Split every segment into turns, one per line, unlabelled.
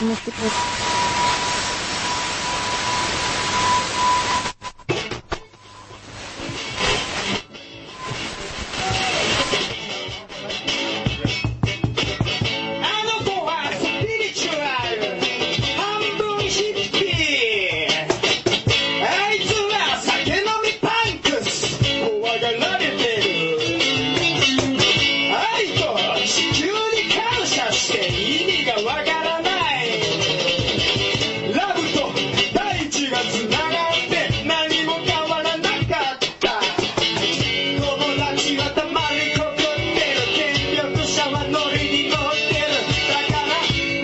面白い。
あの子はスピリチュアル半分ヒッピーあいつは酒飲みパンクス怖がられてる愛と地球に感謝して意味がわからないラブと大地がつながって何も変わらなかった友達はたまにこくってる権力者はノリに乗ってるだから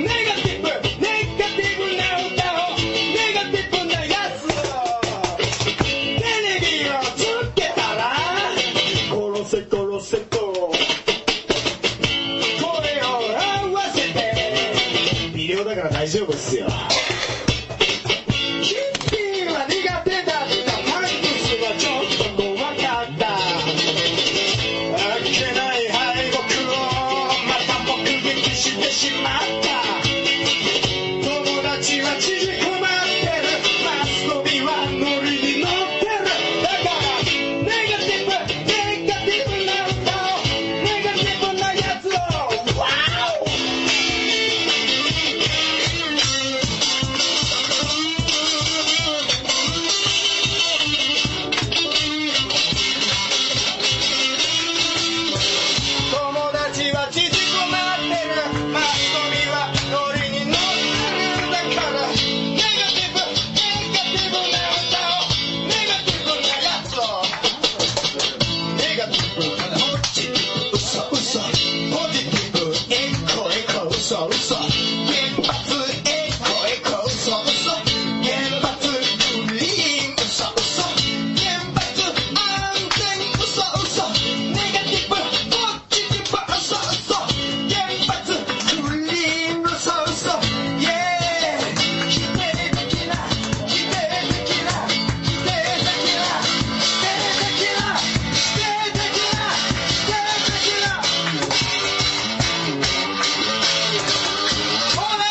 ネガティブネガティブな歌をネガティブなやつをテレビをつけたら殺せ殺せと声を合わせて微量だから大丈夫っすよヒッピーは苦手だったパンクスはちょっと怖かったあっけない敗北をまた目撃してしまった友達は縮こまってるマスコミはノリに乗ってるだからネガティブネガティブな歌をネガティブなやつをワオ友達は縮こまってるマスコミはノリに乗ってるだからネガティブネガティブな歌をネガティブなやつをネガティブポジティブ嘘嘘ポジティブエコエコ嘘嘘原発エコエコ嘘嘘原発グリーン嘘嘘原発安全嘘嘘ネガティブポジティブ嘘嘘原発グリーン嘘嘘イェーイ否定的な否定的な否定的な否定的な否定的な否定的なもうね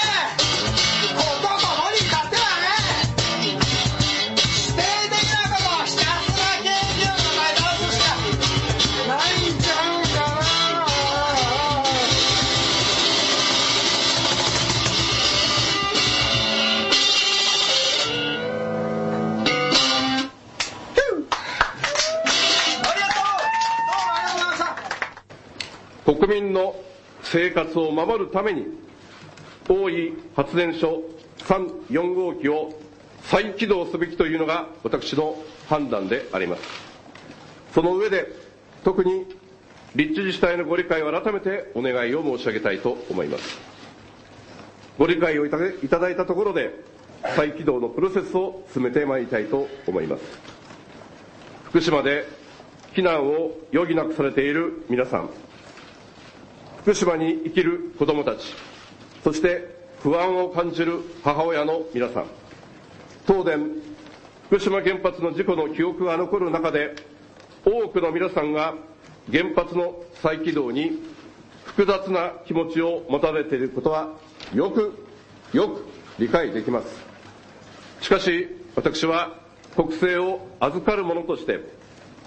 言葉に立てはね否定的なことをひたすら研究の前倒すしかないんちゃうかなありがとうどうもありがとうございました
国民の生活を守るために、大井発電所3、4号機を再起動すべきというのが私の判断であります。その上で、特に立地自治体のご理解を改めてお願いを申し上げたいと思います。ご理解をいただいただいたところで、再起動のプロセスを進めてまいりたいと思います。福島で避難を余儀なくされている皆さん、福島に生きる子どもたち、そして不安を感じる母親の皆さん、東電、福島原発の事故の記憶が残る中で、多くの皆さんが原発の再起動に複雑な気持ちを持たれていることは、よく、よく理解できます。しかし、私は国政を預かる者として、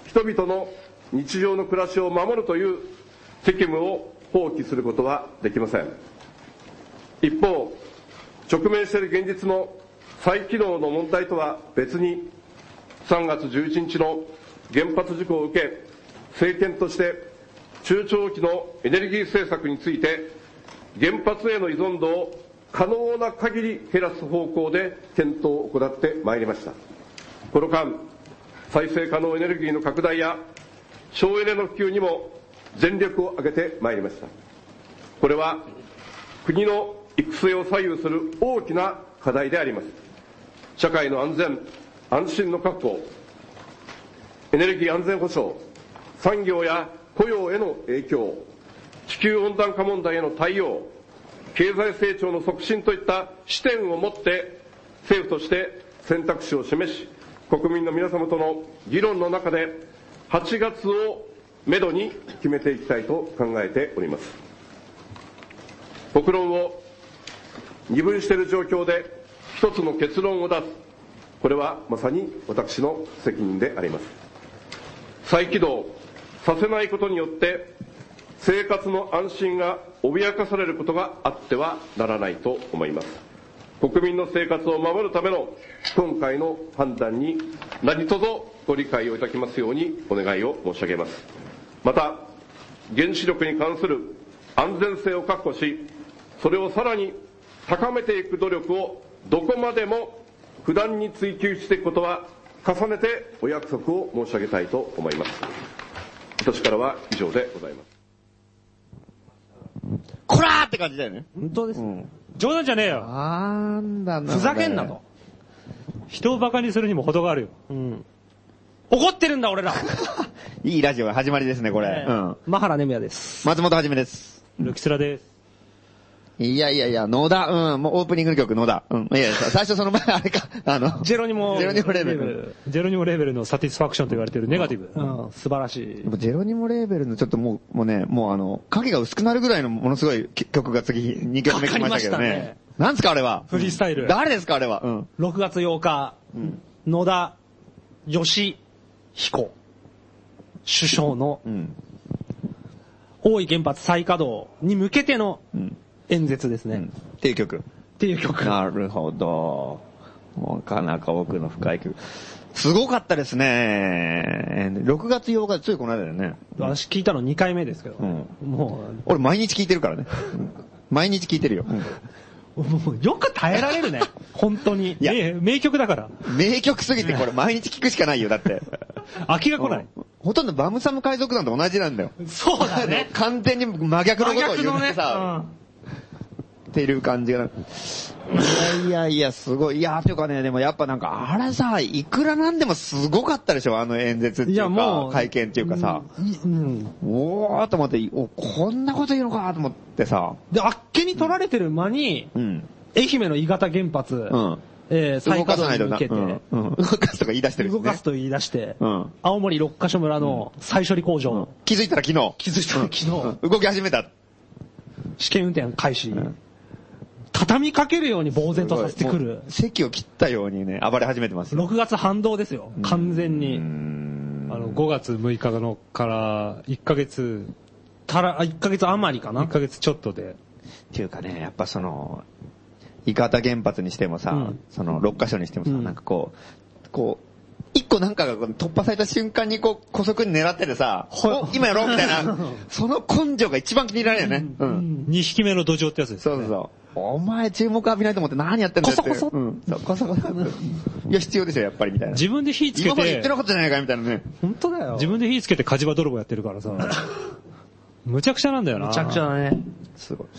人々の日常の暮らしを守るという責務を放棄することはできません。一方、直面している現実の再起動の問題とは別に、3月11日の原発事故を受け、政権として中長期のエネルギー政策について、原発への依存度を可能な限り減らす方向で検討を行ってまいりました。この間、再生可能エネルギーの拡大や省エネの普及にも全力を挙げてまいりました。これは国の行く末を左右する大きな課題であります。社会の安全、安心の確保、エネルギー安全保障、産業や雇用への影響、地球温暖化問題への対応、経済成長の促進といった視点を持って、政府として選択肢を示し、国民の皆様との議論の中で、8月をめどに決めていきたいと考えております。国論を二分している状況で一つの結論を出すこれはまさに私の責任であります再起動させないことによって生活の安心が脅かされることがあってはならないと思います国民の生活を守るための今回の判断に何卒ご理解をいただきますようにお願いを申し上げますまた原子力に関する安全性を確保しそれをさらに高めていく努力をどこまでも不断に追求していくことは重ねてお約束を申し上げたいと思います私からは以上でございます
こらーって感じだよね。
本当です、
冗談じゃねえよ。
あーんだな。
ふざけんなと。。
人をバカにするにも程があるよ。
うん。
怒ってるんだ、 俺ら。
いいラジオが始まりですね、これ。
ええ
うん。
マハラネミヤです。
松本はじめです。
ルキスラです。
いやいやいや、野田、うん、もうオープニングの曲、野田。うん。いやいや、さ最初その前、 あれか、あの、
ジェロニモ。
ジェロニモレーベル。
ゼロニモレーベルのサティスファクションと言われてるネガティブ。
うん、素晴らしい
で。もジェロニモレーベルのちょっともう、もうね、もうあの、影が薄くなるぐらいのものすごい曲が次、2曲目来ましたけど
かかりました
ね
ね。
なんですかあれは。
フリースタイル
誰ですかあれは。うん。
6月8日、野田、吉、彦、首相の
うん。
大井原発再稼働に向けての
うん。
演説ですね。
うん。
っ
っていう曲。
ていう曲。
なるほど。なかなか奥の深い曲。すごかったですね。6月8日、ついこの間だよね。
私聞いたの2回目ですけど、
うん
も
俺毎日聞いてるからね。うん毎日聞いてるよ。
う、もうよく耐えられるね。 本当に。
や
名名曲だから。
名曲すぎてこれ毎日聞くしかないよ、だって。
飽きが来ない。
ほとんどバムサム海賊団と同じなんだよ。
そうだね。
完全に真逆のことを言ってさ、っていう感じが。いやいやいや、すごい。いや、というかね、でもやっぱなんか、あれさ、いくらなんでもすごかったでしょ、あの演説って
い
い
や
う
も
か
う、、
会見っていうかさ。
うん、いうん。
おーと思って、お、こんなこと言うのかと思ってさ。
で、あっけに取られてる間に、
うん。
愛媛の伊方原発、
うん。
えー再
動か
稼
さない
働
と
に
な
向けて、
うんうん動かすとか言い出してるしね
動かすと言い出して、
うん
青森六ヶ所村の再処理工場、
うん気づいたら昨日。
気づいたら昨日、
うん動き始めた。
試験運転開始、
ん
畳みかけるように呆然とさせてく
も
る
う。席を切ったようにね、暴れ始めてますよ。
6月反動ですよ、完全に。
あの、5月6日のから、1ヶ月、
たら、あ1ヶ月余りか
1
な。
ヶ月ちょっとで、
っていうかね、やっぱその、伊方原発にしてもさ、
うん
その6カ所にしてもさ、
うん
なんかこう、こう、一個なんかがこう突破された瞬間にこう、古速に狙っててさ、お今やろうみたい な、その根性が一番気に入られるよね。うん
2匹目の土壌ってやつです。
そうそうそう。お前注目浴びないと思って何やってんだよっていう。
こそこそ
うん。そうこそこそ。いや、必要ですよ、やっぱり、みたいな。
自分で火つけ
今まで言ってな
て、
かったじゃないか、みたいなね。
本当だよ。
自分で火つけて火事場泥棒やって るからさ、むちゃくちゃなんだよな。
めちゃくちゃだね。
すごい。っ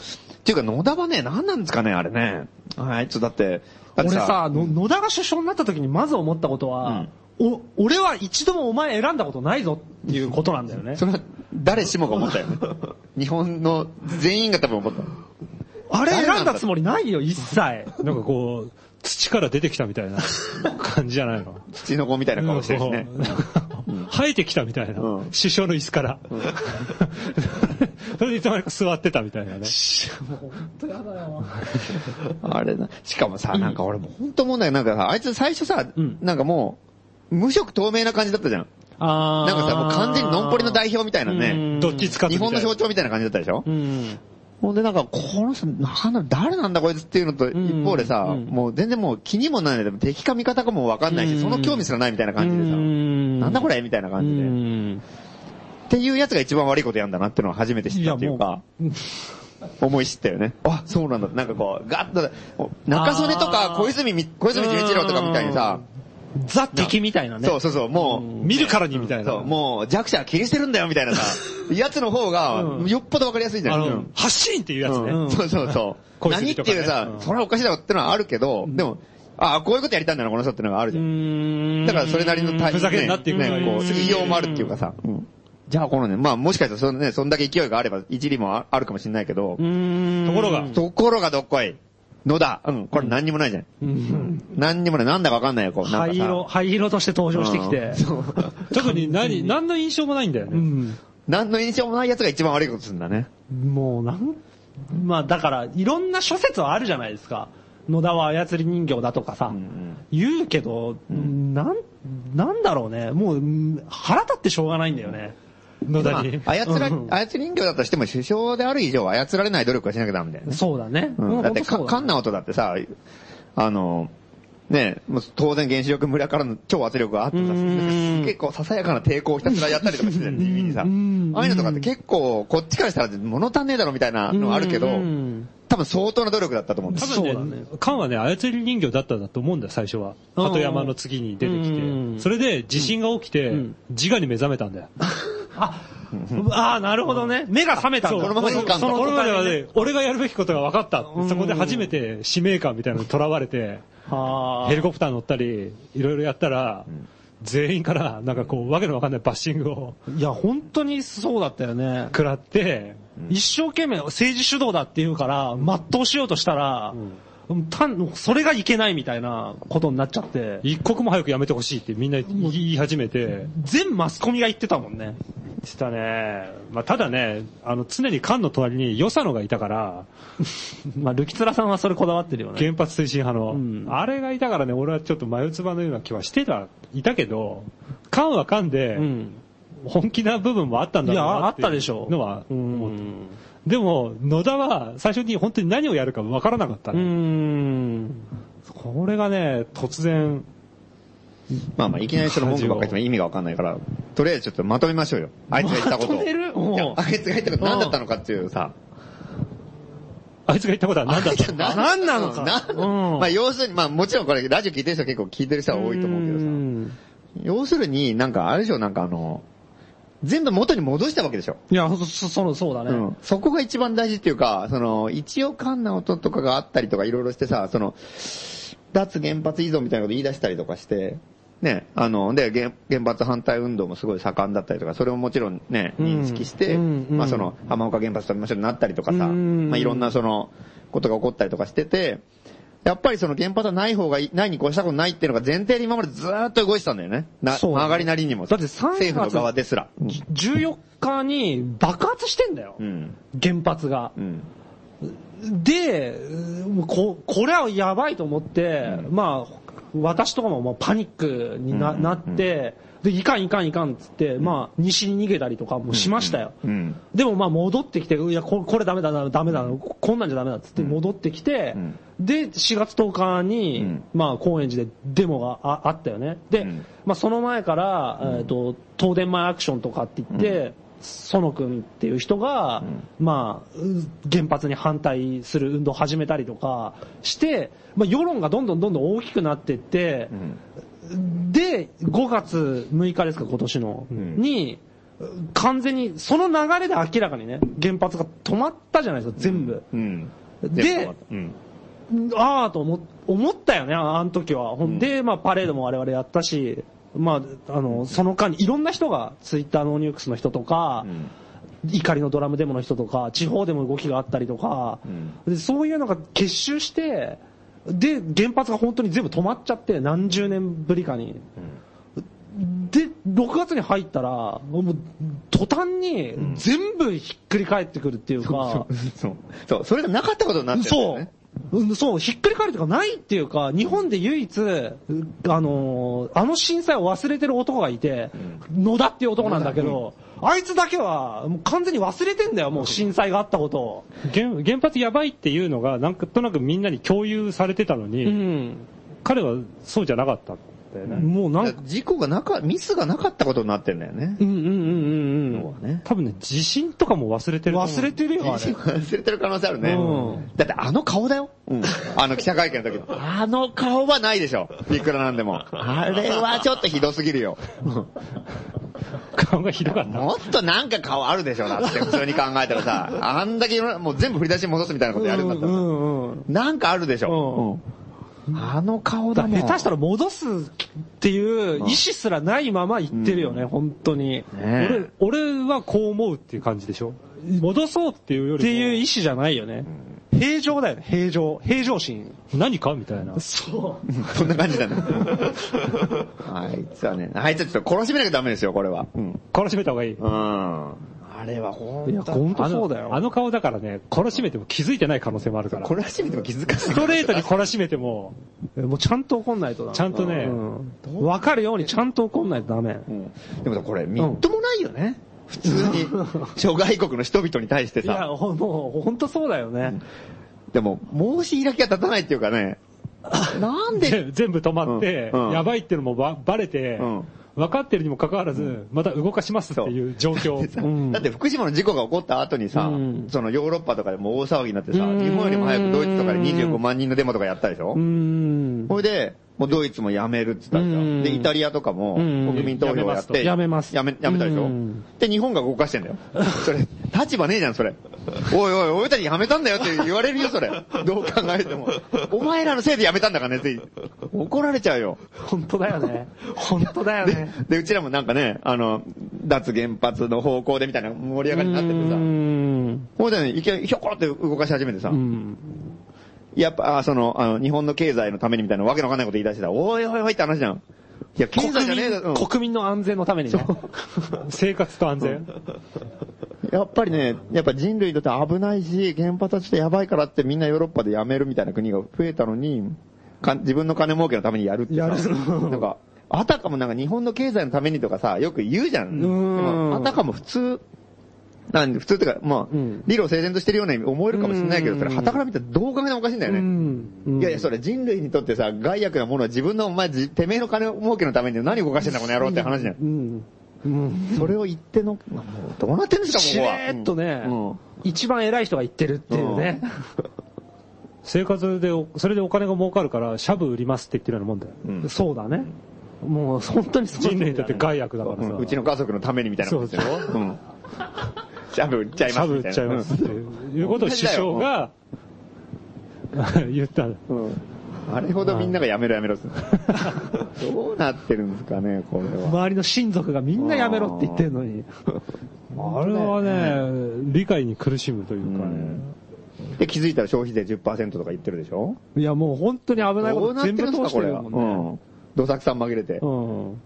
ていうか、野田はね、何なんですかね、あれね。あいつだって、だって
俺さ、の野田が首相になった時にまず思ったことは、お、俺は一度もお前選んだことないぞっていうことなんだよね。
それは誰しもが思ったよね。日本の全員が多分思った。
あれ選んだつもりないよ、一切。
なんかこう、土から出てきたみたい な感じじゃないの。
土の子みたいな顔してるしね。
なんか生えてきたみたいな。
うん
首相の椅子から。 それでいつの間にか座ってたみたいなね。
あれな。しかもさ、なんか俺も本当思うんだけど、なんかさ、あいつ最初さ、なんかもう、無色透明な感じだったじゃん。
あ
なんかさ、もう完全にノンポリの代表みたいなね。
どっち使って
日
みたい
本
な
の象徴みたいな感じだったでしょ
うん。
ほんでなんか、この人、なんだ、誰なんだこいつっていうのと、一方でさ、もう全然もう気にもないで、敵か味方かもわかんないし、その興味すらないみたいな感じでさ、
ん
なんだこれみたいな感じで。っていうやつが一番悪いことやんだなってのは初めて知ったっていうか、思い知ったよね。あ、そうなんだ。なんかこう、ガッと、中曽根とか小泉み、小泉純一郎とかみたいにさ、
ザ敵みたいなね。
そうそうそう、も、
見るからにみたいうな。
そう、もう弱者は切り捨てるんだよみたいな さ、やつの方が、よっぽどわかりやすいじゃ
あ
ん。う
の
ん、
発信っていうやつね。
うんそうそうそう。
小
何
泉
って
とかね
いうさ
う、ん
それはおかしいだろってのはあるけど、でも、あこういうことやりたいんだな、この人ってのがあるじゃん。
ん
だからそれなりの対
ふざけんなっていう
ね、
うん
こう、言いようもあるっていうかさ。じゃあこのね、まあもしかしたらそのね、そんだけ勢いがあれば一理もああるかもしれないけど、
ところが、
ところがどっこい。のだ。うん、これ何にもないじゃん。何にもない。なんだかわかんないよ、こう。なんか
灰
さ
色、灰色として登場してきて。
特に何、何の印象もないんだよね。
何の印象もない奴が一番悪いことするんだね。
もうなん、まあだから、いろんな諸説はあるじゃないですか。野田は操り人形だとかさ、言うけど、なん、なんだろうね。もう、うん腹立ってしょうがないんだよね。
野田に。
まあ操ら、
うん
操り人形だとしても首相である以上は操られない努力はしなきゃダメだよね。
そうだね。
うんだってか、
か
カンナオトだってさ、あの、ねえ、もう当然原子力村からの超圧力があってさ、
ん
結構ささやかな抵抗をひたすらやったりとかしてたよね、地味にさ。ああ
ん
いうのとかって結構、こっちからしたら物足んねえだろみたいなのあるけど
うん、
多分相当な努力だったと思うんだ
多
よ
そうだ
分
ね
ね、カンはね、操り人形だったんだと思うんだよ、最初は。
うん
鳩山の次に出てき
うん
て。それで地震が起きて、
ん
自我に目覚めたんだよ。
あ、ああ、なるほどね。目が覚めた
そ
んだ。
うこのままいかんと
その
こ
頃
の
ま
タイ
で
ミン
は
グ
ね、俺がやるべきことが分かった
う。ん
そこで初めて使命感みたいなのに囚われて、
はあ
ヘリコプター乗ったり、いろいろやったら、全員から、なんかこう、わけのわかんないバッシングを
いや、本当にそうだったよね。
食らって、
一生懸命政治主導だって言うから、全うしようとしたら、単それがいけないみたいなことになっちゃって、
一刻も早くやめてほしいってみんな言い始めて、
全マスコミが言ってたもんね。
したね。まあ、ただね、あの、常に菅の隣に与謝野がいたから、
まあ、ルキツラさんはそれこだわってるよね。
原発推進派の、
ん
あれがいたからね、俺はちょっと眉唾のような気はしてた、いたけど、缶は缶で、
うん。
本気な部分もあったんだろうなてい
いやあったでしょ
うのは、
うん。
でも、野田は最初に本当に何をやるか分からなかった、
う
ね
ん。
これがね、突然、
まあまあ、いきなりその文句ばっかり言っても意味がわかんないから、とりあえずちょっとまとめましょうよ。あいつが言ったことを。
まとめる
いや
もう
あいつが言ったこと何だったのかっていうさ。
あいつが言ったことは何だったの
何
何なのかうん
まあ要するに、まあもちろんこれラジオ聞いてる人は結構聞いてる人は多いと思うけどさ。
ん
要するに、なんかあれでしょ、なんかあの、全部元に戻したわけでしょ。
いや、そ、そ、そのそうだね。
うん。そこが一番大事っていうか、その、一応カンナ音とかがあったりとかいろいろしてさ、その、脱原発依存みたいなこと言い出したりとかして、ね、あの、で、原原発反対運動もすごい盛んだったりとか、それももちろんね、
うん
認識して、
うんうん
まあその、浜岡原発止めましょうになったりとかさ、
うん
まあいろんなその、ことが起こったりとかしてて、やっぱりその原発はない方がいい、ないに越したことないっていうのが前提で今までずーっと動いてたんだよね。な、
そう
曲がりなりにも。
だって3月
政府の側ですら。
14日に爆発してんだよ。
うん。
原発が。
うん。
で、うんこ、これはやばいと思って、まあ、私とかももうパニックにな,、
うん
なって、で、いかんいかんいかんっつって、まあ、西に逃げたりとかもしましたよ。
うん。
でもまあ戻ってきて、いや、ここれダメだな、ダメだな、ここんなんじゃダメだっつって戻ってきて、
うん
で、4月10日に、
うん
まあ高円寺でデモがああったよね。で、
うん
まあその前から、えっ、と、東電前アクションとかって言って、園君っていう人が、まあ、う原発に反対する運動を始めたりとかして、まあ世論がどんどんどんどん大きくなっていって、
うん。
で、5月6日ですか、今年の。に、完全に、その流れで明らかにね、原発が止まったじゃないですか、全部。
うん。
で、
うん。
ああと思思ったよね、ああの時は。ほんで、まあ、パレードも我々やったし、まあ、あの、その間にいろんな人が、ツイッターのニュークスの人とか、
ん
怒りのドラムデモの人とか、地方でも動きがあったりとか、でそういうのが結集して、で、原発が本当に全部止まっちゃって、何十年ぶりかに。で、6月に入ったら、もう、途端に全部ひっくり返ってくるっていうか、
そう。そう。それがなかったことになってるんだよ
そ
ね。
う。うんそう、ひっくり返るとかないっていうか、日本で唯一、うあのー、あの震災を忘れてる男がいて、野田っていう男なんだけど、あいつだけは、もう完全に忘れてんだよ、もう震災があったことを。
原原発やばいっていうのが、なんとなくみんなに共有されてたのに、
うん。
彼はそうじゃなかったんだよね。
もうな
だ
ん
か、
から
事故がなか、ミスがなかったことになってんだよね
う。んうんうんうんうん。
ね。
多分ね、地震とかも忘れてると思う
忘れてるよ、あ れ。
忘れてる可能性あるね
うん。
だってあの顔だよ。あの記者会見 の時の。あの顔はないでしょ。いくらなんでも。あれはちょっとひどすぎるよ。
顔がひどかった。
もっとなんか顔あるでしょ、だって普通に考えたらさ。あんだけいろんなもう全部振り出しに戻すみたいなことやるんだった
う
ら。
んうん。
なんかあるでしょ。あの顔だ
だ
もん。
下手したら戻すっていう意思すらないまま言ってるよね、本当に。
ね
俺、俺はこう思うっていう感じでしょ戻そうっていうよ
っていう意
り
思じゃないよね。平常だよね、平常。平常心。
も、何かみたいな。
そう。
そんな感じだね。あいつはね、あいつはちょっと懲らしめなきゃダメですよ、これは。うん。
懲らしめた方がいい。
うん。ああれはほ
いや、
んと
本当
あの
そうだよ。
あの顔だからね、懲らしめても気づいてない可能性もあるから。
懲らしめても気づかない。
ストレートに懲らしめても、
えもうちゃんと怒んないとダメ。
ちゃんとね
うんわ、かるようにちゃんと怒んないとダメ。
うんでもこれ、みっともないよね。普通に。諸外国の人々に対して
いや、
さ。
ほもう、本当そうだよね。
でも、申し開きが立たないっていうかね。なんで、
ぜ全部止まって、
うんうん
やばいっていうのもばバレて、
うん
分かってるにもかかわらず、また動かしますっていう状況。
さ だって福島の事故が起こった後にさ
うん、
そのヨーロッパとかでもう大騒ぎになってさ、日
うん
本よりも早くドイツとかで25万人のデモとかやったでしょ
うーん。
ほいで、もうドイツもやめるって言ったでし
う
ょ。
ん
で、イタリアとかも
うん
国民投票をやって、
やめますと
やめ、やめたでし
う
ょ
ん。
で、日本が動かし てんだよ。それ、立場ねえじゃん、それ。おいおい、俺たちやめたんだよって言われるよ、それ。どう考えても。お前らのせいでやめたんだからねって怒られちゃうよ。
本当だよね。本当だよね。
で、うちらもなんかね、あの、脱原発の方向でみたいな盛り上がりになって
うー
てさ。
ん。
ほいでね、いきなりひょこって動かし始めてさ
う。ん。
やっぱ、あその、あの、日本の経済のためにみたいなわけのわかんないこと言い出してた。おいおいおいって話じゃん。いや、経済じゃねえだろ。うん
国民の安全のためにね。
生活と安全。
やっぱりね、やっぱ人類にとって危ないし、原発はちょっとやばいからってみんなヨーロッパでやめるみたいな国が増えたのに、か自分の金儲けのためにやるってさ
やる
なんか、あたかもなんか日本の経済のためにとかさ、よく言うじゃん。
ん
でもあたかも普通、なんで普通っていうか、まあ、
うん
理路整然としてるように思えるかもしれないけど、
うん
それ旗から見たらどう考えてもおかしいんだよね。
うん
いやいや、それ人類にとってさ、害悪なものは自分の、お前、じてめえの金儲けのために何動かしてんだこの野郎って話じゃん。
うん。うん。
それを言っての、もうどうなってんですか、
し
ここは。
れーっとね、
うんうん
一番偉い人が言ってるっていうね。
生活でお、それでお金が儲かるから、シャブ売りますって言ってるようなもんだよ。
うん
そうだね。もう本当にそう
人類にとって害悪だからさ。
うんうちの家族のためにみたいなことでしょ
そう
うん。シャブ売っちゃい
シ
ま
ャ
す
ブ
み
売
たいな。
っちゃいますっていうことを首相が言った。
うん。うんあれほどみんながやめろやめろっつってどうなってるんですかね、これは。
周りの親族がみんなやめろって言ってるのに。
あれはね、理解に苦しむというかね。
で、気づいたら消費税10%とか言ってるでしょ
いやもう本当に危ない
ど
こ
う
と
なって
全
るんで
部
すか、
通し
こ
て
れ
る
は。う
もんね。
ん。どさくさん紛れて。
うん。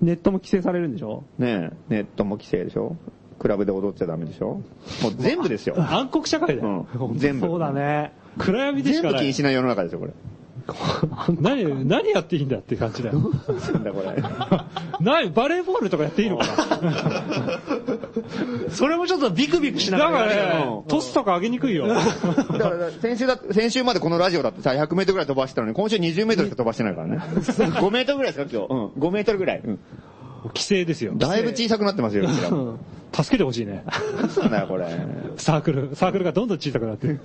ネットも規制されるんでしょ
ねえ、ネットも規制でしょクラブで踊っちゃダメでしょもう全部ですよ。
暗黒社会だよ。
うん。全部。
そうだね。
暗闇でし
全
か
部
な
禁
い。
止な世の中ですよ、これ。
何、何やっていいんだっていう感じ だよ。
なんだこれ。
ない、バレーボールとかやっていいの かな
それもちょっとビクビクしな
だ
が
から
やるよ
らね、トスとか上げにくいよ。
だから、先週だ、先週までこのラジオだってさ、100メートルぐらい飛ばしてたのに、今週20メートルしか飛ばしてないからね。5メートルぐらいですか、今日。うん。5メートルぐらい。うん。
規制ですよ。
だいぶ小さくなってますよ、うちらも。
助けてほし いね。
そうだよ、これ。
サークル、サークルがどんどん小さくなってる。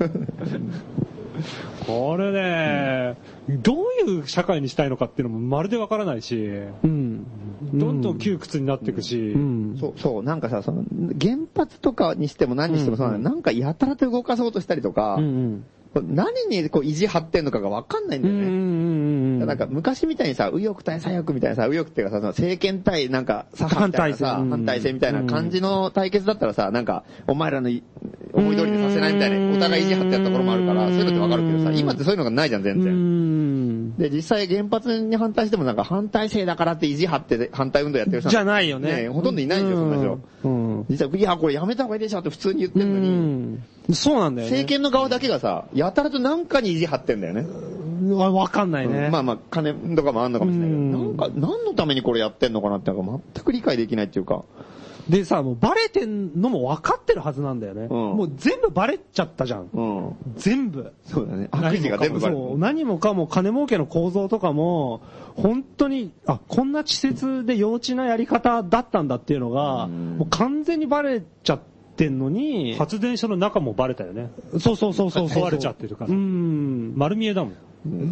これね、どういう社会にしたいのかっていうのもまるでわからないし、
うん。
どんどん窮屈になっていくし、
うん。
そう、そう、なんかさ、その、原発とかにしても何にしてもそうなんだけどなんかやたらと動かそうとしたりとか
うんう、ん。
何にこう意地張ってんのかがわかんないん
う
だ
ん
よ
うんう
ね。
んうん。
なんか昔みたいにさ、右翼対左翼みたいなさ、右翼っていうかさ、その政権対なんか左派みたいなさ
反対勢う、ん
反対性みたいな感じの対決だったらさ、なんか、お前らのい思い通りにさせないみたいな、お互い意地張ってやったところもあるから、そういうのってわかるけどさ、今ってそういうのがないじゃん、全
う
然。
ん。
で、実際原発に反対してもなんか反対性だからって意地張って反対運動やってる人
じゃないよね。
ほとんどいないんですよ、そんな人。
うん。うん
実際、いや、これやめた方がいいでしょって普通に言ってるのに、
うんそうなんだよね。
政権の側だけがさ、やたらとなんかに意地張ってんだよね。
うわわかんないね。
まあまあ、金とかもあんのかもしれないけど、
うん
なんか、何のためにこれやってんのかなって、なんか全く理解できないっていうか、
でさ、もうバレてんのも分かってるはずなんだよね。もう全部バレちゃったじゃん。
うん。
全部。
そうだね。悪事が全部バレ
そう、何もかも金儲けの構造とかも、本当に、あ、こんな稚拙で幼稚なやり方だったんだっていうのが、
うん
もう完全にバレちゃってんのに、
発電所の中もバレたよね。
そうそうそうそうそう。
壊れちゃってるから
うん。
丸見えだもん。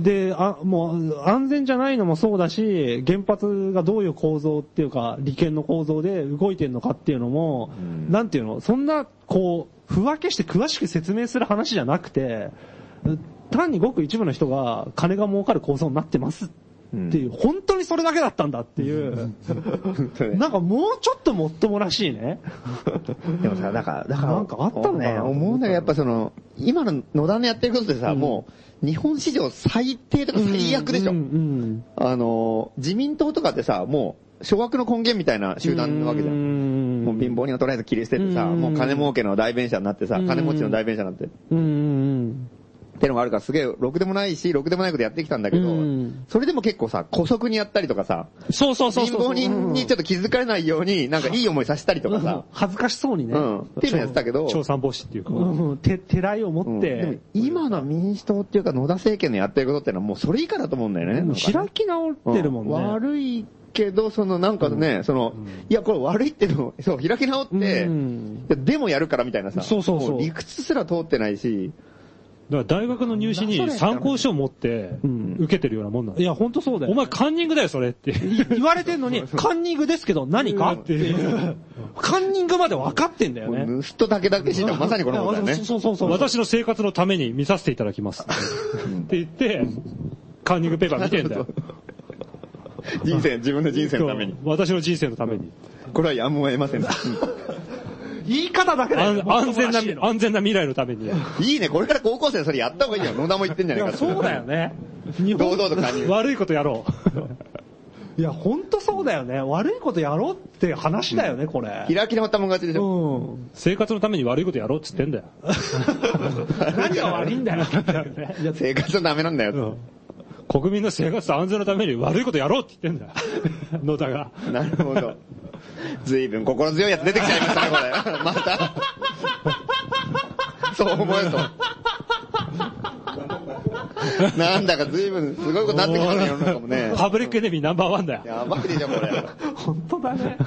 で、あ、もう、安全じゃないのもそうだし、原発がどういう構造っていうか、利権の構造で動いてるのかっていうのも、
ん
なんていうの、そんな、こう、ふわけして詳しく説明する話じゃなくて、単にごく一部の人が金が儲かる構造になってますっていう、本当にそれだけだったんだっていう、
そうね
なんかもうちょっともっともらしいね。
でもさ、だから、だから、
なんかあったのかな
ね、思うんだけど、やっぱその、今の野田のやってることでさ、もう、日本史上最低とか最悪でしょ。
うんうん
あのー、自民党とかってさ、もう、諸悪の根源みたいな集団なわけじゃ。
うんんん
もう貧乏人をとりあえず切り捨ててさ、
うん
もう金儲けの代弁者になってさ、
うん
金持ちの代弁者になって、
うんうん
ってのがあるからすげえ、ろくでもないし、ろくでもないことやってきたんだけど
うん、
それでも結構さ、古速にやったりとかさ、
うん。そうそうそう
貧
そう。
乏人にちょっと気づかれないように、なんかいい思いさせたりと
う
か
ん
さ、
恥ずかしそうにね。
うん、っていうのやってたけど、
調査防止っていうか。
うん。て、てらいを
う
持
ん
っ
でも
て、
今の民主党っていうか野田政権のやってることってのはもうそれ以下だと思うんだよね。
も
な
うん
かね
開き直ってるもんね。
うん悪いけど、そのなんかね、その、いや、これ悪いってのを、そう、開き直って、
うん
いやでもやるからみたいなさ、
そうそうそう
も理屈すら通ってないし、
だから大学の入試に参考書を持って
ん
受けてるようなもんなん
いや、ほんとそうだよ。
お前カンニングだよ、それって。
言われてんのに、カンニングですけど何かっていう。カンニングまで分かってんだよね。
もうずっとだけだけしいのはまさにこのことだよね。
そうそうそう。
私の生活のために見させていただきます。って言って、カンニングペーパー見てん だよ。
人生、自分の人生のために。
私の人生のために。
これはやむを得ません。うん
言い方だけだ
あ
よね
ん。安全
も
な
っと正しい、の
安全な未来のために。
いいね、これから高校生それやった方がいいよ。野田も言ってんじゃ
い
ない
や、
か
そうだよね。日
堂
本、
々と加入。
悪いことやろ
いや、ほんとそうだよね。悪いことやろうって話だよね、これ。
開き直ったもん勝ちでし
う
ょ。
う。
ん。
生活のために悪いことやろうっつってんだよ。
何が悪いんだよ。 いや
生活はダメなんだよ。
国民の生活と安全のために悪いことやろうって言ってんだよ。野田が。
なるほど。随分心強いやつ出てきちゃいましたね、これ。また。そう思えると。なんだか随分すごいことになってきたね、世の中もね。
パブリックエネミーナンバーワンだよ。
やばいでしょ、これ。
本当 だね。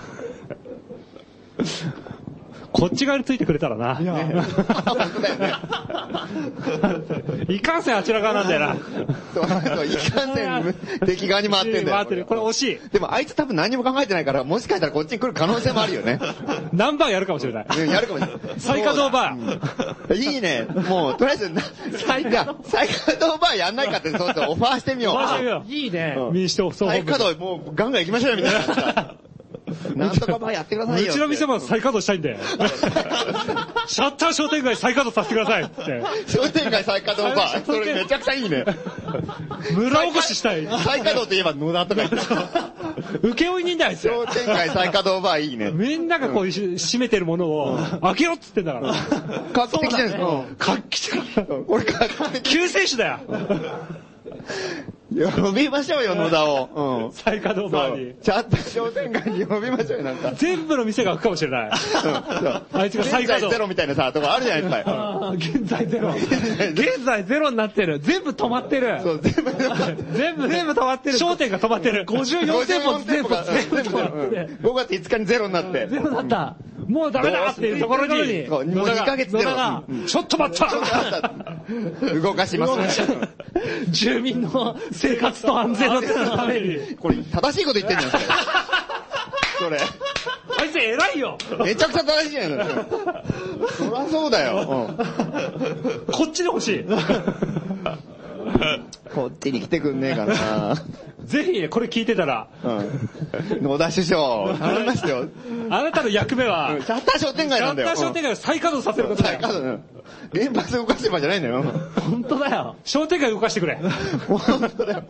こっち側についてくれたらな。
本当だよね。
いかんせんあちら側なんだよな。
そう、そういかんせん敵側に回ってんだよ。
回ってる。これ惜しい。
でもあいつ多分何も考えてないから、もしかしたらこっちに来る可能性もあるよ ね。
ナンバーやるかもしれない。
うんやるかもしれない。
再稼働バ
ー。いいね。もう、とりあえずな、再稼働、再稼働バーやんないかって、そうそう、オファーしてみよう。
オファーしてみよ
いいね。
うん
民主党総
再
本部
稼。働、もうガンガン行きましょうよ、みたいな。 なんとかバーやってくださいうよ。
ちの店も再稼働したいんだよ。シャッター商店街再稼働させてくださいって。
商店街再稼働バー。それめちゃくちゃいいね。
村おこししたい。
再稼働といえば野田と か言ってた。
請負人だよ、あいつ
商店街再稼働バーいいね。
みんながこう、閉めてるものを、開けろっつってんだから。
画期的じゃないですか。
画期的だ
うんこれ画期的。
救世主だよ
呼びましょうよ、野田を。うん。
再稼働バーに。
ちゃんと商店街に呼びましょうよ、なんか。
全部の店が開くかもしれない。あいつが再
現在
稼
ゼ
働。
ロみたいなさ、とかあるじゃないですか。
あー現 在ゼロ。現在ゼロになってる。全部止まってる。
そう、全部、
全部、全部止まってる。
商店が止まってる。
54店舗全部、全部
全部ゼロ。うん5月5日にゼロになって。
ゼロだった。もうダメだっていうところに、
そうもう2ヶ月ゼ
野
ロ
田。が
うん
ちょっと待った
動かしますね。
住民の生活と安全のために。
これ、正しいこと言ってんじゃん、それ。
あいつ偉いよ
それ。めちゃくちゃ正しいじゃないのそりゃそうだよ。うん
こっちに欲しい。
こっちに来てくんねえかな。
ぜひね、これ聞いてたら、
うん野田首相、頼みますよ。
あなたの役目は、
シャッター商店街
ガ
なん
ン
だ
タ
よ。
ー商店街を再稼働させることだ
街。
よ。
うん原発動かしてばじゃないんだよ。
本当だよ。
商店街動かしてくれ。
本当だよ。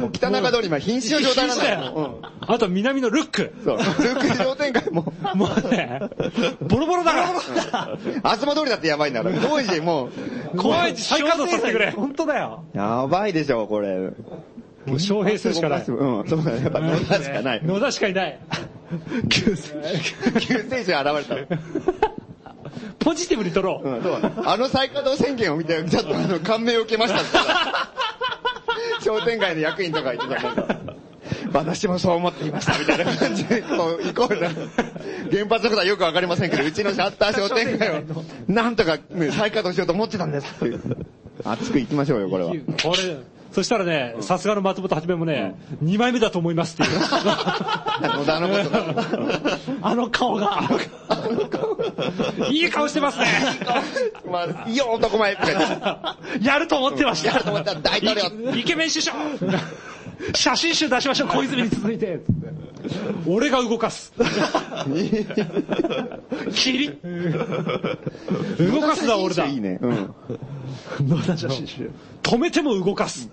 もう北中通り今瀕死の状態なんだよ。うん
あと南のルック。
そう。ルーク商店街 も、
もうね、ボロボロだから。
東通りだってやばいんだから、当時も
怖いし、再稼働させてくれ。
本当だよ。
う、やばいでしょ、これ。
もう招聘するしかない。
うん、そうだね。やっぱ野田しか ない。
野田しかいない。
救 世主が現れた。
ポジティブに取ろう。
うん、そうだねあの再稼働宣言を見て、ちょっとあの、感銘を受けましたって言ったら商店街の役員とか言ってたもんだ。私もそう思っていました、みたいな感じで、こう、イコールな。原発のことはよくわかりませんけど、うちのシャッター商店街を、なんとか、ね、再稼働しようと思ってたんですっていう。熱く行きましょうよ、これは。
これ、そしたらね、さすがの松本はじめもね、2枚目だと思いますっていう。
野田のことだ。
あの顔が。
いい顔してますね。
まあ、いいよ、男前とか言って。
やると思ってまし
やると
た。
思ったら大統領。
イケメン首相
写真集出しましょう、小泉に続いて。
俺が動かす。
キリ
動かすのは俺だ。
いいね。うん。
野田写真集。
止めても動かす。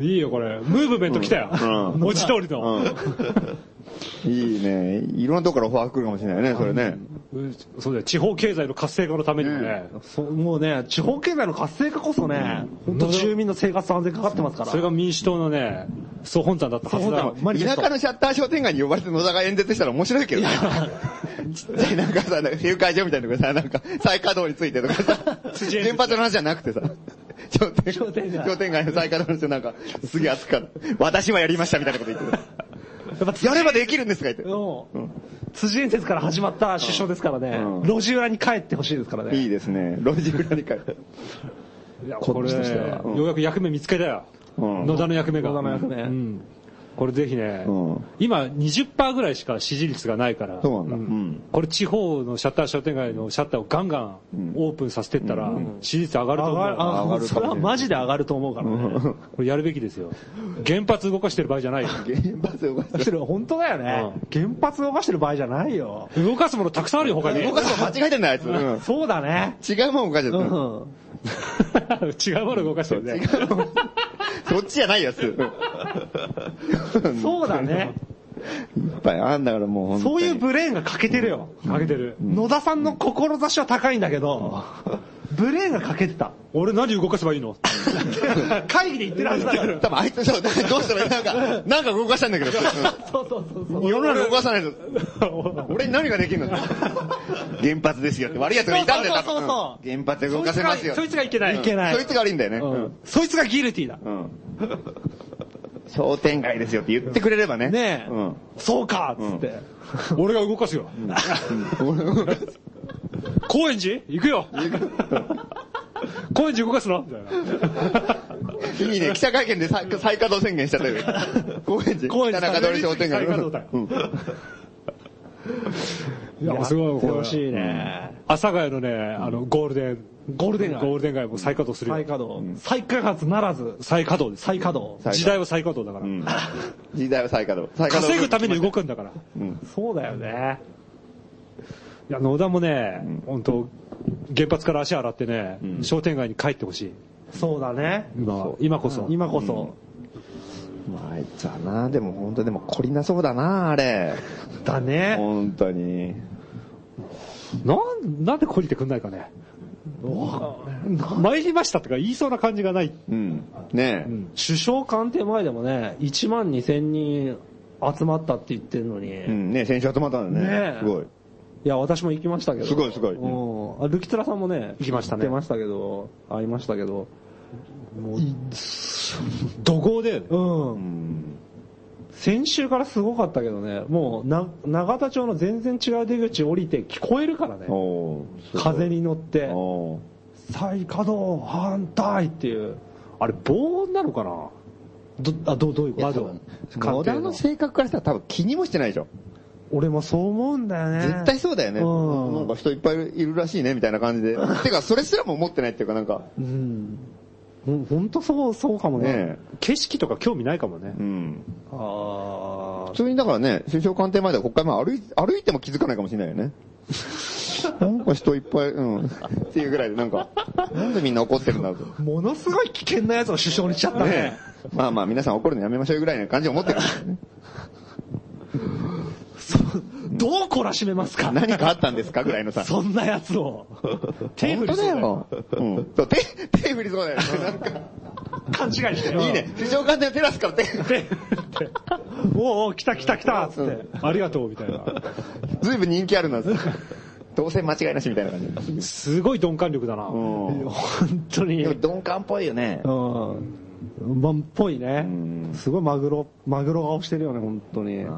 いいよ、これ。ムーブメント来たよ。
うん
文字通りの。
いいね。いろんなとこからオファー来るかもしれないね、それね。
うんそうだよ、地方経済の活性化のためにもね、
そうもうね、地方経済の活性化こそね、本当住民の生活と安全かかってますから。
それが民主党のね、総本山だったはずだ
総
よ
本。マジで
田舎のシャッター商店街に呼ばれて野田が演説したら面白いけどね。ちっちゃい なんかさ、なんか集会所みたいなとこさ、なんか再稼働についてとか さ、原発の話じゃなくてさ、商店
商店街
商店街の再稼働の人なんか、すげえ熱かった。私はやりましたみたいなこと言って
やっぱ
た。やればできるんですか言って。
うん辻演説から始まった首相ですからね、
うん
路地裏に帰ってほしいですからね。
いいですね。路地裏に帰る。
いや
こ
こ
っ
れ、
ち
よ
としては
うん
うやく役目見つけたよ。
うん
野田の役目が。
野田の役目
うん。これぜひね
うん、
今20%ぐらいしか支持率がないから、
そうなんだ。うん。
これ地方のシャッター商店街のシャッターをガンガンオープンさせてったら、支持率上がると
上
思う
がる、
よ。
あ
上がるかもしれない
それはマジで上がると思うからね。
これやるべきですよ。原発動かしてる場合じゃないよ。
原発動かして
それ本当だよね、原発動かしてる場合じゃないよ。
動かすものたくさんあるよ、他に。
る。動かすの間違えてんだよ、あいつ。うん
そうだね。
違うもん動かしちゃ
う
った。
ん。
違うもの動かしてるね。
そっちじゃないやつ。
そうだね。
いっぱいあんだからもう本当に。
そういうブレーンが欠けてるよ。
上げてる。
野田さんの志は高いんだけど、ブレーンが欠けてた。
俺何動かせばいいの
会議で言ってるはずだ から。
多分あいつ、そう、だからどうしたらいいなんか、 なんか動かしたんだけど、
そうそうそうそう。
世の中動かさないと、俺に何ができるの原発ですよって悪い奴がいたんだよ、多分
そうそうそうそう
うん原発で動かせますよ。
そいつがいけない。いけない
そい。つが悪いんだよね。
うんそいつがギルティだ。
うんうん。商店街ですよって言ってくれればね。
ねえ
うん。
そうかっつって。
俺が動かすよ。高円寺行くよ。高円寺動かすのみたい
いいね、記者会見で再再稼働宣言しちゃったよ。高円寺。
高円寺
北中通り商店街。
再稼働だよ
うん
な。いや、すごい、
やって
こ
ほし
れ。
いね。
阿佐ヶ谷のね、あの、ゴールデン。
ゴールデン街
ゴールデン街も再稼働する
再
よ。
稼働。再開発ならず、
再稼働です。
再稼働。
働
時代は再稼働だから。
時代は再稼働。再稼働
稼ぐために動くんだから。
そうだよね。
いや、野田もね、本当原発から足洗ってね、商店街に帰ってほしい。
そうだね。
今、今こそ。
今こそ。
まあ、あいつはな、でも本当でも懲りなそうだな、あれ。
だね。
本当に。
なん、なんで懲りてくんないかね。参りましたとか言いそうな感じがない。
うん。ねえ。
首相官邸前でもね、1万2000人集まったって言ってるのに、
う
い
ん、ねえ先週集まったんだ
ね
ね。
え
すごい。
や、私も行きましたけど。
すごいすごい
うん。あルキツラさんもね、
行きましたね
出ましたけど、会いましたけど、
怒号で、
うん。
うん。
先週からすごかったけどね、もうな、長田町の全然違う出口降りて聞こえるからね。
おー
風。に乗って、
おー
再稼働反対っていう。あれ、防音なのかなど、あ、どう、どういうこ
多
と
分
官
野
邸
田の
の
性格からしたら多分気にもしてないでしょ。
俺もそう思うんだよね。
絶対そうだよね。
うん
なんか人いっぱいいるいるらしいね、みたいな感じで。てか、それすらも思ってないっていうか、なんか。
うん。ほんほんとそう、そうかもね。
ね
景色とか興味ないかもね
え。う。ん。
あ
普通にだからね、首相官邸前で国会前歩い歩いても気づかないかもしれないよ ね。なんか人いっぱい、うん。っていうぐらいで、なんか、なんでみんな怒ってるんだろうと。
ーものすごい危険なやつを首相にしちゃったね
ね。えまあまあ皆さん怒るのやめましょうぐらいな感じを思ってる。
どう懲らしめますか
何かあったんですかぐらいのさ。
そんなやつを。手
本
振り
当
そう
だ
だよ
よ。うん。そう、手、手振りそうだよ。なんか、
勘違いして。
いい ね。首相官邸のテラスから手、
おうおう、来た来た来たっつって。
ありがとうみたいな。
ずいぶん人気あるな。どうせ間違いなしみたいな感じ。
すごい鈍感力だな。
うん。
本当に。
で
う
も鈍感っぽいよね。
ん。まんっぽいね。すごいマグロ、マグロ顔してるよね、本当に。
なん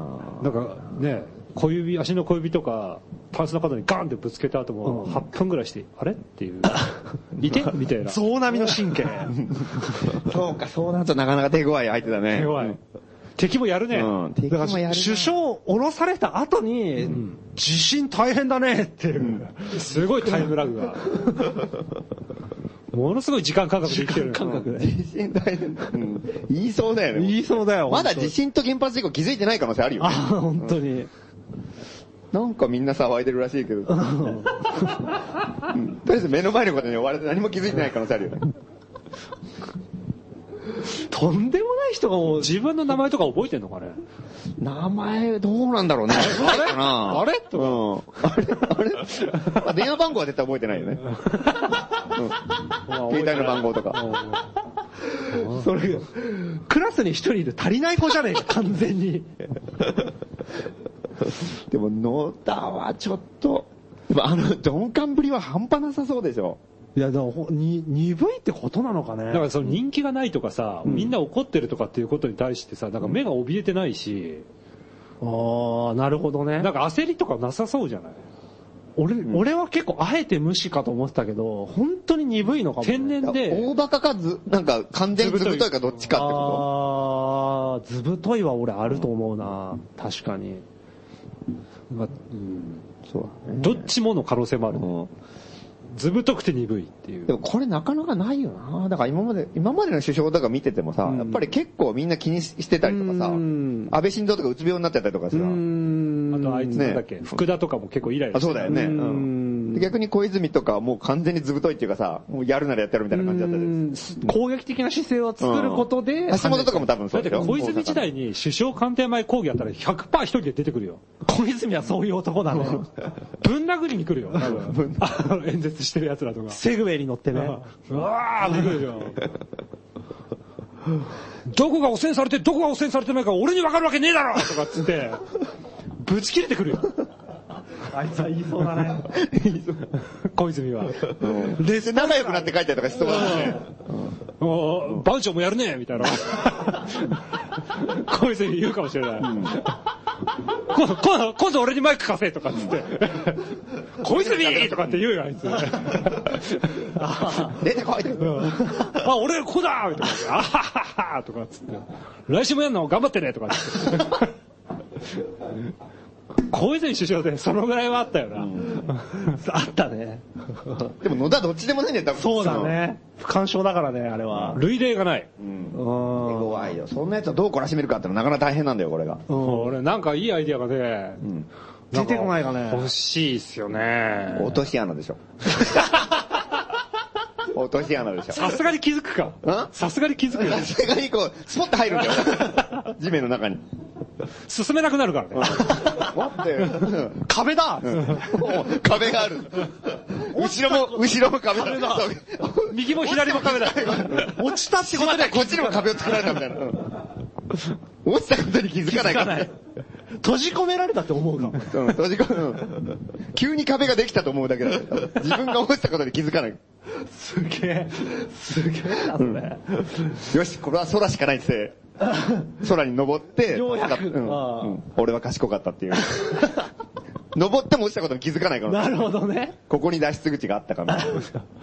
かね、小指、足の小指とか、タンスの角にガンってぶつけた後も、8分ぐらいして、あれっ ていう。いてみたいな。
象並みの神経。
そうか、そうなるとなかなか手強い相手だね。
弱い。敵もやるね。
うん。敵
だから
もやるな。
首相を降ろされた後に、地震大変だねっていう。
すごいタイムラグが。ものすごい時間感覚で生きてる。
感覚で。
地震大変だ。うん。言いそうだよね。
言いそうだよ。
まだ地震と原発事故気づいてない可能性あるよ
あ、
ね。
本当に。
なんかみんな騒いでるらしいけど。うんとりあえず目の前のことに追われて何も気づいてない可能性あるよね。
とんでもない人がもう、
自分の名前とか覚えてんのかね
名前、どうなんだろうね。あれあれうん。あれあれあ電話番号は絶対覚えてないよね。
携
携帯の番号とか。
それ、クラスに一人いる足りない子じゃねえ か、完全に。
でも、野田はちょっと、でもあの、鈍感ぶりは半端なさそうでしょ。
いや、でもほ、に、鈍いってことなのかね。
だからその人気がないとかさ、みんな怒ってるとかっていうことに対してさ、なんか目が怯えてないし、
ああ、なるほどね。
なんか焦りとかなさそうじゃない
俺、俺は結構あえて無視かと思ってたけど、本当に鈍いのかも、ね。
天然で、
大バカかず、なんか完全にずぶといかどっちかってこ
ああ、ずぶといは俺あると思うな。確かに。
まあうん
とそうだね。
どっちもの可能性もある。
うん
ずぶとくて鈍いってい
で
う。
もこれなかなかないよな。だから今まで、今までの首相とか見ててもさ、やっぱり結構みんな気にしてたりとかさ、
う
安
ん
倍晋三とかうつ病になってたりとかさ、
あとあいつなんだっけ、
ね
福田とかも結構イライラ
あ
して
そう
た
だよね。うんで逆に小泉とかはもう完全にずぶといっていうかさ、もうやるならやってやるみたいな感じだったじゃないです
うん攻撃的な姿勢を作ることで、
か。橋本とかも多分そ
だ
う
って
でしょ
小泉時代に首相官邸前抗議やったら100%一人で出てくるよ。
小泉はそういう男だね。
ぶん殴りに来るよ、多分。あの演説してる奴らとか。
セグウェイに乗ってね。
うわーって来るよ。どこが汚染されて、どこが汚染されてないか俺に分かるわけねえだろとかっつって、ぶち切れてくるよ、
あいつは言いそうだね。
小泉は。
冷静仲良くなって帰ったりとかしそうだね。
おー番長もやるねみたいな。 小泉言うかもしれない。今度、今度、今度俺にマイク貸せとかっつって。小泉とかって言うよ、あいつ。
出てこい
あ、俺らここだみたいな。あはははとかっつって。来週もやんの頑張ってねとかっつって。 小泉首相でそのぐらいはあったよな。
あったね。
でも野田どっちでもないんだよ、多分。
そうだ。ね。不干渉だからね、あれは。
類例がない。
うん。
怖いよ。そんな奴をどう懲らしめるかってのはなかなか大変なんだよ、これが。
俺なんかいいアイディアがね、
出てこないかね。
欲しいっすよね。
落とし穴でしょ。落とし穴でしょ。
さすがに気づくか。
ん
さすがに気づくよ
さ。すがにこう、スポッと入るんだよ。地面の中に。
進めなくなるからね。
待ってよ。
壁だ
もう壁がある。後ろも、後ろも壁だ。そう
右も左も壁だ。
落ちたって
仕
こと
事で
で
はこっちにも壁を作られたみたいな。うん落ちたことに気づかないから。
閉じ込められたって思うかも。
うん閉じ込めうん急に壁ができたと思うだけだから自分が落ちたことに気づかない。
すげえ。すげえな、それ。
よし、これは空しかないって。空に登って、
ようやく
うん
ああ
うん俺は賢かったっていう。 登っても落ちたことに気づかないから。
なるほどね。
ここに脱出口があったかみたい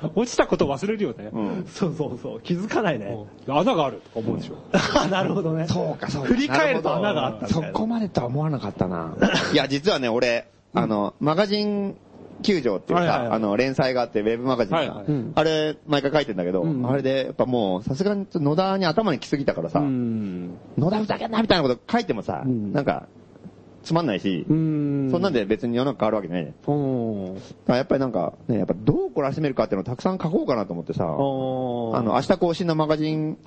な。
落ちたこと忘れるよね。
そうそうそう。気づかないね。
穴があるとか思うでしょ。
なるほどね。
そうか、そうか。
振り返ると穴があったみた
そ
いな
こまでとは思わなかったな。いや、実はね、俺、あの、マガジン球場っていう
はいはいはい
さ、あの、連載があって、ウェブマガジン
はいは
が
い
うん、
あれ、毎回書いてんだけど、あれで、やっぱもう、さすがに野田に頭に来すぎたからさ、
ん。
野田ふざけんなみたいなこと書いてもさ、
うん
なんか、つまんないし
う、ん。
そんなんで別に世の中変わるわけないね。
うん。
だからやっぱりなんか、ね、やっぱどう懲らしめるかっていうのをたくさん書こうかなと思ってさ、あの、
あの、
明日更新のマガジン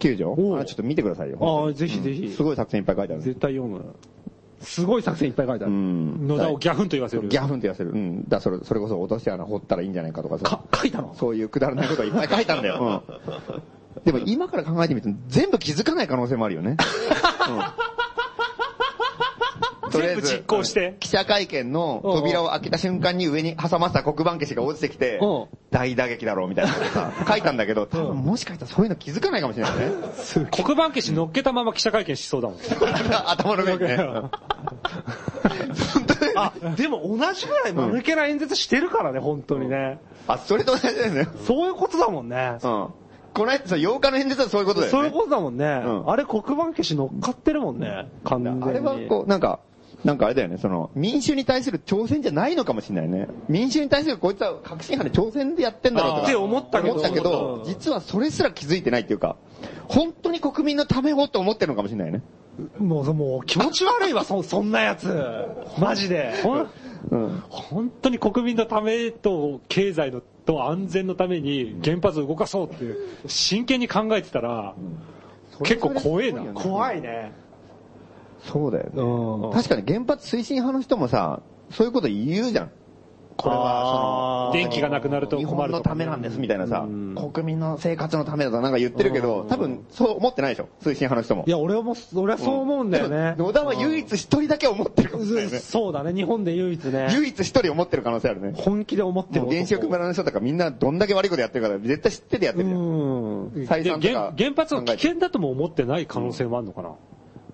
球場、
おう
あれちょっと見てくださいよ。
ああ、ぜひぜひ。
すごい作戦いっぱい書いてあるんで
絶対読む。すごい作戦いっぱい書いてあ
う
る。
ん。
野田をギャフンと言わせる。
ギャフンって言わせる。うん。だからそれ、それこそ落とし穴掘ったらいいんじゃないかとかさ。
か、書いたの
そういうくだらないことをいっぱい書いたんだよ。うん。でも今から考えてみると全部気づかない可能性もあるよね。うんとりあえず
全部実行して
記者会見の扉を開けた瞬間に上に挟まった黒板消しが落ちてきて
うん、
大打撃だろうみたいなことさ、書いたんだけど、多分もしかしたらそういうの気づかないかもしれないね。
黒板消し乗っけたまま記者会見しそうだもん。
頭の上にね。本 当だよね
あ、でも同じぐらい間抜けな演説してるからね、本当にね。
あ、それと同じだよね。
そういうことだもんね。
うん。この間さ、8日の演説はそういうことだよね。
そういうことだもんね。
ん
あれ黒板消し乗っかってるもんね。完全に。
あれはこう、なんか、なんかあれだよね、その、民衆に対する挑戦じゃないのかもしれないね。民衆に対するこいつは革新派で挑戦でやってんだろうとか。
って思ったけど
思ったけど
うん
実はそれすら気づいてないっていうか、本当に国民のためをと思ってるのかもしれないね。
もう、もう気持ち悪いわ、そ、そんなやつ。マジで。
ほん
うん。
本当に国民のためと経済のと安全のために原発を動かそうっていう真剣に考えてたら結構怖え
それそれすご
な
いよね
怖いね。
そうだよね。
うん。
確かに原発推進派の人もさ、そういうこと言うじゃん。これはその、
あー、
電気がなくなると
日
困
本
る
の
と
た
か
め
ね
なんですみたいなさ
うん、
国民の生活のためだとなんか言ってるけど、多分そう思ってないでしょ、推進派の人も
い。や、俺も、俺はそう思うんだよ ね。
でも野田は唯一一人だけ思ってるかもしれないよね。
そうだね、日本で唯一ね。
唯一一人思ってる可能性あるね。
本気で思って
で
る
も
男。
原子力村の人とかみんなどんだけ悪いことやってるから絶対知っててやってるじゃん。
うん。
採
で
算とか
原原発が危
考えて
険だとも思ってない可能性もあるのかな、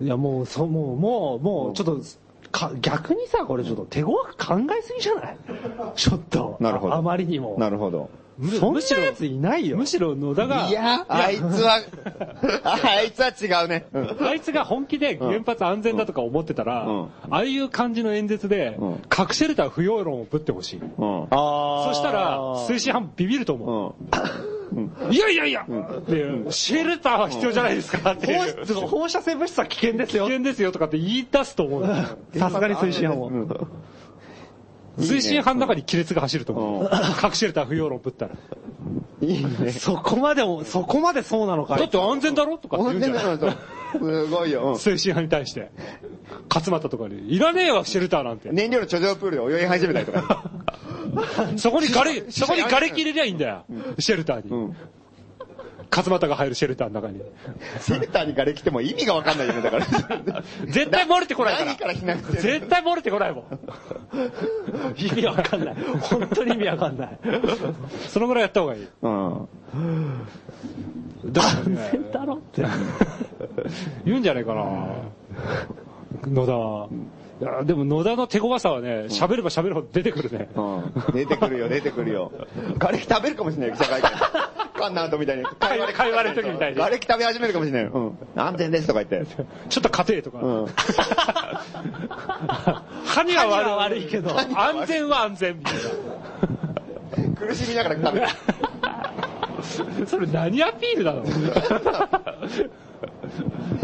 いや、もう、そう、もう、もう、もう、ちょっと、か逆にさ、これちょっと手強く考えすぎじゃ ないちょっと。
なるほど
ああまりにも。
なるほど。
む
そんな
むしろ
やついないよ
む。しろ野田が
いや、あいつは、あいつは違うね。うん
あいつが本気で原発安全だとか思ってたら、
うん
ああいう感じの演説で、
うん
核シェルター不要論をぶってほしい。
うん。
あ
そしたら、推進班ビビると
う
思
ん。
う。いやいやいや、っていう、シェルターは必要じゃないですかっていう。
放射放射性物質は危険です
危
よ。
険ですよとかって言い出すと思う。
さすがに推進派も。
いいね
推進班の中に亀裂が走ると思
う
う。核シェルター不要論ぶったら。
うん。いいね。
そこまでも、そこまでそうなのか
だっ
い。
て安全だろとかって
同
言う
じ
んじゃない
なと。すごいよ。うん
推進派に対して。勝俣とかに、いらねえわ、シェルターなんて。
燃料の貯蔵プールで泳ぎ始めたりとか。
そこにガレ、そこに瓦礫入れりゃいいんだよ。シェルターに。勝俣が入るシェルターの中に。
センターにから来ても意味がわかんないよね、だから。
絶対漏れてこないから
何。から避難してる
絶対漏れてこないもん。
意味わかんない。本当に意味わかんない。
そのぐらいやった方がいい。
うん。
だからね
安全だろって。
言うんじゃないかな。野田は。いやでも野田の手強さはね、喋れば喋るほど出てくるね。
うん出てくるよ、出てくるよ。瓦礫食べるかもしれないよ、記者会見。カンナントみたいに。
会話会話の時みたいに
瓦礫食べ始めるかもしれないよ。うん。安全ですとか言って。
ちょっと硬えとか。
うん。
歯には悪い
歯には悪いけど
安全は安全みたい
苦しみながら食べる。
な。それ何アピールなの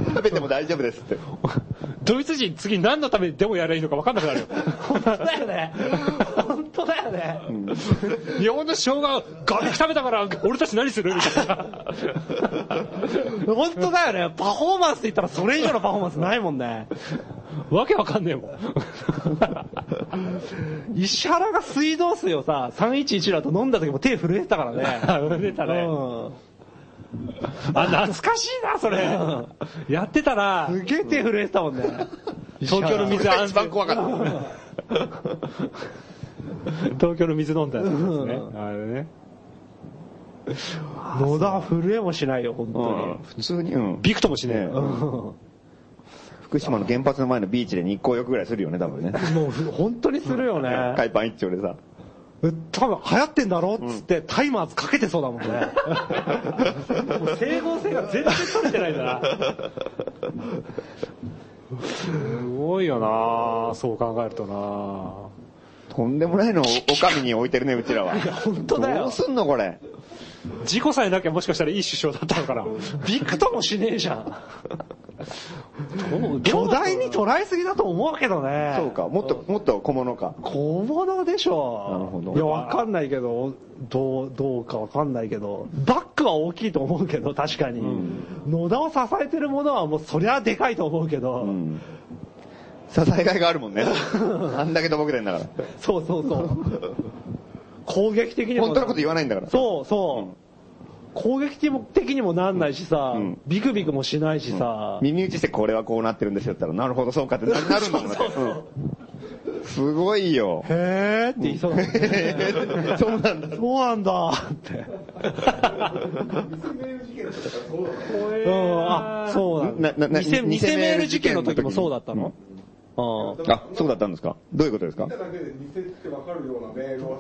食べても大丈夫ですって。
ドイツ人次何のためにデモやればいいのか分かんなくなるよ。
本当だよね。本当だよね。
日本の生姜、ガリ食べたから俺たち何するみたいな。
本当だよね。パフォーマンスって言ったらそれ以上のパフォーマンスないもんね。
わけわかんねえもん。
石原が水道水をさ、311だと飲んだ時も手震えてたから ね。
出た
う
ね。
ん。
あ、懐かしいな、それ。やってたな。
すげえ手震えてたもんね。
東京の水
が
安
一番
全。
怖かった。
東京の水飲んだやつですね。あれね。
野田は震えもしないよ、本
うん。普通に、うん。
びくともしねえ
ね
よ。
当
福島の原発の前のビーチで日光浴ぐらいするよね、多分ね。
に。もうふ本当にするよね。
海パン一丁でさ。
多分流行ってんだろっつってタイマーかけてそうだもんね。もう整合性が全然取れてないんだな。
すごいよなそう考えるとな
とんでもないのをお上に置いてるね、うちらは。
本当だ
どう
よ。
すんの、これ。
事故さえなきゃもしかしたらいい首相だったのかな。
びくともしねえじゃん。巨大に捉えすぎだと思うけどね。
そうか、もっと、もっと小物か。
小物でしょ。
なるほど
いや、わかんないけど、どう、どうかわかんないけど、バックは大きいと思うけど、確かに。野田を支えてるものはもう、そりゃでかいと思うけど、
うん。支えがいがある もんね。あんだけとぼけてんだから。
そうそ うそう。攻撃的にも。
本当のこと言わないんだから。
そうそう。攻撃的にもなんないしさ、
ん
ビクビクもしないしさ、
耳打ちしてこれはこうなってるんですよって言ったら、なるほど、そうかってななるんだもんね。うんすごい よ。
へーって言いそうだもんね
そうなん だ。
そうなんだって。うん、あ、そうなんだ。
ななな
偽偽
偽メ
メ
ー
ー
ル
ル
事
事
件
件
の
の
時
時
も
もそうだったのうん
あ、そうだったんですかどういうことですか
だけで偽ってわかるようなメールを。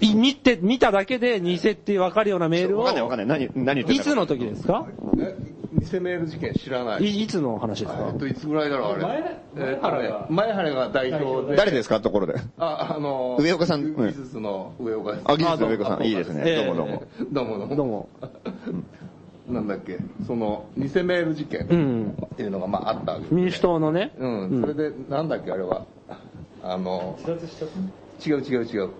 い見て、見ただけで偽ってわかるようなメール
わ
を
かん、ないわかんない。何、何言ってん
い
だろ
つ
う
の時ですか
え偽メール事件知らない。
いいつの話です
え
か
っと、いつぐらいだろう、あれ。えっと
前
ね
原、
前原が代表で。
誰ですかところで。
あ、あの、
上岡さんうん
技術の上岡です
あ、技術の上子さん。いいですね。
え
ど
え
うもどうも。
どうもどうも。
どうも。
なんだっけ、その、偽メール事件
うん
っていうのが、まあ、あったわけですね
民主党のね。
うん、それで、なんだっけ、あれは。あの、違う違う違う。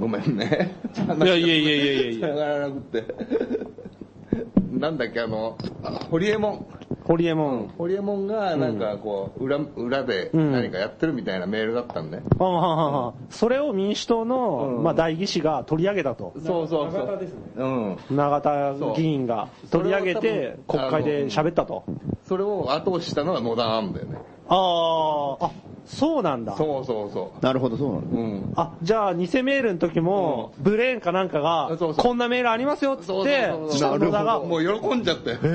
ごめんね。
いやいやいやいやいやいや
繋がらなくて。なんだっけ、あの、あホリエモン。
ホリエモン。
ホリエモンが、なんかこう、裏、裏で何かやってるみたいなメールだったんで。
あはんはんはんはんそれを民主党の、まあ、代議士が取り上げたと。
そうそうそう。うん。
永田議員が取り上げて、
そ
国
れは多
会
分
で喋ったと。
それを後押ししたのが野田なんだよね。
ああ、あ、そうなんだ。
そうそうそ
なるほど、そうなの。
う。うん。
あ、じゃあ、偽メールの時も、ブレーンかなんかが
そう、そう
こんなメールありますよっつって、
そうそうそう
したら野田が、
もう喜んじゃっ たよ。
え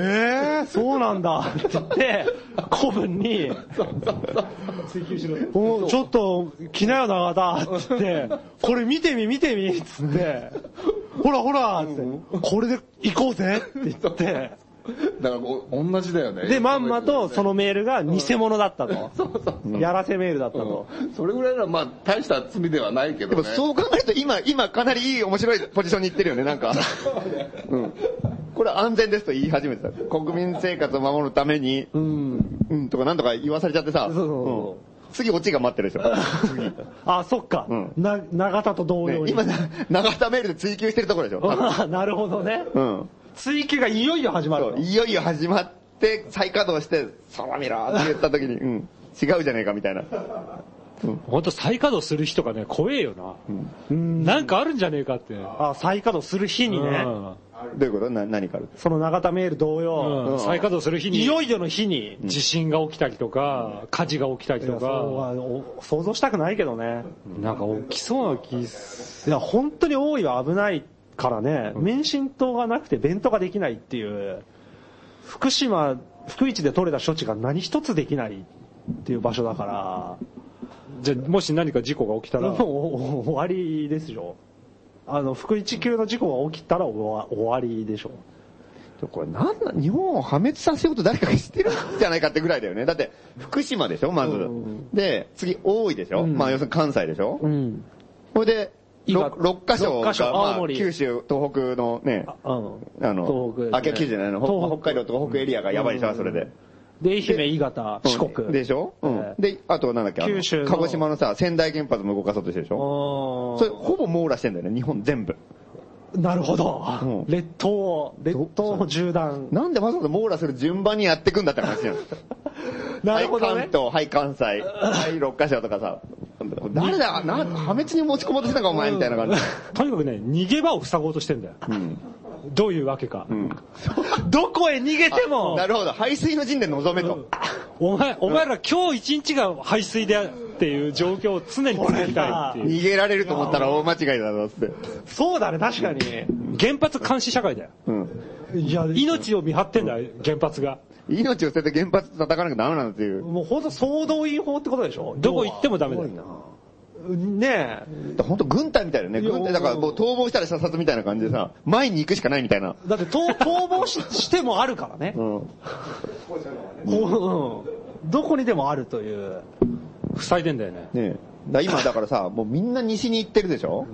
ー、そうなんだって言って、古文に、おちょっと、来なよ長田って言って、これ見てみ見てみっつって、ほらほらっつって、これで行こうぜって言って、
だからこう、同じだよね。
で、まんまとそのメールが偽物だったと。
そうそう。
やらせメールだったと。
それぐらいならまあ、大した罪ではない
で
けど
も
ね。
そう考えると今、今かなりいい面白いポジションに行ってるよね、なん か。うん。これは安全ですと言い始めてた。国民生活を守るために、うん、とかなんとか言わされちゃってさ、
そうそうそう
うん次オチが待ってるでし ょ。
あ、そっか
うん。
な、長田と同
ね
様に。
今、長田メールで追求してるところでしょ多分。
あなるほどね。
うん。
追求がいよいよ始まる
そう
と。
いよいよ始まって、再稼働して、そらみろって言った時に、うん、違うじゃねえかみたいな。
本当再稼働する日とかね、怖えよな。なんかあるんじゃねえかって。
あ、再稼働する日
う
にね、
ん
どういうことな何かある
その長田メール同様、
うん再稼働する日に
い、よいよの日に、
地震が起きたりとか、火事が起きたり
いや
と
それは
か、
お想像したくないけどね。
なんか起きそうな気す
いや、本当に多いは危ないからね、免震灯がなくて弁当ができないっていう、福島、福市で取れた処置が何一つできないっていう場所だから、
じゃあ、もし何か事故が起きたら、
もうお終わりですよ。あの、福市級の事故が起きたら終わ終わりでしょ。
これなんな、日本を破滅させようと誰かがしてるんじゃないかってぐらいだよね。だって、福島でしょ、まず。で、次、大井でしょ、まあ要するに関西でしょ、う
うん。
これで、
伊賀
6, カ所
六
が
ヶ所
ま
青
あ、
森
九州、東北のね、あ
うん。
の、
東北
あ、九州じゃないの、
東
北北海道とか北エリアがやばいでしょ、それで。
で、愛媛、新潟、四国。
でしょ、うん
え、え
で、あとなんだっけ、あの
九州の
鹿児島のさ、仙台原発も動かそうとしてるでしょ
ょ
それ、ほぼ網羅してんだよね、日本全部。
なるほど。
うん
列島を、列島を縦断。
なんでわざわざ網羅する順番にやってくんだって話じゃん。
なるほど
はい
ね
関。東、はい関西、はい六ヶ所とかさ、誰だ、な、破滅に持ち込もうとしてたかお前みたいな感じ。
とにかくね、逃げ場を塞ごうとしてんだよ。どういうわけか。
どこへ逃げても
な、るほど、排水の陣で臨めと。
お前、お前ら今日一日が排水であっていう状況を常に作りたいっていう。
逃げられると思ったら大間違いだぞって。
そうだね、確かに。
原発監視社会だよ。
うん。
いや、
命を見張ってんだよ、原発が。
命を捨てて原発叩かなきゃダメなんだっていう。
もう本当総動員法ってことでしょ
どこ行ってもダメだよ。
ね
本当軍隊みたいだよね。軍隊だからもう逃亡したら射殺みたいな感じでさ、前に行くしかないみたいな。
え。だって 逃逃亡ししてもあるからね。
うん。
こううんどこにでもあるという。
塞いでんだよね。
ねえ。だ今だからさ、もうみんな西に行ってるでしょ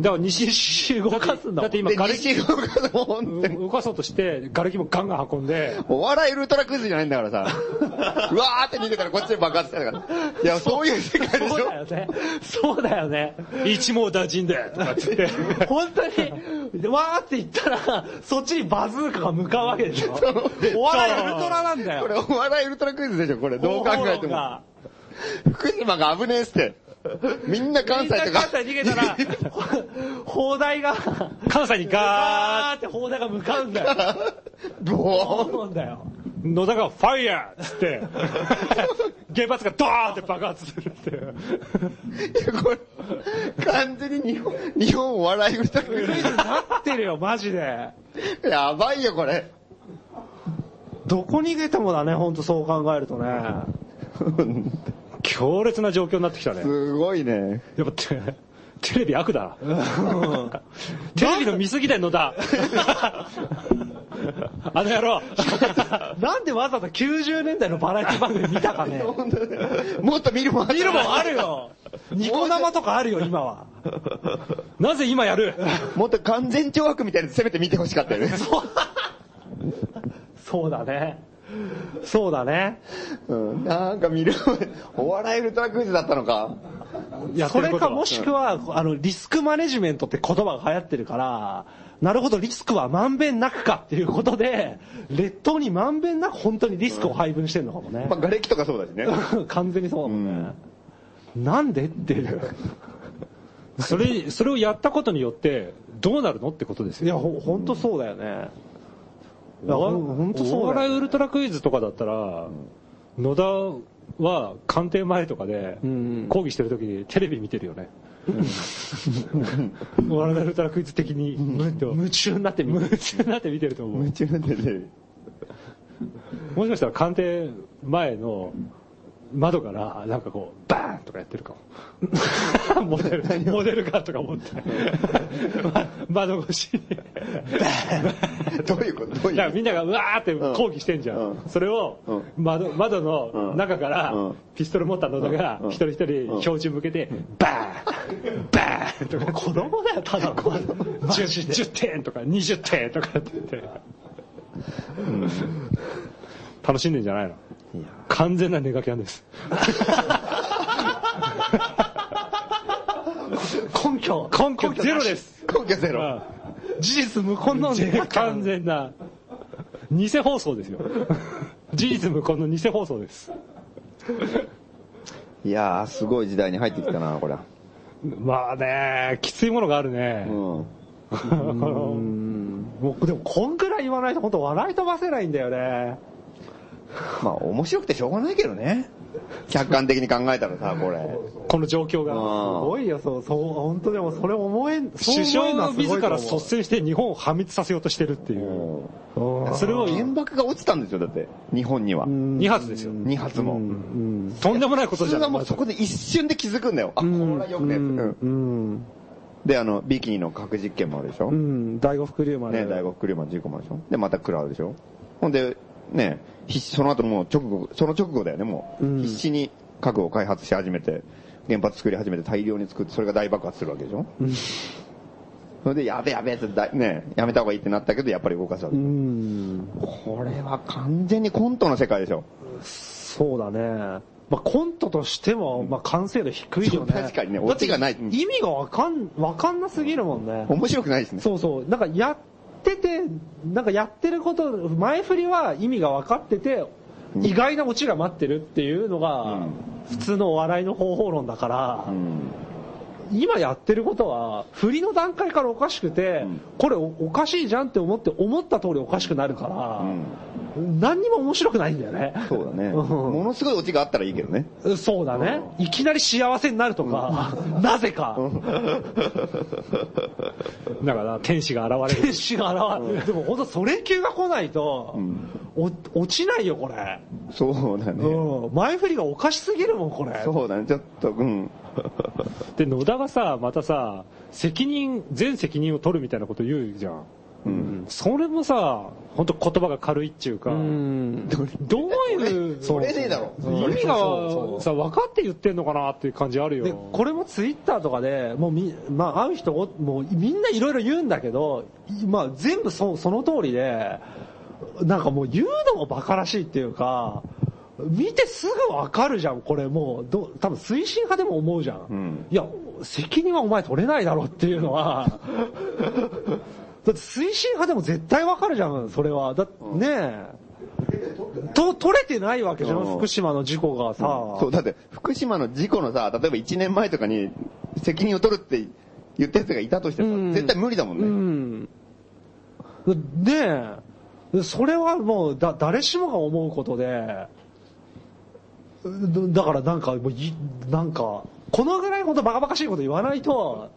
だから西動かすんだ。だって今、
で、
瓦礫
西側からもう本当に
動かそうとして、瓦礫もガンガン運んで、
お笑いウルトラクイズじゃないんだからさ。うわーって逃げたらこっちで爆発してたから。いや、そういう世界でし
そう
ょ
だよね。そうだよね。
一網打尽だよとかっつって。
本当に、わーって言ったら、そっちにバズーカが向かうわけでしょ。お笑いウルトラなんだ
こ
よ。
れお笑いウルトラクイズでしょこれどう考えて
方
も。
法論が
福島が危ねえっすって。みんな関
みんな
西と
関
か。
西逃げたら、砲台が、
関西にガーッ
ガーって砲台が向かうんだよ。
ボーン。
そうなんだよ。
野田がファイヤーっつ って、原発がドーンって爆発するっていう。
いやこれ、完全に日本、日本お笑いウルトラクイズ。
なってるよ、マジで。
やばいよこれ。
どこ逃げてもだね、ほんとそう考えるとね。
強烈な状況になってきたね。
すごいね。
やっぱテ テレビ悪だな。テレビの見過ぎだよ、野田。あの野郎。
なんでわざわざ90年代のバラエティ番組見たかね。
もっと見るもんあ
見るもんあるよ。ニコ生とかあるよ、今 は。
なぜ今やる
もっと完全懲悪みたいなのせめて見てほしかったよね。
そうだね。そうだね。
うん。なんか見る、お笑いウルトラクイズだったのか。
やって
そ
る
れ
こと
か
は
もしくは、あの、リスクマネジメントって言葉が流行ってるから、なるほど、リスクはまんべんなくかっていうことで、列島にまんべんなく本当にリスクを配分してるのかもね
ま。あ、瓦礫とかそうだしね。
完全にそうだもんね。なんでっていう。
それ、それをやったことによって、どうなるのってことです
いや、
よ。
ほ、ほんとそうだよね。いや、ほ
お
んほんと
お
そうだ
笑
よ、
い
ね。
ウルトラクイズとかだったら、野田は官邸前とかで
んうん、
抗議してる時にテレビ見てるよね。 お笑いウルトラクイズ的に、 うんと
夢中になってみる
夢中になって見てると思う。
夢中なんだよね。
もしかしたら官邸前の窓から、なんかこう、バーンとかやってるかも。モデル、モデルカーとか持って。ま窓越しに。
どういうことどう
だ
い
から
う
みんながうわーって抗議してんじゃん。
うん
それを
うん
窓、窓
う
の
ん
中から
うん、
ピストル持った野田が
うん、うん
一人一人標準向けて、バーンバーンとか。子供だよ、ただの。10, 10点とか20点とかって言って。楽しんでんじゃないの完全なネガキャンです。
根拠。
根拠ゼロです。
根拠ゼロ。
事実無根のね。
完全な、偽放送ですよ。事実無根の偽放送です。
いやー、すごい時代に入ってきたな、これ。
まあね、きついものがあるね
う。ん。
もう、でも、こんくらい言わないと本当笑い飛ばせないんだよね。
まあ、面白くてしょうがないけどね。客観的に考えたらさ、これ。
この状況が。
す
う
ごいよ、そう、そう、本当でもそれ思えん、そう
首
思え
相
んのは
が
すごいと
自
思う
ら率先して日本を破滅させようとしてるっていう。
うん
それを
ん。原爆が落ちたんですよ、だって。日本には。
2発ですよ。
2発も。
とんでもないこ
普
とじ
通
ゃ
は
ん。
もうそこで一瞬で気づくんだよ。あ、これはよくねえってうん
うん。
で、あの、ビキニの核実験もあるでしょ。
うん、第五福竜丸。
ね、大学車事故もあるでしょ。で、また食らうでしょ。ほんで、ね、必死その後もう直後、その直後だよね、もう。
うん
必死に核を開発し始めて、原発作り始めて大量に作って、それが大爆発するわけでしょ。それで、やべやべってだい、ね、やめた方がいいってなったけど、やっぱり動かすわけ。
うん。
これは完全にコントの世界でしょ。
そうだね。まあ、コントとしても、まあ、完成度低いよね。
そう確かにね
だって
オチがない
意味がわかん、わかんなすぎるもんね。
面白くないですね。
そうそう。なんかやってて、なんかやってること、前振りは意味が分かってて、意外なオチが待ってるっていうのが、普通のお笑いの方法論だから、
うん。
今やってることは、振りの段階からおかしくて、これおおかしいじゃんって思って、思った通りおかしくなるから、何にも面白くないんだよね。
そうだね。
ん
ものすごいオチがあったらいいけどね。
そうだね。いきなり幸せになるとか、 なぜか、
だから、天使が現れる。
天使が現れる。でも本当それ級が来ないと、お落ちないよ、これ。
そうだね。
うん。前振りがおかしすぎるもん、これ。
そうだね、ちょっと、うん。
で、野田がさ、またさ、責任、全責任を取るみたいなこと言うじゃん。
うん。
それもさ、本当言葉が軽いっていうか、
うん。
どういう、
それねえだろ。
意味がさ、分かって言ってんのかなっていう感じあるよ。
で、これもツイッターとかで、もうみ、まあ会う人ご、もうみんないろいろ言うんだけど、いまあ全部そその通りで、なんかもう言うのも馬鹿らしいっていうか、見てすぐわかるじゃん、これもう、ど多分推進派でも思うじゃん。
ん
いや、責任はお前取れないだろっていうのは、だって推進派でも絶対わかるじゃん、それは。だって、ねえ。と、取れてないわけじゃん、
うん
福島の事故がさ。
そう、だって、福島の事故のさ、例えば1年前とかに責任を取るって言ったやつがいたとしてさ、
うん
絶対無理だも
うん
ね。
ん。ねえ、それはもうだ誰しもが思うことで、だだからなんか、もういなんか、このぐらいほどバカバカしいこと言わないと、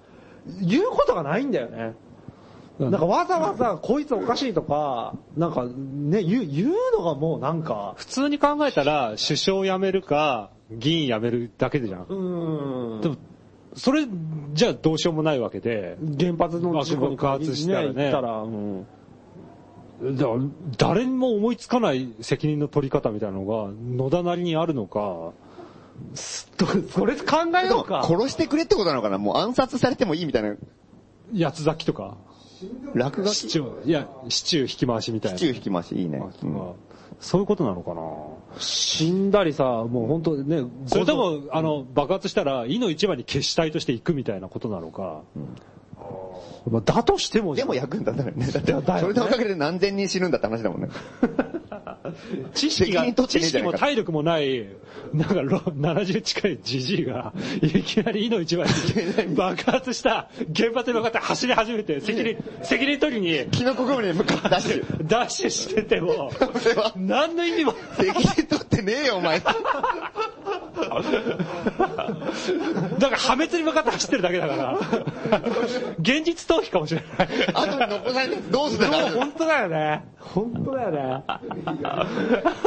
言うことがないんだよね。なんかわざわざこいつおかしいとか、なんかね、言う言うのがもうなんか、
普通に考えたら、首相辞めるか、議員辞めるだけじゃん。
うーん
でも、それじゃあどうしようもないわけで、
原発の事故に
爆発したらね
行ったら、うん
だから誰にも思いつかない責任の取り方みたいなのが、野田なりにあるのか、
どそれ考えようか。
殺してくれってことなのかなもう暗殺されてもいいみたいな、
八つ咲きとか、
落書き、
シチュー、いや、シチュー引き回しみたい
シ
な。
チュー引き回し、いいね。うん
まあそういうことなのかな
死んだりさ、もう本当ね、
それとも、あの、爆発したら、意の一番に決死体として行くみたいなことなのか。
まあだとしても、
でも役に立たないね。だって、
だよね
それのおかげで何千人死ぬんだって話だもんね。
知識
責
が、
任取って
知
ねえじゃね
識
え
も
か
体力もない、なんかろ70近いじじいが、いきなり井の一番に爆発した原発に向かって走り始めて、責任、責任取りに
キノコ雲に向かって 出してる。
ダッシュしてて も、
それは、
何の意味も、
責任取ってねえよ、お前。
なんか破滅に向かって走ってるだけだから、現実逃避かもしれない。
後に残されてどうすんだ
でも
よ。
本当だよね。本当だよね。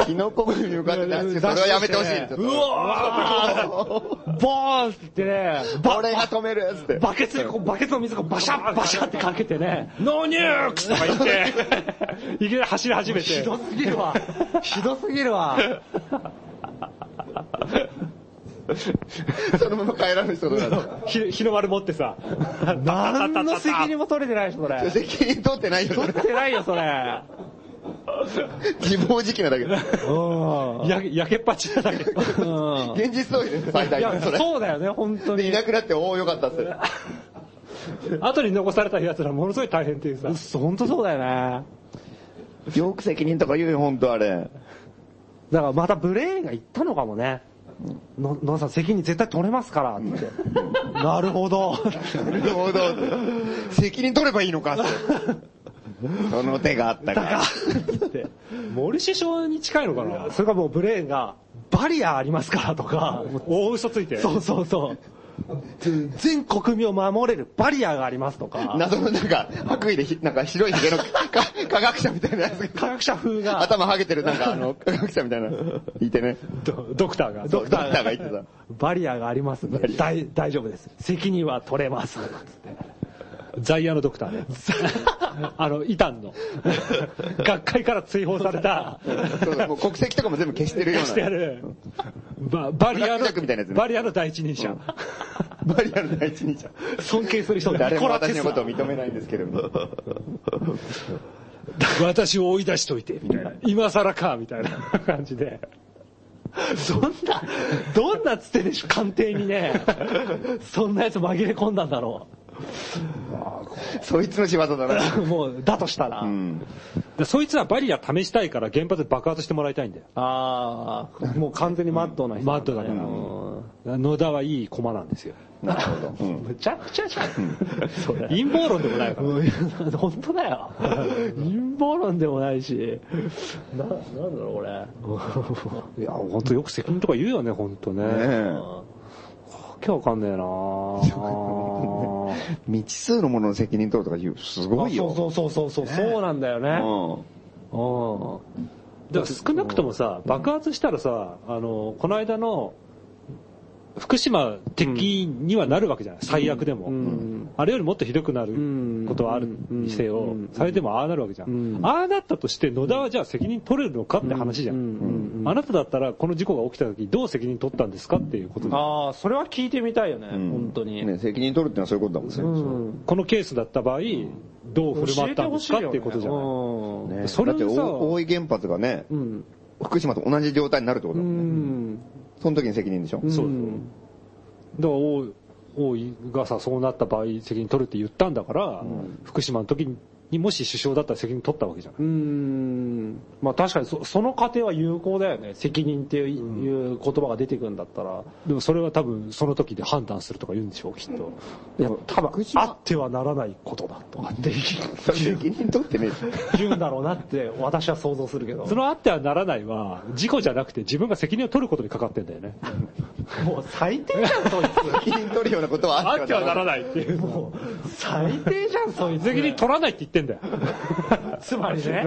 キノコ雲に向かって出して、それはやめてほしい。ちょっと
うわーボーンってね、
俺が止めるっつって。
バケツにこう、バケツの水がバシャッバシャッってかけてね、ノーニュークスとか言って、いきなり走り始めて。ひどす ぎるわ。ひどすぎるわ。
そのまま帰らぬ人とかだった。
ひ、日の丸持ってさ。
何の責任も取れてないでしょ、それ。
責任取ってないよ、それ
取ってないよ、それ。
自暴自棄なだけだ。
うん。
や、焼けっぱちなだけ。
うん
現実逃避です、最
い
大
や
限それ。
そうだよね、本当
で、い
に。
なくなって、おお、よかったっす。
後に残された奴らものすごい大変っていうさ。
本当そうだよね。
よく責任とか言うよ、ほんとあれ。
だからまたブレーンが言ったのかもね。の、のさん責任絶対取れますからって。 なるほど。
なる ほど。責任取ればいいのかっす。その手があったから。
って。
森首相に近いのかな
それかもうブレーンが、バリアありますからとか、
大嘘ついて。
そうそうそう。全国民を守れるバリアがありますとか、
謎のなんか、白衣でひ、なんか白い髭のか 科学者みたいなやつが、
科学者風が、
頭ハゲてるなんかあの、科学者みたいな、いてね。
ドドクターが。
ドクターが言ってた。
バリアがありますんで、大大丈夫です。責任は取れます。
在野のドクターね。あの、イタンの。学会から追放された。
そうだもう国籍とかも全部消してるよう
してや
な。
る。ババリア
ブラックジャックみたいなやつ
の、
ね
バリアの第一人者。
バリアル第一人者。
尊敬する人
誰も
ニコラ
私
テ
の
スラ
ことを認めないんですけれども。
私を追い出しといて、みたいな。今更か、みたいな 感じで。
そんな、どんなつてでしょ、官邸にね。そんなやつ紛れ込んだんだろ
そいつの仕業だな。
う。もう、だとしたら。
うん。
でそいつはバリア試したいから原発で爆発してもらいたいんだよ。
ああ、もう完全にマッドな人、
マッドだね
うん
野田はいい駒なんですよ。
なるほど。うん。
むちゃくちゃじゃん。それ
陰謀論でもないから。
うん本当だよ。陰謀論でもないし。な、なんだろう、これ。
いや、本当よく責任とか言うよね、本当ね。
ねえ
わけわかんねえなぁ。
未知数のものの責任取るとか言う、すごいよ。
そうそうそうそう、そうなんだよね。うん。
だから少なくともさ、爆発したらさ、あの、この間の、福島敵にはなるわけじゃない、最悪でも、
ん
あれよりもっとひどくなることはある
うん
にせよ、
うん
それでもああなるわけじゃん,、
うん
ああなったとして野田はじゃあ責任取れるのかって話じゃん。
うんうんうん
あなただったらこの事故が起きた時どう責任取ったんですかっていうことじゃん
ああ、それは聞いてみたいよね、
うん。
本当に。
ね、責任取るってのはそういうことだもんね。
うん。
このケースだった場合、どう振る舞ったんですかっていうことじゃな
ん
い。
ね
それをさ
だってお大井原発がね、
うん。
福島と同じ状態になるってこと
う
だもんね。
ん。
その時に責任でしょ、
そう
うん
だから王王位がさそうなった場合責任取るって言ったんだから、福島の時にもし首相だったら責任取ったわけじゃないう
ーんまあ確かにそその過程は有効だよね。責任っていう,、いう言葉が出てくるんだったら。
でもそれは多分その時で判断するとか言うんでしょうきっと
いや、多分
福、島
あってはならないことだとかって
それ責任取ってねえし
言うんだろうなって私は想像するけど。
そのあってはならないは事故じゃなくて自分が責任を取ることにかかってんだよね
もう最低じゃん、そい
責任取るようなことは
あってはなら
い。
ないっていう
つ。もう、最低じゃん、そいつ。
責任取らないって言ってんだよ
つまりね。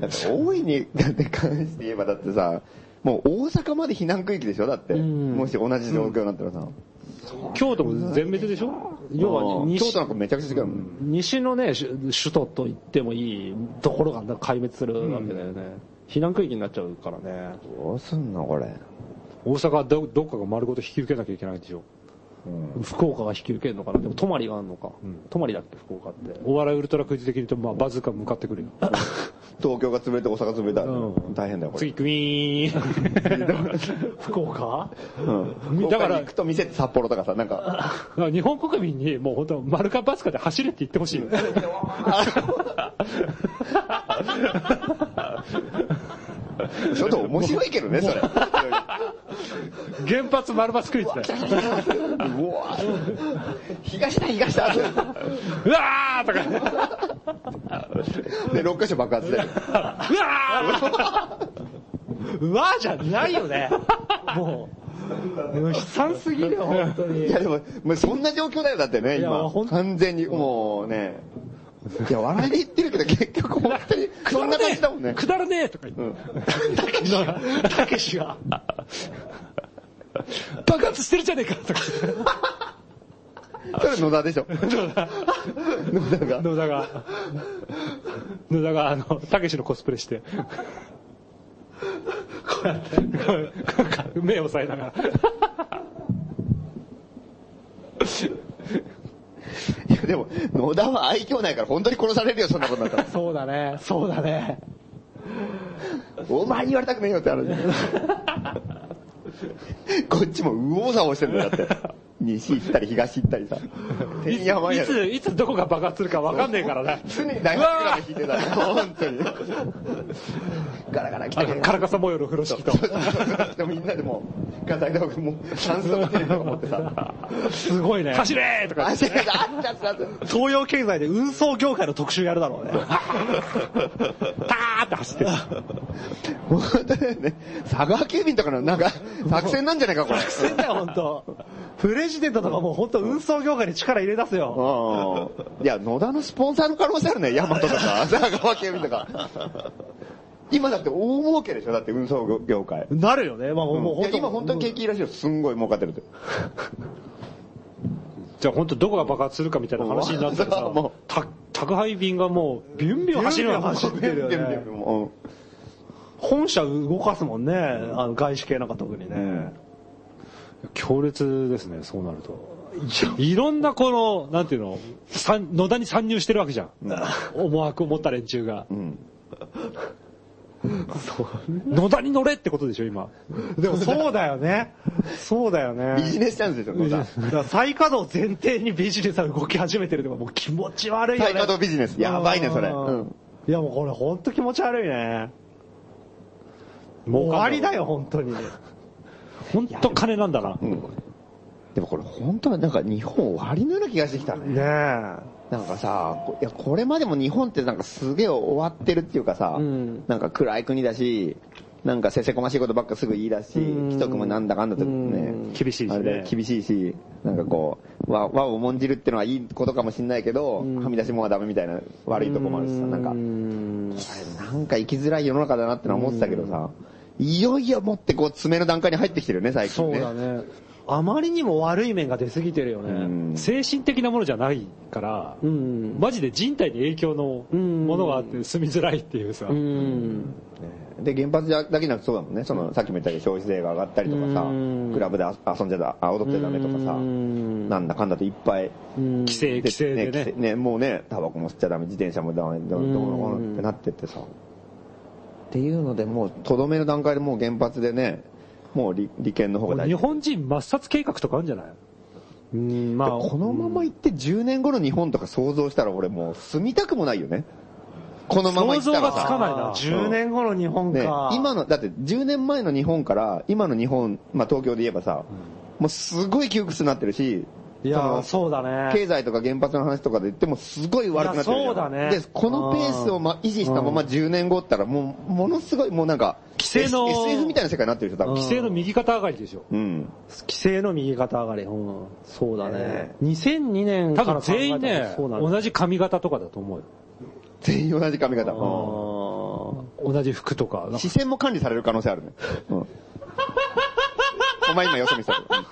だって大井にだって関して言えばだってさ、もう大阪まで避難区域でしょだって。もし同じ状況になったらさ。
京都も全滅でしょ
要は
うん
ね、
京
西
都なんかめちゃくちゃ違うもん。
西のね、し首都と言ってもいいところが壊滅するわけだよね。避難区域になっちゃうからね。
どうすんのこれ。
大阪はどどっかが丸ごと引き受けなきゃいけないんでしょ
福岡が引き受けるのかなでも泊まりがあるのか、泊まりだっけ福岡って
お笑いウルトラクイズ的に言うと、まあ、バズーカ向かってく るよ。
東京が潰れて大阪潰れたら
うん
大変だよ、これ。
次、グイーン。
福 岡
うん。だ
だ
か
からら
行くと見せて札幌とかさ、なんか、
だから日本国民にもう本当マルカバスカで走れって言ってほし いよ。
ちょっと面白いけどね、それ。
原発丸バスクイズで。
うわ東だ、東だ
うわーとか、
で、6カ所爆発で。
うわ
うわーじゃないよねもうもう悲惨すぎるよ本当に
いやでも、もうそんな状況だよ、だってね、
いや
今
ほ。ん
完全に、もうね。いや、笑いで言ってるけど、結局本当に、そんな感じだもんね。
ーくだらねえとか言って。
たけしがたけしが
爆発してるじゃねえかとか。
それ野田でしょ。野田が。
野田が、野田があの、たけしのコスプレして。こうやって、 目を押さえながら。
いやでも、野田は愛嬌ないから、本当に殺されるよ、そんなことになった ら。
そうだねそうだね
お前に言われたくねえよって あるじゃん。こっちも右往左往してるんだよ、だって。西行ったり東行ったりさ。てんやわん
い
やで
つ、いつどこが爆発するかわかんねえからね。
常に大学クラブ弾いてたよ、本当に。ガラガラ来
あ
たけ
の、
ど
カラカサ模様の風呂敷と。
でもみんなでもう、ガタイダもう、酸素が出るとか持ってさ。
すごいね
走れーとか
あ、違う違う、あっちゃったあっちゃっ
東洋経済で運送業界の特集やるだろうね
パーって走ってる。
た。本当だよね。佐川急便とかの、なんか、作戦なんじゃないか、これ。
せんだよ本当プレジデントとかもう本当運送業界に力入れ出すよ
うん。いや、野田のスポンサーの可能性あるね。ヤマトと か、佐川急便とか。今だって大儲けでしょだって運送業界。
なるよねまあもう
いや
本当
今本当に景気いいらしいよ。すんごい儲かってるって。
じゃあ本当どこが爆発するかみたいな話になってさ
もう、
た宅配便がもうビュンビュン走るような
ビュンビュン走ってるよね
でもでももう
本社動かすもんねあの外資系なんか特にね
強烈ですね、そうなると。いろんなこの、なんていうの、さん野田に参入してるわけじゃん。思惑を持った連中が。 野田に乗れってことでしょ、今。
でもそうだよねそうだよね
ビジネスチャンスでしょ、野田。
だから再稼働前提にビジネスが動き始めてるのがもう気持ち悪いよね。
再稼働ビジネスやばいねそれ
うん
うん
いやもうこれほんと気持ち悪いね。
も
終わりだよ、本当に。
本当金なんだな。
でもこれ本当はなんか日本終わりのような気がしてきたね。
ねえ。
なんかさ、こいやこれまでも日本ってなんかすげえ終わってるっていうかさ、
ん
なんか暗い国だし、なんかせせこましいことばっかすぐ言い出し、
ん
規則もなんだかんだと
うん
ね。
厳しいしね
あれ厳しいし、なんかこう、和和を重んじるってのはいいことかもしんないけど、はみ出しもはダメみたいな悪いとこもあるしさ、なんか、これなんか生きづらい世の中だなってのは思ってたけどさ、いよいよもってこう爪の段階に入ってきてるよね、最
そ
近
う
ね。
だね。あまりにも悪い面が出すぎてるよね。
精神的なものじゃないから、
ん
マジで人体に影響の
ん
ものがあって住みづらいっていうさ、
うん。
で、原発だけじゃなくてそうだもんね。その、さっきも言ったけど、消費税が上がったりとかさ、クラブで遊んじゃだ、あ踊っちゃダメとかさ、なんだかんだといっぱい。
規制、規制で
規
ね
制。ね、もうね、タバコも吸っちゃダメ、自転車もダメ、どうのこうのってなってってさ。っていうので、もう、とどめの段階でもう原発でね、もう利利権の方が大
日
事。
本人抹殺計画とかあるんじゃない
うん、まあ、
このまま行って10年後の日本とか想像したら俺もう住みたくもないよね。このまま行ったらさ。
想像がつかないな
10年後の日本
ね
か。、
今の、だって10年前の日本から、今の日本、まあ東京で言えばさ、もうすごい窮屈になってるし、そ
いや、
の
そうだ
経
ね。
済とか原発の話とかで言ってもすごい悪くなってるじゃん
いやそうだね
で、このペースを、ま、維持したまま10年後ったらもう、ものすごい、もうなんか、
規制の
S- SF みたいな世界になってるでしょ、多分。
規制の右肩上がりでしょ。
うん。
規制の右肩上がり。うん、そうだね
ね。
2002年
多
から
分
考えたら
全員ね、
そうなる
同じ髪型とかだと思うよ。
全員同じ髪型。うん
同じ服とか。なんか
視線も管理される可能性あるね。うん。お前今よそ見せたけど。うん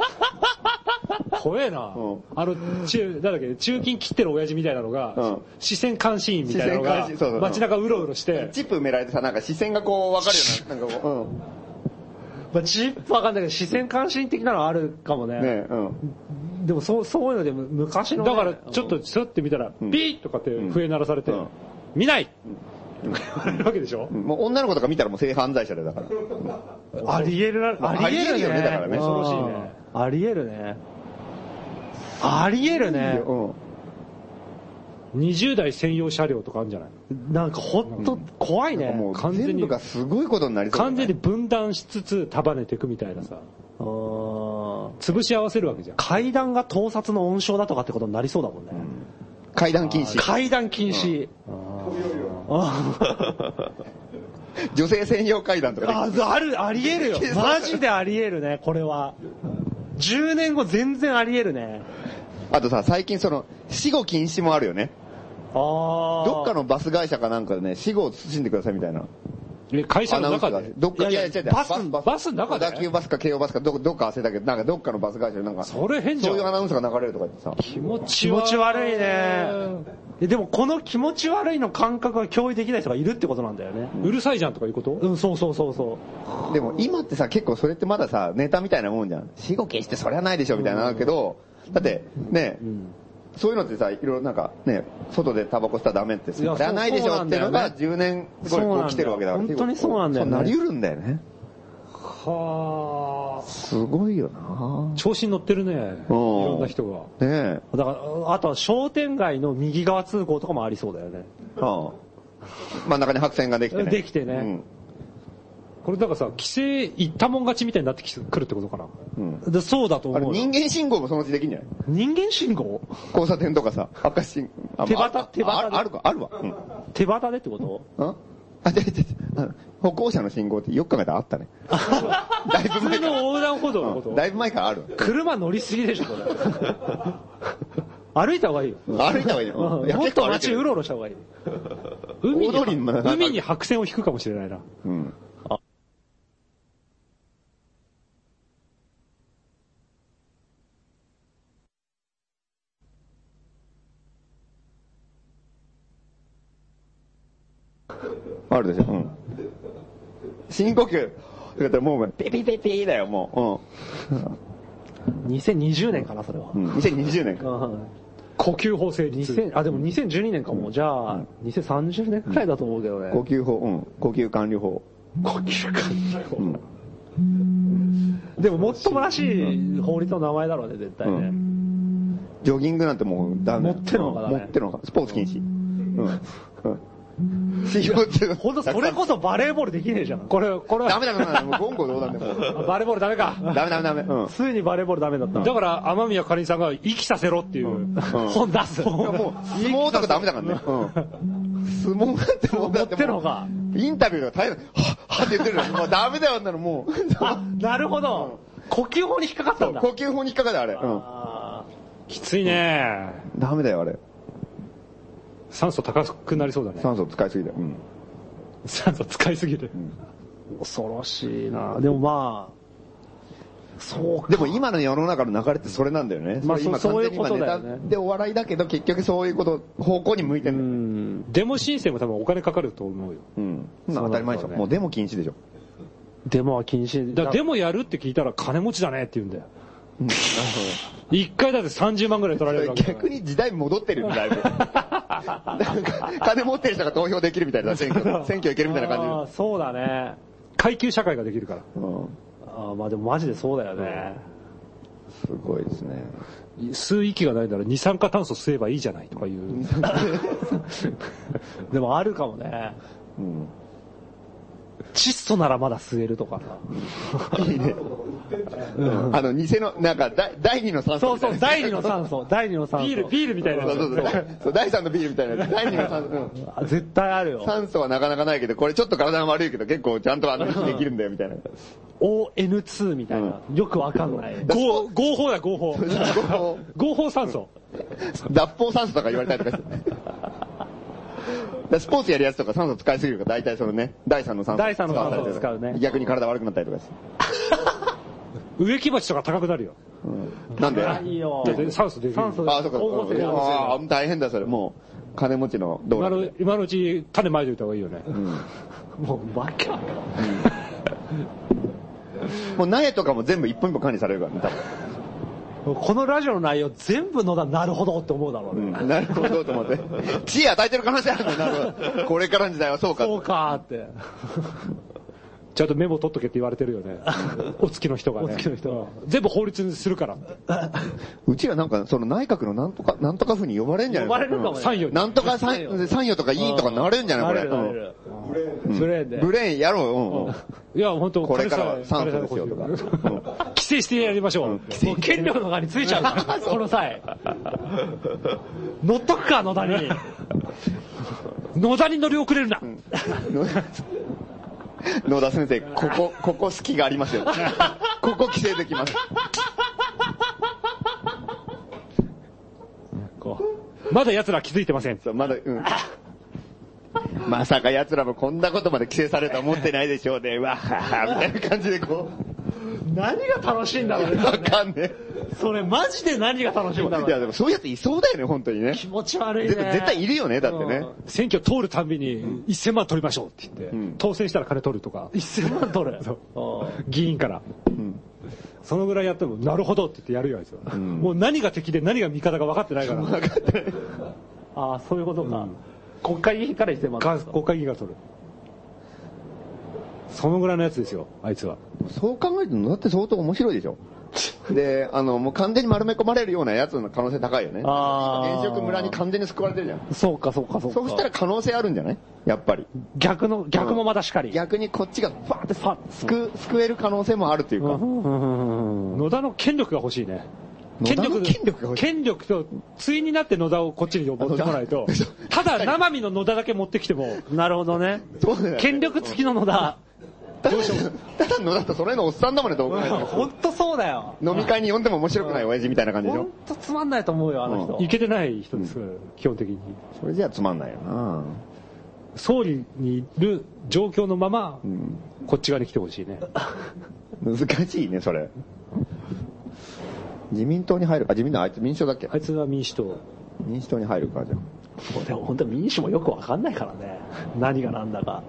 怖えな
うん。
あの、中、なんだっけ、中金切ってる親父みたいなの
う
が
ん、
視線監視員みたいなの
視線
が
監視そうそうう、ん
街中うろうろして、
チップ埋められてさ、なんか視線がこう分かるような、なんかこう、うん。
まあ、チップわかんないけど、視線関心的なのはあるかもね。
ね、うん。
でもそう、そういうのでも昔のね、
だから、ちょっとスッて見たら、
ん
ビーッとかって笛鳴らされて
うん、
見ないとか言われるわけでしょ
もう女の子とか見たらもう性犯罪者でだから。
ありえるな、あり
あ
え
りえる
る
よ
ね。
ねだからね恐ろしいね
あー。ありえるね。ありえるね。
うん。
20代専用車両とかあるんじゃない
なんかほんと怖いね。
もう
完全に
全部がすごいことになりそうだ
完
ね
全に分断しつつ束ねていくみたいなさ、
うーん
潰し合わせるわけじゃん。
階段が盗撮の温床だとかってことになりそうだもんね。
階段禁止。
階段禁止。あ
女性専用階段とか
あ
でき
ある、ありえるよ。マジでありえるね、これは。10年後全然ありえるね。
あとさ、最近その、死後禁止もあるよね。
ああ。
どっかのバス会社かなんかでね、死後を慎んでくださいみたいな。
え会社
アナ
の
ウンス
中
が
で。
どっか、
いやいやバス
バスの中で
小田急バスか京王バスかど、どっか忘れたけど、なんかどっかのバス会社でなんか、
それ変じゃ
そういうア
ん。
ナウンスが流れるとか言ってさ。
気持ち
気持ち悪いね。えでもこの気持ち悪いの感覚が共有できない人がいるってことなんだよね。
うるさいじゃんとかいうこと
うん、そうそうそうそ
でも今ってさ、結構それってまださ、ネタみたいなもんじゃん。死後決してそりゃないでしょみたいなのあるけど、だって、ね、そういうのってさ、いろいろなんかね、外でタバコしたらダメって、そ
い
り
や
ゃないでし
そう
ょ
な
っ
ん
て
だ
いうの
よね
が10年後にこう来てるわけだから。
そうなんだよ本当にそうなんだよね
そうなり得るんだよね。
はあ。
すごいよな
調子に乗ってるね。いろんな人が。
ねえ。
う。だから、あとは商店街の右側通行とかもありそうだよね。
ああ真ん中に白線ができてね。
できてね
うん
これだからさ、規制行ったもん勝ちみたいになってきてくるってことかな。
でそうだと
あれ
思うよ。
人間信号もそのうちできんじゃない
人間信号
交差点とかさ、赤信号。あ
手旗
あ
手旗で
ああるか、あるわ。うん
手旗でってこと
んあ、違う違う違うあの歩行者の信号ってよく考えたらあった ね。だいぶ
普
前
通
か
の
ら。
横断歩道の こ
う
と
ん。だいぶ前からある。
車乗りすぎでしょ、こ れ。歩いた方がいいよ。
歩いた方がいいよ。
う
い
ん
や
もっ
結構
と
歩いて
街
る
うろうろした方がいい。
海
大通り
に
の中
海に白線を引くかもしれないな。
うん。あるでしょ。うん。深呼吸。だからもう、ピピピピだよ、も
2020年かな、それは
う。う。ん。うん2020年か。
うん
呼吸法制律。
2000あ、でも2012年かも。じゃあ、2030年くらいだと思うけどね。
呼吸法、うん。呼吸管理法。
呼吸感
でも、もっともらしい法律の名前だろうね、絶対ね。
ジョギングなんてもうダメ。
持ってんのかダメ
うん持ってんのか。スポーツ禁止。うん。うん。CO2。
ほんと、それこそバレーボールできねえじゃん。
これ、これ、
ダメだダメだ。もう言語道断でもう。
バレーボールダメか。
ダメダメダメ。うん。
ついにバレーボールダメだった。
だから、雨宮かりんさんが息させろってい う。
本出す。
もう、相撲とかダメだから ね。うん。相撲なんてもうだって
持ってん
も
のか
う、インタビューが大変だ。はっ、はっって言ってるのにもうダメだよ、あんなのもう。
あ、なるほど。呼吸法に引っかかったんだ
呼。吸法に引っかかるあれ。うん。
あ
きついね
ダメだよ、あれ。
酸素高くなりそうだね。
酸素使いすぎだよ。うん。
酸素使いすぎて。
ー恐ろしいな。でもまあ、そうか。
でも今の世の中の流れってそれなんだよね。
まあ
れ今
そう
完全に今
そういうことだよね
ネタでお笑いだけど、結局そういうこと、方向に向いてる。
うん。
デモ申請も多分お金かかると思うよ。
うん。そんなの当たり前でしょ。
そうだね
もうデモ禁止でしょ。
デモは禁止。
だからデモやるって聞いたら金持ちだねって言うんだよ。一回だって30万ぐらい取られるわけだから
逆に時代戻ってるよ、 だいぶ。なんか、金持ってる人が投票できるみたいな、選 挙。選挙いけるみたいな
あ
感
ーそうだね。
階級社会ができるから。
じ。うん。
あーまあでもマジでそうだよね。
すごいですね。
吸う息がないなら二酸化炭素吸えばいいじゃないとかいう。
でもあるかもね。
うん。
窒素ならまだ吸えるとかさ。
いいね。あの、偽の、なんか、だ第二の酸
そ
素
う
みた
そ、
いうな。
第二の酸素、第二の酸素。
ビール、ビールみたいな。
そうそうそうそう。第三のビールみたいなやつ。第二の酸素。うん
あ絶対あるよ。
酸素はなかなかないけど、これちょっと体が悪いけど、結構ちゃんとあの、息できるんだよ、みたいな。
ON2 みたいな。よくわかんない。
合合法だ、合法。
こう
合法酸素。
脱法酸素とか言われたりとかして。だからスポーツやるやつとか酸素使いすぎるから、大体そのね、第三の酸素。
第三の酸素を使うね
逆に体悪くなったりとかして。
植木鉢とか高くなるよ。
なんで
いいよ
だ。って酸素できる。
酸素
あ、そっか。
光合成が
あー大変だ、それ。もう、金持ちの道
今
路
の
で。
今のうち種まいておいた方がいいよね。
もうバカ。
もう苗とかも全部一本一本管理されるからね、多分。
このラジオの内容全部野田なるほどって思うだろうね。
なるほどと 思って。知恵与えてる可能性あるのなるほど。これからの時代はそうか。
そうかーって。
ちゃんとメモ取っとけって言われてるよ ね。お付きの人がね。
お付きの人
うん全部法律にするからって。
うちらなんか、その内閣のなんとか、なんとか府に呼ばれんじゃない
呼ばれるかもね
参与なんとか参参与とかいいとかなれんじゃないこれ。
なれる
うん
ブレーンで
ブレーンやろううん。
いや、本当
これからは酸素ですよとか。
彼氏さん彼氏さんの欲しいよ規制してやりましょう。
もう権力の側についちゃう から、この際。乗っとくか、野田に。野田に乗り遅れるな。
野田野田先生、ここ、ここ隙がありますよ。ここ規制できます。
こうまだ奴ら気づいてません。
そう、まだ、うん。まさか奴らもこんなことまで規制されるとは思ってないでしょうね。わははみたいな感じでこ
何が楽しいんだろう
う。
ね。
わかんねえ。
それマジで何が楽しいんだろ
いうや
ね。
でもそういうやついそうだよね、本当にね。
気持ち悪いね
絶。対絶対いるよね、だってね。
選挙通るたんびに1000万取りましょうって言って、当選したら金取るとか、
1000万ドル。
議員から。そのぐらいやっても、なるほどって言ってやるよ、あいつは。もう何が敵で何が味方か分かってないから、
ああ、そういうことか。国会議員から1000万ド
が
ル。
国会議員が取る。そのぐらいのやつですよ、あいつは。
そう考えると、だって相当面白いでしょ。で、あの、もう完全に丸め込まれるようなやつの可能性高いよね。
あー
原色村に完全に救われてるじゃん。
そうか、そうか、そうか。
そうしたら可能性あるんじゃないやっぱり。
逆の、逆もまだしかり。
逆にこっちがファーって
ファ
救、救える可能性もあるというか。
野田の権力が欲しいね。
野田の権力が欲しい
権力と、対になって野田をこっちに呼ぼってこないと、ただ生身の野田だけ持ってきても、
なるほどね。
そうだよね
権力付きの野田。
ただただのだとそれのおっさんだもんね、どう考えても
ほんとそうだよ。
飲み会に呼んでも面白くない親父みたいな感じでし
ほ
ょ
ん。とつまんないと思うよ、あの人。
いけてない人ですから、基本的に。
それじゃつまんないよな
総理にいる状況のまま、こっち側に来てほしいね。
難しいね、それ。自民党に入るか、自民党、あいつ民主党だっけ
あいつは民主党。
民主党に入るか、じゃあ。
でも本当民主もよくわかんないからね。何がなんだか。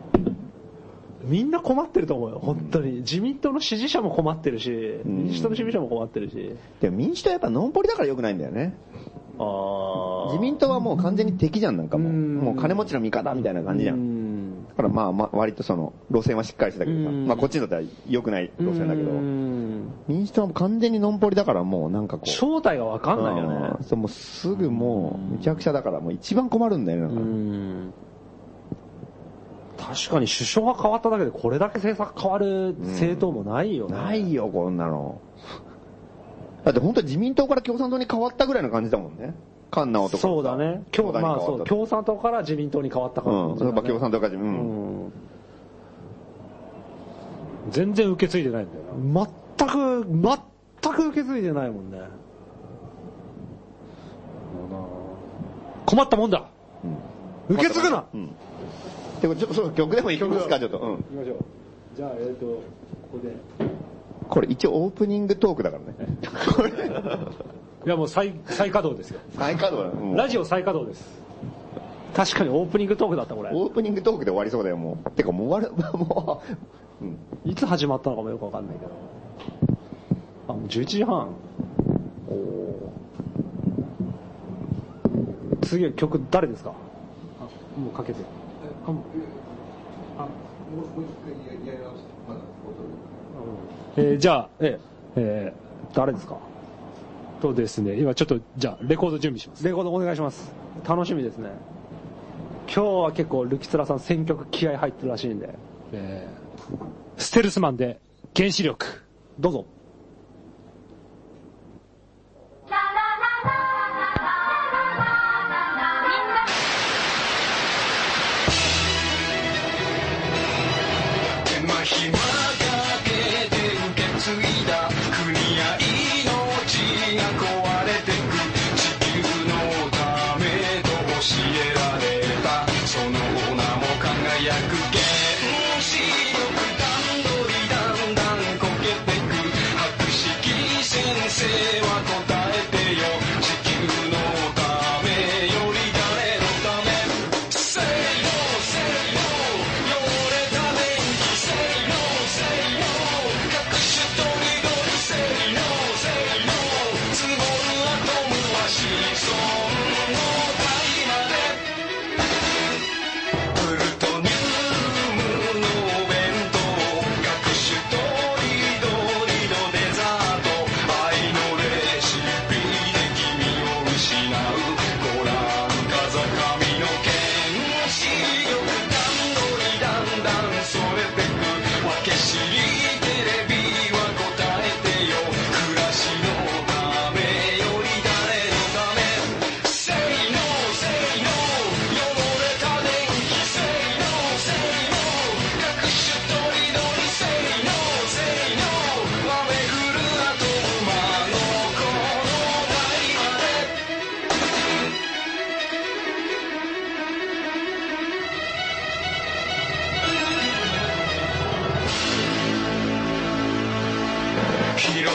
みんな困ってると思うよ、本当に。自民党の支持者も困ってるし、民主党の支持者も困ってるし。
でも民主党はやっぱノンポリだから良くないんだよね。
あ
自民党はもう完全に敵じゃん、なんかもう。もう金持ちの味方みたいな感じじゃん。
ん。
だからまあ、まあ、割とその、路線はしっかりしてたけどさ。
うん
まあ、こっちにとっては良くない路線だけど
う。ん
民主党は完全にノンポリだからもうなんかこう。
正体がわかんないよ
うんそう、もうすぐもう、むちゃくちゃだから、もう一番困るんだよね、なん
ね。
かね
ん。確かに首相が変わっただけでこれだけ政策変わる政党もないよね。
ないよ、こんなの。 だって本当に自民党から共産党に変わったぐらいの感じだもんね。菅直とか。
そうだね。
共
共
産
まあ
に変
そう
わった。
共産党から自民党に変わったから、
うん、やっぱ共産党から自
う
分。
ん。
全然受け継いでないんだよな。
全く、全く受け継いでないもんね。
困ったもんだ
受け継ぐな
うん。てか、ちょっとそう、曲でもいきますか、ちょっと。うん。
きましょう。じゃあ、えっ、と、ここで。
これ一応オープニングトークだからね。 これ、
いや、もう再、再稼働ですよ。
再稼働だね。もう
ラジオ再稼働です。
確かにオープニングトークだった、これ。
オープニングトークで終わりそうだよ、もう。てか、もう終わる、もう。うん。
いつ始まったのかもよくわかんないけど。あ、もう11時半。おお。次は曲誰ですかあ、もうかけてる。あ、もう
えーじゃあ、
え
えー
え、誰ですか
とですね、今ちょっと、じゃあ、レコード準備します。
レコードお願いします。楽しみですね。今日は結構、ルキツラさん選曲気合入ってるらしいんで。
えーステルスマンで、原子力。
どうぞ。
手間暇かけて受け継いだ国や命が壊れてく地球のためと教えられたそのお名も輝く原子力段取りだんだんこけてく博識先生は答えてよ地球のためより誰のため Say no, say no 汚れた電気 Say no, say no 隠し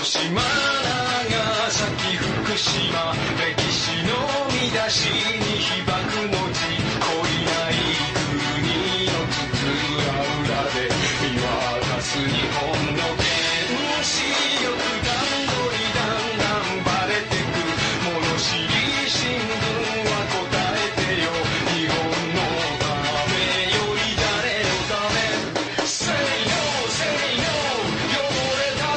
島長崎福島歴史の見出しに被爆の地恋ない国の津々浦々で見渡す日本の原子力弾どりだんだんバレてく物知り新聞は答えてよ日本のためより誰のため Say no say no 汚れた電気せいよせいよ隠し撮りだらけの世界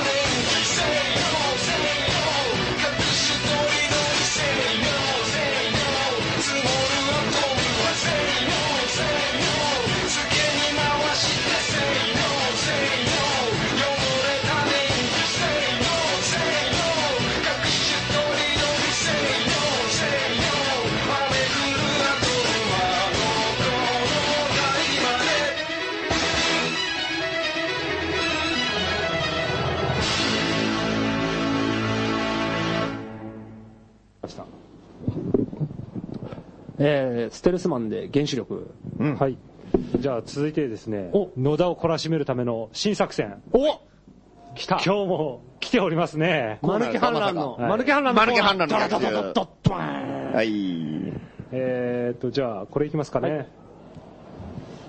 積もるアトムはせいよせいよ付けに回してせいよせいよ汚れた電気せいよせいよ隠し撮りだらけせいよせいよ荒れ狂うアトムはどこの台まで
えー、ステルスマンで原子力。
はい。じゃあ続いてですね
お、
野田を懲らしめるための新作戦。
お
来た今日も来ておりますね。
マルキ反乱の、
はい
マルキ反乱の。
マルキ反乱の
ド
や
ラ
つ
ドドドドドーン
はい。
えーっと、じゃあこれいきますかね。
はい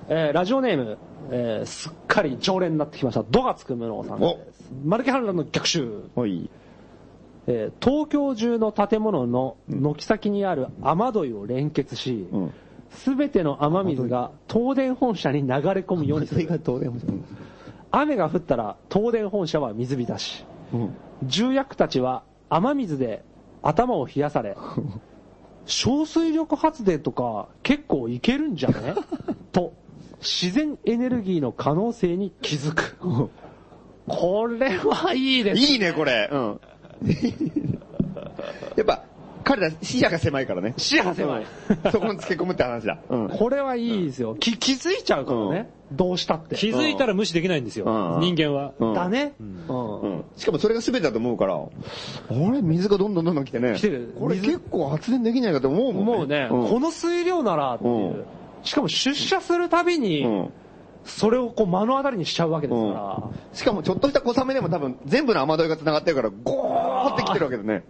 えーラジオネーム、えーすっかり常連になってきました、ドガツクムロウさんです。マルキ反乱の逆襲。
ほい。
えー東京中の建物の軒先にある雨どいを連結し
ん、
すべての雨水が東電本社に流れ込むようにする。雨が降ったら東電本社は水浸し。重役たちは雨水で頭を冷やされ、小水力発電とか結構いけるんじゃ ねと、自然エネルギーの可能性に気づく。これはいいですね
いいね、これ。 うん。やっぱ、彼ら視野が狭いからね。
視野が狭い。
そこにつけ込むって話だ。うん。
これはいいですよ。き気づいちゃうからね。どうしたって。
気づいたら無視できないんですよ
う。ん
人間は。
うん
だね。うん
うん。しかもそれが全てだと思うから、あれ水がどんどんどんどん来てね。
来てる
これ結構発電できないかと思うもんね。
もうね、
ん
この水量ならっていう。しかも出社するたび
う
に、
ん。
それをこう目の当たりにしちゃうわけですから。
しかもちょっとした小雨でも多分全部の雨どいが繋がってるから、ゴーって来てるわけだね。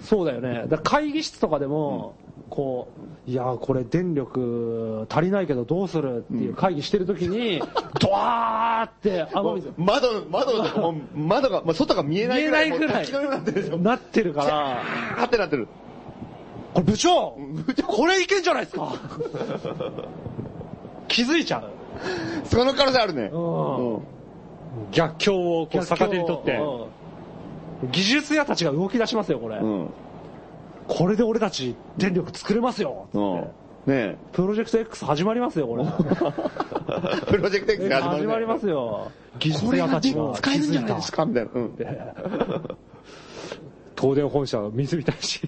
そうだよね。だから会議室とかでも、こう、いやーこれ電力足りないけどどうするっていう会議してる時に、ドワーって雨水
窓、窓とかもう、 窓が、まあ、外が見えないぐらい。
見えないぐら
も
い
う滝のようになってるでしょ。
なってるから、
あーってなってる。
これ部長これいけんじゃないですか気づいちゃう。
その可能性あるね。
うん
うん
逆境をこう逆手にとって。
うん技術屋たちが動き出しますよ、これ。
うん。
これで俺たち電力作れますよ。
うん。ね え。
プロジェクト X 始まりますよ、これ。
プロジェクト X が始まる、ね。
始まりますよ。技
こ
術
れ
屋
が
た
で
ちが
使えるんじゃないですかみたいな。うん。
東電本社は水浸 し。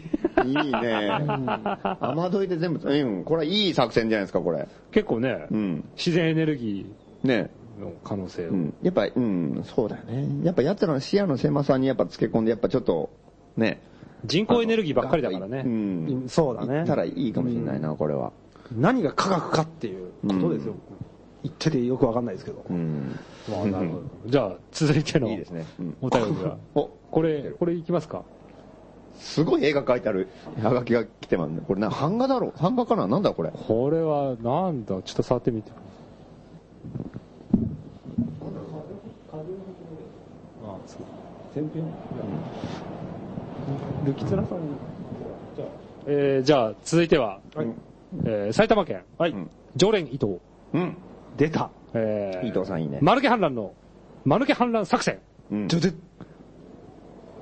いいね。雨どいで全部、うん。これはいい作戦じゃないですか、これ。
結構ね
うん、
自然エネルギ
ね
ーの可能性を
う。ん。やっぱ、うん、そうだよね。やっぱ奴らの視野の狭さにやっぱつけ込んで、やっぱちょっと、ね。
人工エネルギーばっかりだからね
う。ん。
そうだ
行ったら
ね。
いいかもしれないな、これは。
何が科学かっていうことですよ。言っててよくわかんないですけど。
うん。
まあなるほどじゃあ、続いての
いいですね。うん
お便 りは。
お、
これ、これいきますか
すごい絵が描いてある、はがきが来てますね。これな、版画だろ版画かななんだこれ。
これは、なんだ、ちょっと触ってみて。あ、そう。
ルキツラさん。
えーじゃあ、続いては、えー埼玉県、
はい。
常連伊藤、
うん。
出た。
え
伊藤さんいいね
マルケ反乱の、マルケ反乱作戦、
うん。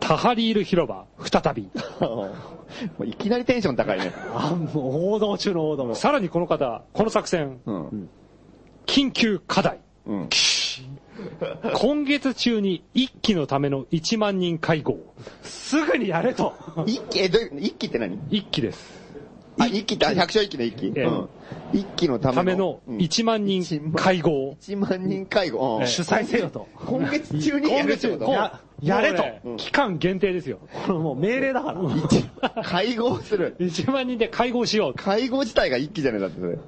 タハリール広場、再 び。
もういきなりテンション高いね。
あ、もう王道中の王道。
さらにこの方、この作戦、
うん。
緊急課題。
うん。
今月中に一期のための1万人会合。
すぐにやれと。
一期、え、どういう一期って何
一期です。
あ、一期って、あ百姓一期の一期
ええ
うん。一期のための。
ための
うん
1万人会合。
1万人介護。うん
主催せよと。
今月中にやるってこ
ややれと
もうね
うん
期間限定ですよ。
これもう命令だから。
と介護する。
1万人で会合しよう。
介護自体が一期じゃねえだってそれ。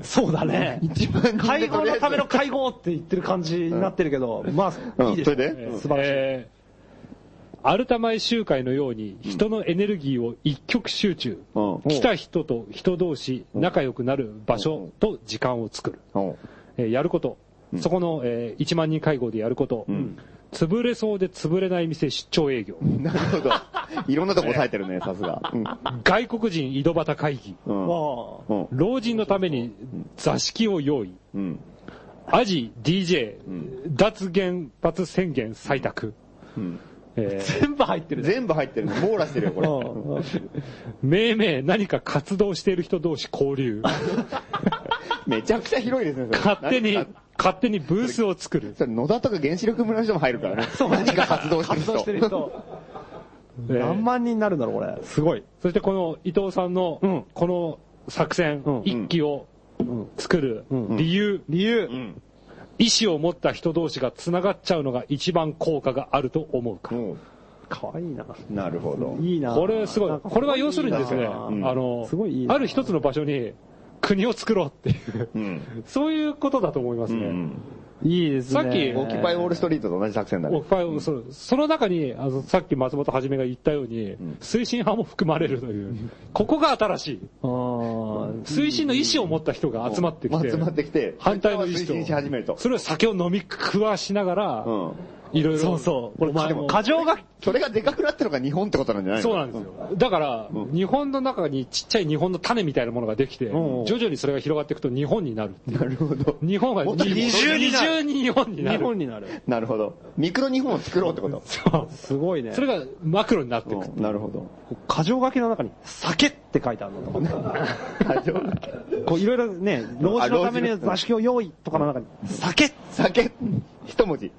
そうだね。
1万人で
会合のための
とりあえ
会合って言ってる感じになってるけど、まあ、
うん
いいです
それで
えー
素晴らしい。
えアルタ前集会のように、人のエネルギーを一極集中。
うん
来た人と人同士、仲良くなる場所と時間を作る。
おう
えーやること、そこの、えー1万人会合でやること、潰れそうで潰れない店出張営業、
なるほど。いろんなとこ押さえてるね、さすが。うん
外国人井戸端会議、
うん。
あ
うん。
老人のために座敷を用意、
うん。
アジ DJ、脱原発宣言採択、
ん
えー
全部入ってるね。
全部入ってるね。網羅してるよ、これ。
うん
命名何か活動している人同士 交流、
めちゃくちゃ広いですね、それ
勝手に
なんか、
勝手にブースを作る、
それ野田とか原子力村の人も入るからね。何か活動してる
活
人。
動してる人。
えー
何万人になるんだろう、これ。
すごい。そしてこの伊藤さんの、
うん
この作戦、
うん
一期を作る
ん
理由、
理由。
ん
意志を持った人同士が繋がっちゃうのが一番効果があると思うか
う
ら。
ん
かわいいな。
なるほど。
いいな。
これすご
なん
い。
か
これは要するにですね、
いいな
あ
ん
の
すごいいい、な
ある一つの場所に国を作ろうって いう、
うん。
そういうことだと思います
う
ね。
ん。
いいですね。
さっき
オキパイウォールストリートと同じ作戦だ
もう
ね。
ファイルそのその中にあの、さっき松本はじめが言ったように、推進派も含まれるという、ここが新しい。
あー
推進の意志を持った人が集まってきて、
集まってきて、
反対の意
推
思と
進し始めると。
それを酒を飲み食わしながら、
うん。
いろいろ。
そうそう。これ、
お前
で
も
も、過剰が、
それがでかくなってるのが日本ってことなんじゃないの
そうなんですよ。だから、日本の中にちっちゃい日本の種みたいなものができて、
んうん
徐々にそれが広がっていくと日本になるっていう。
なるほど。
日本は
元に
二重に日本にな
日
る。
本になる。
なるほど。ミクロ日本を作ろうってこと。
すごいね。
それがマクロになっていく。
うんなるほど。
過剰書きの中に、酒って書いてあるの こう、いろいろね、老子のために座敷を用意とかの中に、酒
酒、一文字。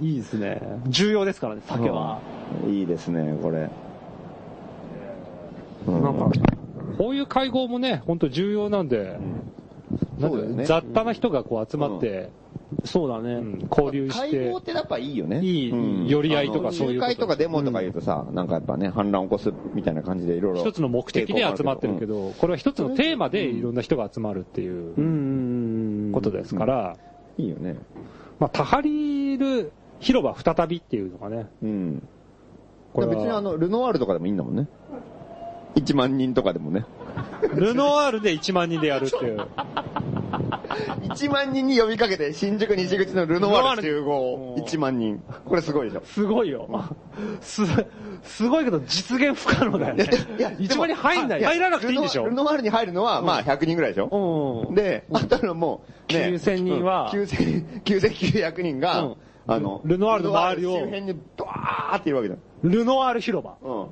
いいですね。重要ですからね、酒は。
いいですね、これ。うん
なんか、
こういう会合もね、本当重要なんで、なん
そうだよ
か
ね
雑多な人がこう集まって、
そうだ
う
ね。
ん交流し
会
て
合っ、てやっぱいいよね。
いい
うん
寄り合いとか
あの
そういうこと
集会とかデモとか言うとさ、なんかやっぱね、反乱を起こすみたいな感じでいろいろ。
一つの目的で集まってるけ
ど。
ど、これは一つのテーマでいろんな人が集まるっていう
うんうんうん。
ことですから、
いいよね。
まあ、タハリール広場再びっていうのがね、
うん。
これは
別にあの、ルノワールとかでもいいんだもんね。1万人とかでもね。
ルノワールで1万人でやるっていう。
1万人に呼びかけて、新宿西口のルノワール集合、1万人。これすごいでしょ。
すごいよ。す、すごいけど実現不可能だよね
いや。
一番に入んない。
や
入らなくていいんでしょ
ルノワルノワールに入るのは、まあ100人ぐらいでしょ。
うん。
で、あとのもう、ね、
9000人は
9000 9900人
う
が
ん、
あの、
ルノワールの周りを
ルノワール周辺にドワーっているわけだ。
ルノワール広場。
うん。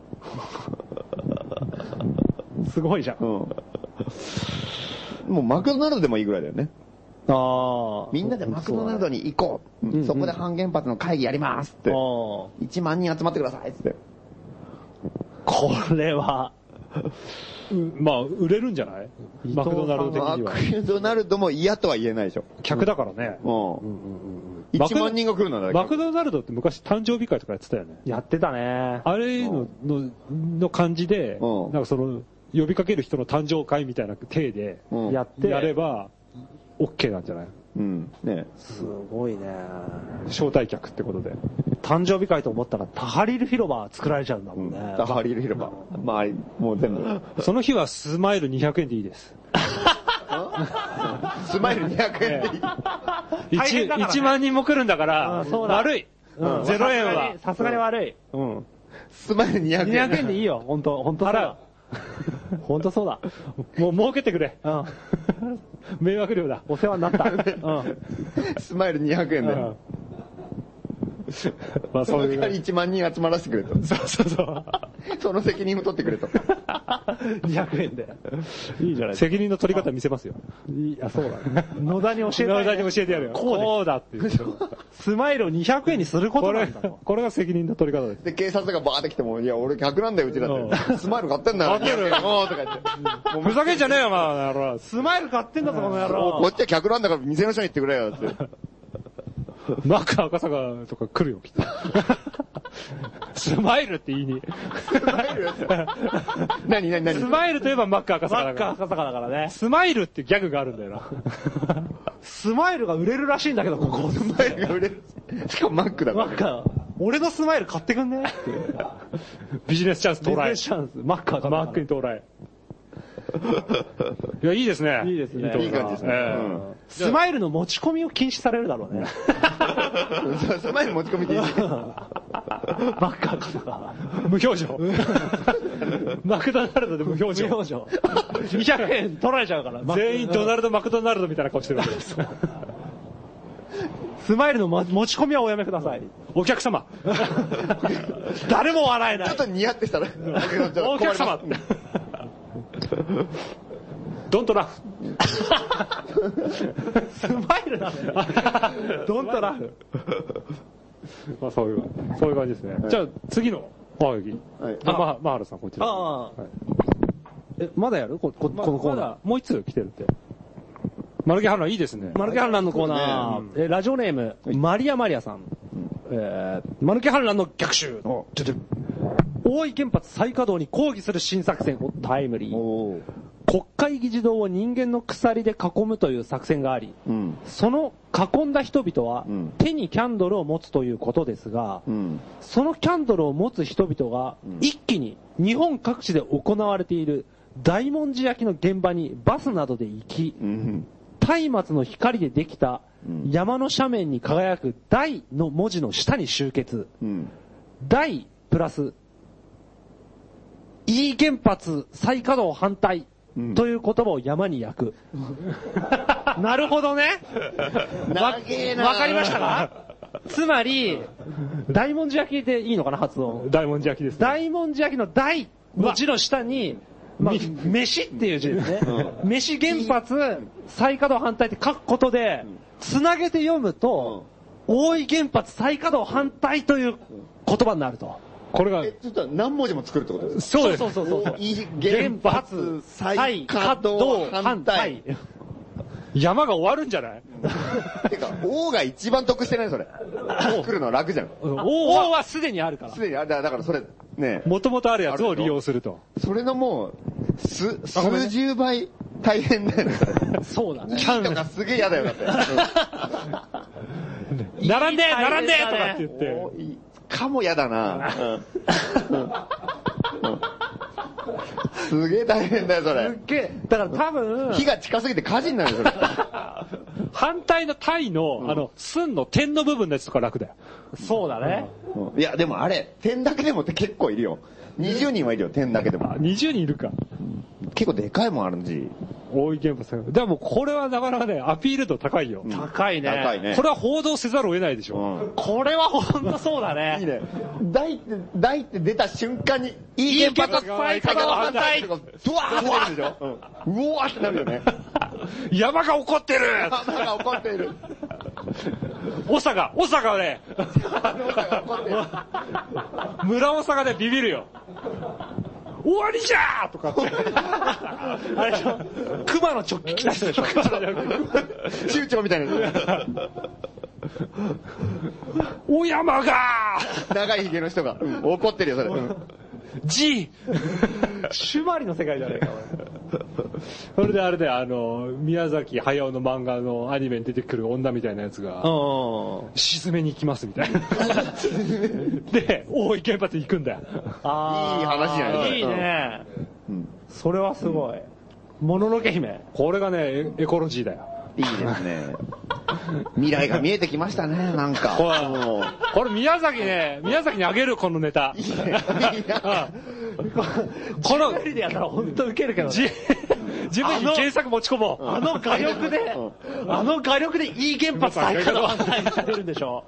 すごいじゃん。あ
うん。もうマクドナルドでもいいぐらいだよね。
あ。
みんなでマクドナルドに行こう。うんそこで半原発の会議やりますって。
ああ。
1万人集まってくださいって。
これは、
うまあ、売れるんじゃないマクドナルド的
マ
には。
クドナルドも嫌とは言えないでしょ。
客だからね。
うん。1万人が来るのはだ
マ
け
クドナルドって昔誕生日会とかやってたよね。
やってたね。
あれの、の、の感じで、
うん
なんかその、呼びかける人の誕生会みたいな体で、
うん
やって。
やれば、OK なんじゃない
うん。ね
すごいね。
招待客ってことで。
誕生日会と思ったら、タハリル広場作られちゃうんだもんね。
ダハリル広場。周り、もう全部。
その日はスマイル200円でいいです。
スマイル200円でいい。
大変だからね
1万人も来るんだか
あ
ら、
そうだ
悪い。
うん
ゼロ円は
さすがに悪い。うん。
スマイル200円。
200円でいいよ、本当本当そうだ。本当そうだ。
もう儲けてくれ。
うん。
迷惑料だ。
お世話になった。うん。
スマイル200円で。
まあ
そ
そう
の
い
代わり
う。
1万人集まらせてくれと。
そうそうそう。
その責任を取ってくれと。
200円で。いいじゃない
責任の取り方見せますよ。
いいあ、そうだね。野田に教えて、
野田に教えてやるよ。
こうです
こうだって いう。
スマイルを200円にすること
こ
な
れ、
んだよ。
これが責任の取り方です。
で、警察がバーって来ても、いや、俺客なんだよ、うちだって。スマイル買ってんだよ。
買ってるよ
おーとか言って。もう
ふざけんじゃねえよ、お前あの野郎。
スマイル買ってんだぞ、この野
こ
郎
っ。ちは客なんだから店の人に言ってくれよって。
マック赤坂とか来るよ、きっと。 スマイルって言いに。
何何
ス
何
マイルといえばマック赤
マ
坂だ
ッカー
から。
赤坂だからね。
スマイルってギャグがあるんだよな。
スマイルが売れるらしいんだけど、ここ。
スマイルが売れる。しかもマックだか
マ
ら
ッ。カー。俺のスマイル買ってくんねっていう。
ビジネスチャンス到
ビジ
来
ネス。チャンス。マッカー買ったから
マークに到 来。いや、いいですね。
いいですね
と思
いい感じですね
え
スマイルの持ち込みを禁止されるだろう ね。
そうその前に持ち込み禁止。
マッカー買ったから。
え無表情。 マクドナルドで無表情。
無表情。200円取られちゃうから。
全員ドナルド・マクドナルドみたいな顔してるわけです。
スマイルの持ち込みはおやめください。
お客様。
誰も笑えない
ちょっ。とニヤってしたら、
お
お
客様。ドントラフ。
スマイルだ ね。ドントラフ。
まあそういう、そういう感じですね。じゃあ次のおはぎ。
はい
あ、ま、マハルさんこちら。
ああ。え、まだやるここ
ま
このコーナー。
まだもう一通来てるって。マルゲハルラいいですね。
マルケ反乱のコーナー、えーラジオネーム、マリアマリアさん。えー、マルケ反乱の逆襲。ちょちょ大井原発再稼働に抗議する新作戦をタイムリー。
おー
国会議事堂を人間の鎖で囲むという作戦があり、
うん。
その囲んだ人々は、
うん
手にキャンドルを持つということですが、
うん。
そのキャンドルを持つ人々が、一気に日本各地で行われている大文字焼きの現場にバスなどで行き、
うん。
松明の光でできた山の斜面に輝く大の文字の下に集結。
うん。
大プラス、E 原発再稼働反対
うん
という言葉を山に焼く。 なるほどね。わ
長えな
わかりましたかつまり、大文字焼きでいいのかな、発音。
大文字焼きですね。
大文字焼きの大の字の下に、まあ、飯っていう字ですね。飯原発再稼働反対って書くことで、つなげて読むと、大井原発再稼働反対という言葉になると。
これが
え、、ちょっと何文字も作るってことです
そうです
そう。そうそうそう。
原発再稼働反対。
山が終わるんじゃない
てか、王が一番得してないそれ。作るの楽じゃん。
王はすでにあるから
す。でに、あだだからそれ、ね
もともとあるやつを利用すると。
それのもう、す、数十倍大変だよね、それ。
そうだね。
キャンとかすげえ嫌だよ、だって。
並んで並んでと
大
かって
変
言って。
おいかも嫌だな。すげえ大変だよ、それ。
でだから多分、
火が近すぎて火事になるよ、それ。
反対のタイの、あの、寸の点の部分のやつとか楽だよ。
そうだね。
いや、でもあれ、点だけでもって結構いるよ。20人はいるよ、点だけでも。
20人いるか。
結構でかいもん、ある字。
大井原発だからもうこれはなかなかね、アピール度高いよ。
高いね。
高いね。
これは報道せざるを得ないでし
う
ょ。
ん。
これは本当そうだね。
いいね。大って、大って出た瞬間に、いい原発再稼働反対とか、ドワーって出るでしょうんうおーってなるよね。
山が怒ってる
あ、なんか怒っている。
大阪大阪はね、
怒っている。
村大阪でビビるよ。終わりじゃーとかって。
あれでしょ熊の直帰来た人でしょ
中長みたいなや
お山が
つ。長い髭の人が、うん怒ってるよ、それ。うん
じ
シュマリの世界じゃねえか、
それであれで、あの、宮崎駿の漫画のアニメに出てくる女みたいなやつが、
俺。うん。
沈めに行きますみたい な。で、大井原発行くんだよ。
あ
い
ー
い話じゃない
いいね。それはすごい。もののけ姫。
これがね、エエコロジーだよ。
いいですね。未来が見えてきましたね、なんか。
ほら
もう
これ宮崎ね、宮崎にあげる、このネタ。
いや
この、人でやったら本当ウケるけどね。
じ自分に原作持ち込もう。
あの画力で、あの画力でいい原発再稼働反対にされるんでしょ。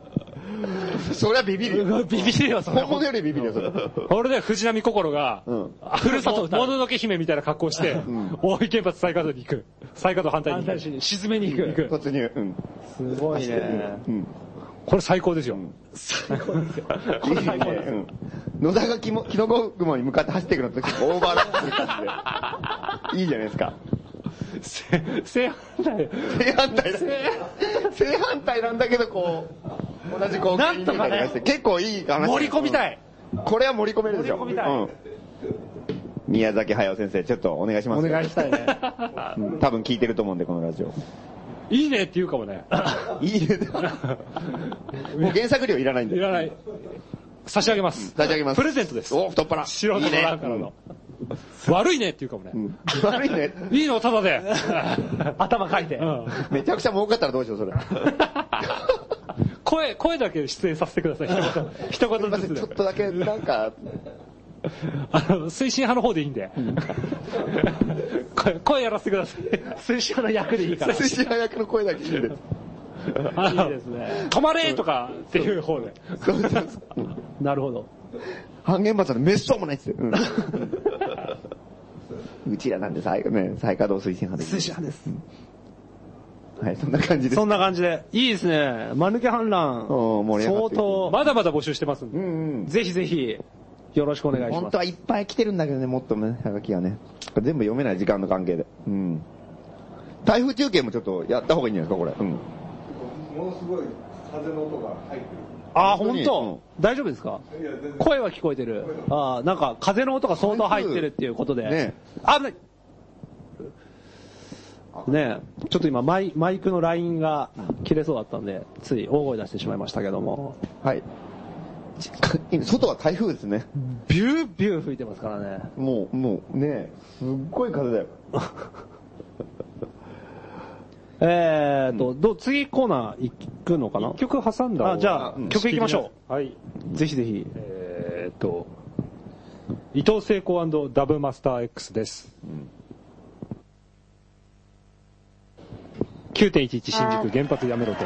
それはビビるよ。
ビビるよ、それ
本。物よりビビるよ、それ。
これで藤波心が、
ん
ふるさと、もののけ姫みたいな格好をして、大井原発再稼働に行く。再稼働反対に行く。
沈めに行
行く
突入。うん。
すごいね。
これ最高ですよ。
いいね。うん野田がきもキノコ雲に向かって走っていくのとオーバーラップする感じで。いいじゃないですか。
せ正反対。
正反対だ。正反対なんだけど、こう、同じこう、
なんと
原因にな
かね
りまして結構いい話。
盛り込みたい。
うん。これは盛り込めるでしょ。
盛り込みたい
うん宮崎駿先生、ちょっとお願いします。
お願いしたいね。
うん多分聞いてると思うんで、このラジオ。
いいねって言うかもね。
いいねだ。もう原作料いらないん
い
だよ。
らない。差し上げます。
差し上げます
プレゼントです。
お、太っ腹。
素人
いいね
からの。悪いねって言うかもね。
悪いね。
いいの、ただで。
頭かいて
う。ん
めちゃくちゃ儲かったらどうしよう、そ れ。
声、声だけ出演させてください。一言一言ずつ
ちょっ
で。
とだけ、なん か、
あの、推進派の方でいいんで。声、声やらせてください。
推奨の役でいいから。
寿司屋役の声だけ聞いてる。
あの
いいですね
止まれとかっていう方で。
そうそうそう
なるほど。
半減罰でめっそうもないっつって。うん、うちらなんで最、ね、再稼働推進派で。
です。
はい、そんな感じです。
そんな感じで。いいですね。間抜け反乱。
うん盛り上がっ
相
てる
当、
まだまだ募集してますん
う
で。
んうん。
ぜひぜひ、よろしくお願いし
本
ます
当。はいっぱい来てるんだけどね、もっとね、はがきはね。全部読めない時間の関係で。うん。台風中継もちょっとやった方がいいんじゃないですか、これ。うん。
ものすごい風の音が入ってる。
あー、
本当
本
に
当大丈夫ですか声は聞こえてる。あー、なんか風の音が相当入ってるっていうことで。
ね
危ないねえ、ちょっと今マイ、マイクのラインが切れそうだったんで、つい大声出してしまいましたけども、
はい。ち今外は台風ですね。
ビュービュー吹いてますからね。
もう、もう、ねすっごい風だよ。
えーと、どう、次コーナー行くのかな
一曲挟んだ方が
あじゃあ
うん
曲行きましょ
う。はい。
ぜひぜひ。
えーっと、伊藤聖子ダブマスター X です。9.11新宿原発やめろと。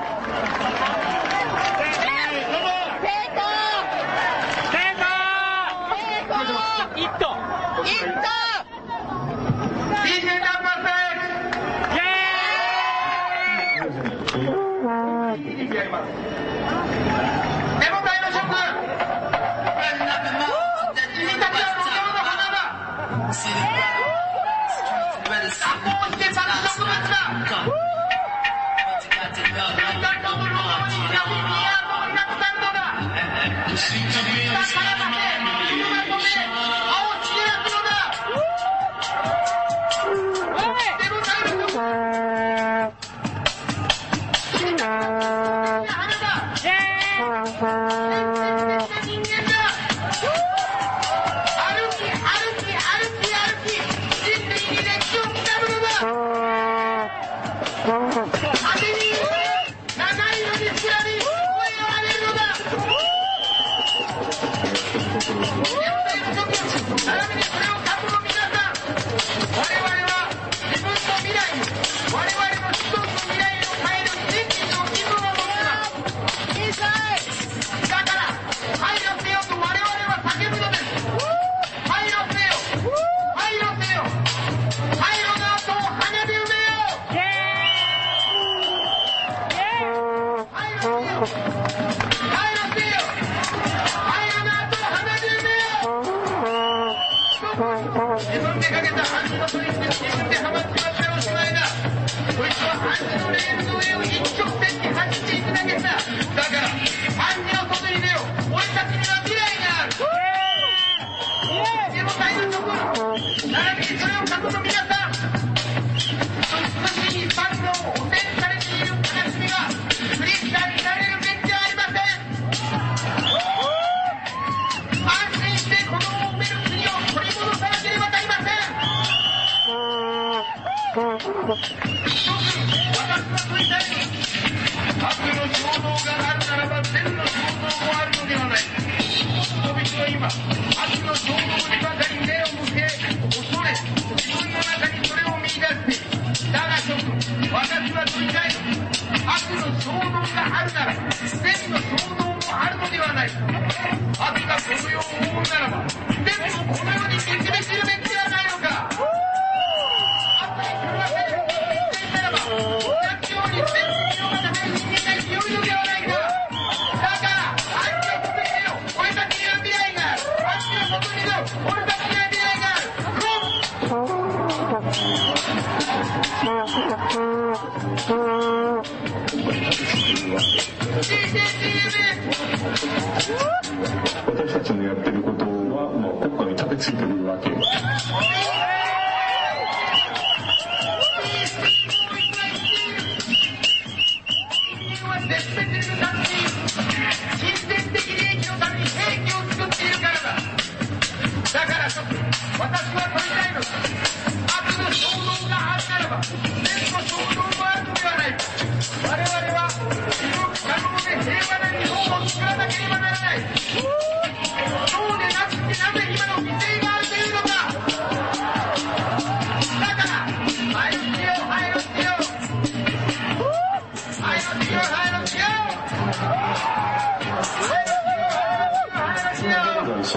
私たちのやってることは、まあ、国家に立てついてるわけ。
「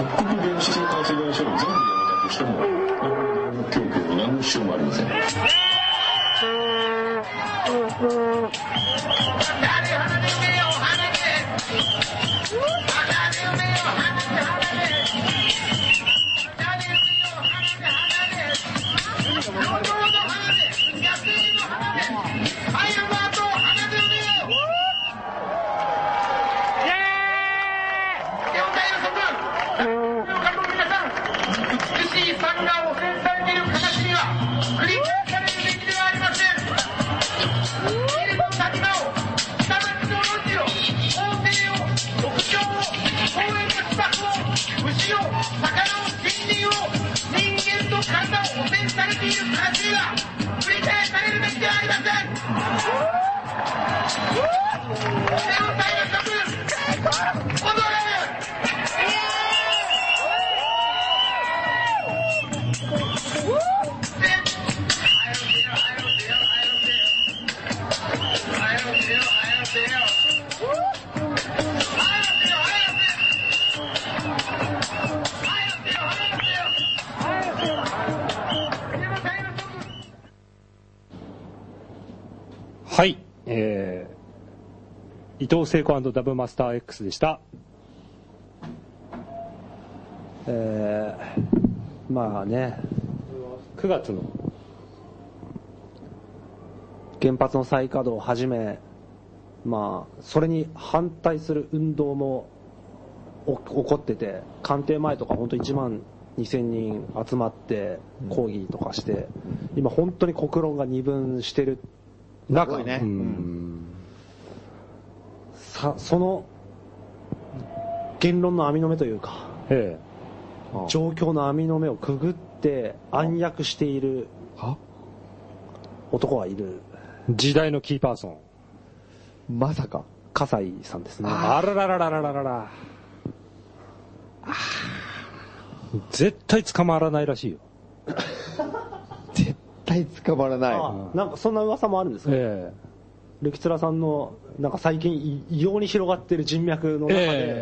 の処理を全部やめたとしても、何の供給も何の支障もありません。
美しいサンガを汚染されている形には繰り返されるべきではありません。ビルの立場を、下町の路地を、法廷を、牧場を、公園の芝生を、牛を、魚を、森林を、人間の体を汚染されている形には繰り返されるべきではありません。汚染を最後に戻れ
はい、えー、伊藤聖子ダブマスター X でした。
えー、まあね、
9月の、
原発の再稼働をはじめ、まあ、それに反対する運動もお起こってて、官邸前とか本当1万2000人集まって抗議とかして、今本当に国論が二分してる中、
いね。
さその言論の網の目というか、
え
状況の網の目をくぐって暗躍している男はいる
ー、時代のキーパーソン。
まさか。
葛西さんですね
あらららららららら。絶対捕まらないらしいよ。
絶対捕まらない。
あなんかそんな噂もあるんですか、
え
ルキツラさんのなんか最近い異様に広がってる人脈の中で、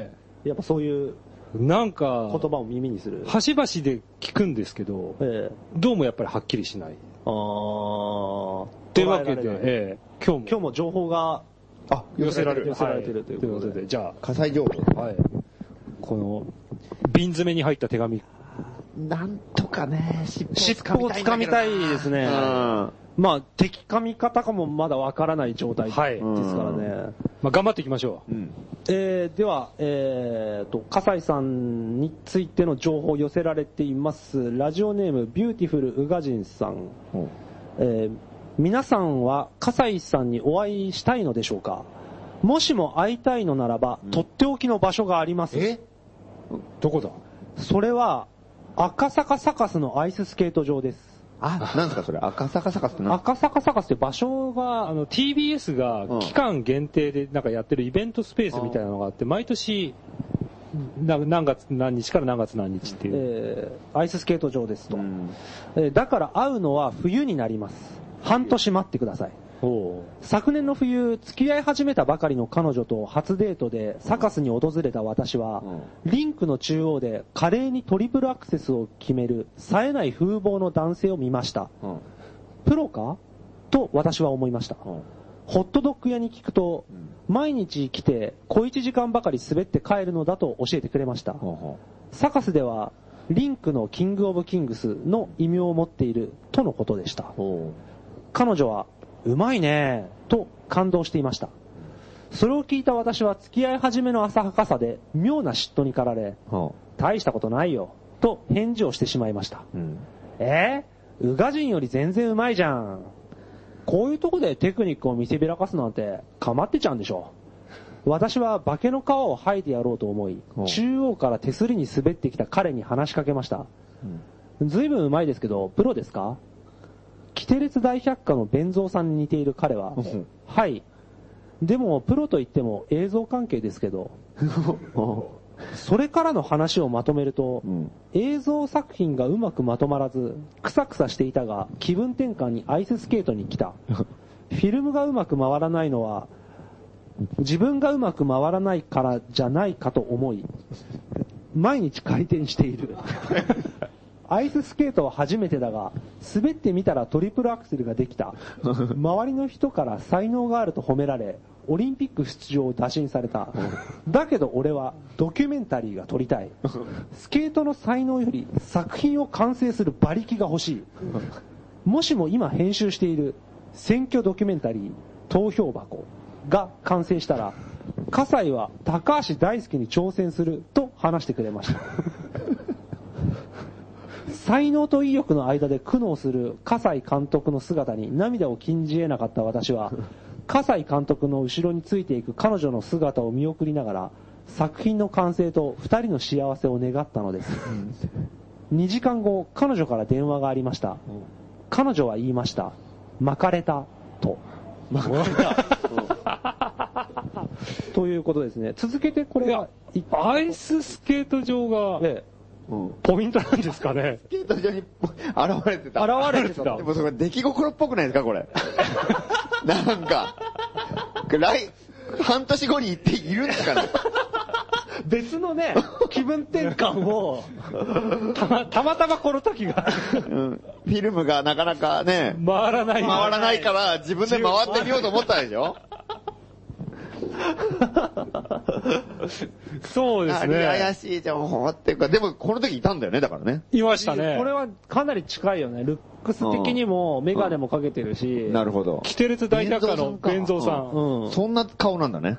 え
やっぱそういう
えなん
言
か、
葉を耳にする、
端々で聞くんですけど、
ええ
どうもやっぱりはっきりしない。っ
あー
てわ
捉
け
えら
で、
れない
ええ
今
今日も
日も情報が
あ、
寄せられ
寄せられてるということで
じゃ
火災情報。
あ、はい。この、瓶詰めに入った手紙。
なんとかね、
尻尾をつかみたいですね、
うん。
まあ敵かみ方かもまだわからない状態ですか
は
ら
い
ね、
まあ、頑張っていきましょう。
えーでは、えー、と笠井さんについての情報寄せられていますラジオネームビューティフルウガジンさん、えー皆さんは笠井さんにお会いしたいのでしょうかもしも会いたいのならば、とっておきの場所があります
どこだ
それは赤坂サカスのアイススケート場です
あ、なんすかそれ。赤坂サカスってなん
赤坂サカスって場所
が、あの、TBS が
うん
期間限定でなんかやってるイベントスペースみたいなのがあって、毎年、な何月何日から何月何日っていう。
えーアイススケート場ですと、えーだから会うのは冬になります半年待ってください
おう
昨年の冬付き合い始めたばかりの彼女と初デートでサカスに訪れた私は、リンクの中央で華麗にトリプルアクセスを決める冴えない風貌の男性を見ました、
ん
プロかと私は思いました、ホットドッグ屋に聞くと、毎日来て小1時間ばかり滑って帰るのだと教えてくれました、サカスではリンクのキングオブキングスの異名を持っているとのことでした彼女はうまいねと感動していましたそれを聞いた私は付き合い始めの浅はかさで妙な嫉妬に駆られ大したことないよと返事をしてしまいました、えー、ウガ人より全然うまいじゃんこういうとこでテクニックを見せびらかすなんてかまってちゃうんでしょ私は化けの皮を剥いでやろうと思い、中央から手すりに滑ってきた彼に話しかけました。ずいぶんうまいですけど、プロですかキテレツ大百科の弁蔵さんに似ている彼は、はい。でも、プロといっても映像関係ですけ ど、それからの話をまとめると、映像作品がうまくまとまらず、くさくさしていたが、気分転換にアイススケートに来 た。フィルムがうまく回らないのは、自分がうまく回らないからじゃないかと思い、毎日回転している。アイススケートは初めてだが、滑ってみたらトリプルアクセルができた。周りの人から才能があると褒められ、オリンピック出場を打診された。だけど俺はドキュメンタリーが撮りたい。スケートの才能より作品を完成する馬力が欲しい。もしも今編集している選挙ドキュメンタリー投票箱が完成したら、葛西は高橋大輔に挑戦すると話してくれました。才能と意欲の間で苦悩する葛西監督の姿に涙を禁じ得なかった私 は、葛西監督の後ろについていく彼女の姿を見送りながら、作品の完成と二人の幸せを願ったのです。2時間後、彼女から電話がありました。彼女は言いました。巻かれた、と。 ということですね。続けてこれは、い
アイススケート場が
ええ
ポイントなんですかね。
スケート場に現れてた。
現れてた
でもそれ出来心っぽくないですか、こ れ。なんか、来、半年後に行っているんですかね。
別のね、気分転換を、
たまたまたまこの時が
うん。フィルムがなかなかね、
回らない。
回らないから自分で回ってみようと思ったでしょ
そうです
何怪
ね。
しい情報っていうか、でもこの時いたんだよね、だからね。
いましたね。
これはかなり近いよね。ルックス的にも、メガネもかけてるし、
なるほど。
キテレツ大百科の弁蔵さん。
うん
そんな顔なんだね。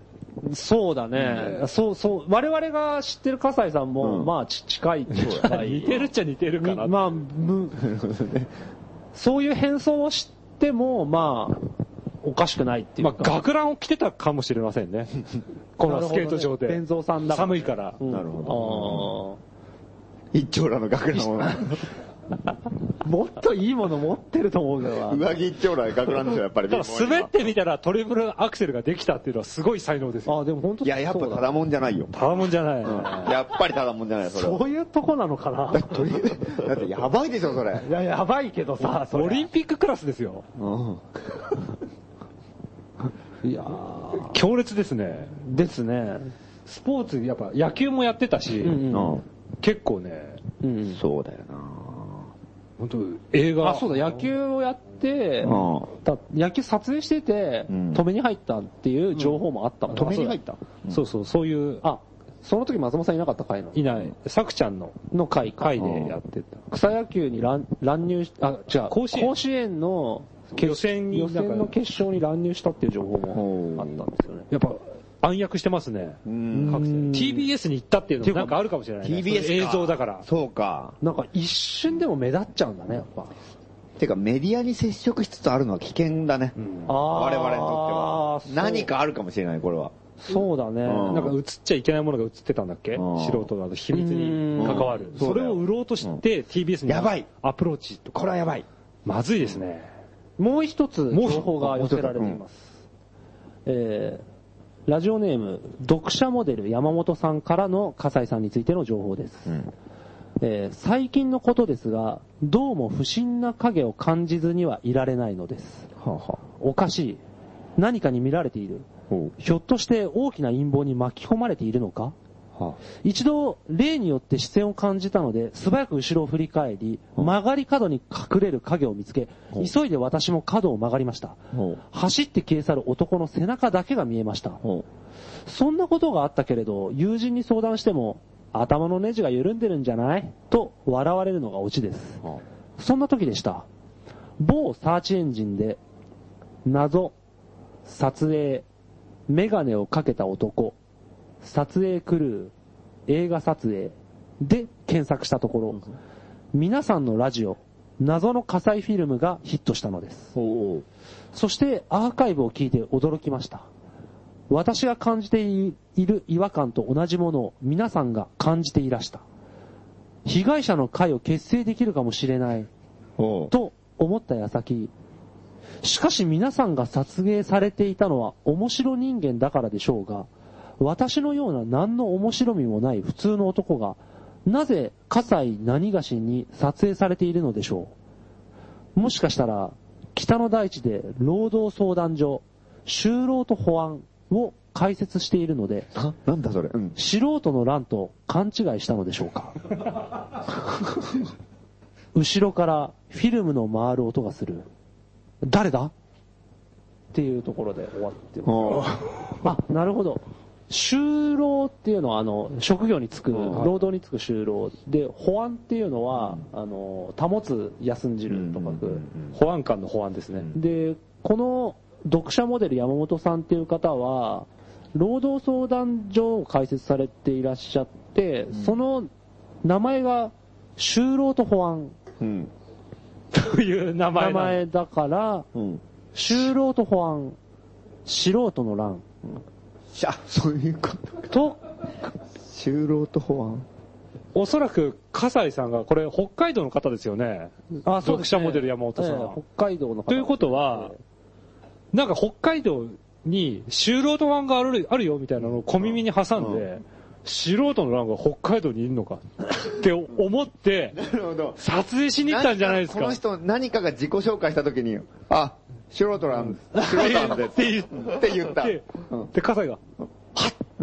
そうだね。そうそう。我々が知ってる葛西さんも、
うん
まあ、ち近いっちゃ近い。
似てるっちゃ似てるか
み
な。
まあ、む、そういう変装を知っても、まあ、おかしくないっていう
まあ、
か。
学ランを着てたかもしれませんね。このスケート場
なる
で
ほ。どね弁蔵さんだから
寒いから。
うん
なるほ一丁羅の学ランを。
あーもっといいもの持ってると思うけどな。
上着一丁羅の学ランですよ、やっぱり。
ただ滑ってみたらトリプルアクセルができたっていうのはすごい才能ですよ。
あー、でも本当
いや、やっぱただもんじゃないよ。
ただもんじゃない。
やっぱりただもんじゃない、それは。
そういうとこなのかな。
とりあえずだってやばいでしょ、それ。
いや、やばいけどさ、それ。
オリンピッククラスですよ。
うん。
いやー
強烈ですね。
ですね。
スポーツ、やっぱ野球もやってたし、
うんうん。
結構ね、
うん
そうだよな
本当映画。
あ、そうだ、野球をやって、
う
だ野球撮影してて、
うん
止めに入ったっていう情報もあったもん、
止めに入ったそうそう、そういう、
あ、その時松本さんいなかった回の
いない、さくちゃんの
の回か。
会でやってた。
草野球に乱乱入し、あ、違う、
甲子園
園の
予選に
予選の決勝に乱入したっていう情報もあったんですよね。
やっぱ暗躍してますね。
ん。
各地
うん
TBS に行ったっていうのもなんかあるかもしれないね。
TBS
その映
か
像だから。
そうか。
なんか一瞬でも目立っちゃうんだね、やっぱ。
てかメディアに接触しつつあるのは危険だね。
ああ
我々にとっては。何
か。
かあるかもしれない、これは。
そうだね。
うん
なんか映っちゃいけないものが映ってたんだっけ
うん
素人など秘密に関わる
う。ん
それを売ろうとして、TBS に
やばい
アプローチとか。
これはやばい。
まずいですね。
もう一つ情報が寄せられています。えー、ラジオネーム、読者モデル山本さんからの笠井さんについての情報です。
ん
えー最近のことですが、どうも不審な影を感じずにはいられないのです。おかしい。何かに見られている。ひょっとして大きな陰謀に巻き込まれているのか一度、例によって視線を感じたので、素早く後ろを振り返り、曲がり角に隠れる影を見つけ、急いで私も角を曲がりました。走って消え去る男の背中だけが見えました。そんなことがあったけれど、友人に相談しても、頭のネジが緩んでるんじゃないと笑われるのがオチです。そんな時でした。某サーチエンジンで、謎、撮影、メガネをかけた男、撮影クルー、映画撮影で検索したところ、皆さんのラジオ、謎の火災フィルムがヒットしたのです。そしてアーカイブを聞いて驚きました。私が感じている違和感と同じものを皆さんが感じていらした。被害者の会を結成できるかもしれないと思った矢先、しかし皆さんが撮影されていたのは面白人間だからでしょうが、私のような何の面白みもない普通の男が、なぜ葛西何がしに撮影されているのでしょう。もしかしたら、北の大地で労働相談所、就労と保安を解説しているので、
あなんだそれ。うん。
素人の乱と勘違いしたのでしょうか 後ろからフィルムの回る音がする。誰だっていうところで終わってます。
お
あ、なるほど。就労っていうのは、あの、職業に就く、労働に就く就労。で、保安っていうのは、あの、保つ、休んじると書く。
保安官の保安ですね。
で、この読者モデル山本さんっていう方は、労働相談所を開設されていらっしゃって、その名前が就労と保安、
うん。
という名前
名
なん
前だから、
うん。
就労と保安、素人の欄
しゃ、そういうこと。
と、
就労と保安。
おそらく、笠井さんが、これ、北海道の方ですよね。
あ
読者モデル山本さんは
ええ北海道の方。
ということは、なんか北海道に就労と版があるあるよみたいなのを小耳に挟んで、素人の欄が北海道にいるのかって思って、
なるほど。
撮影しに行ったんじゃないです
こ
か
の。人、何かが自己紹介したときに、あ、素人なんです。素人なん です。って言った。って言った。
で、で、笠井が、は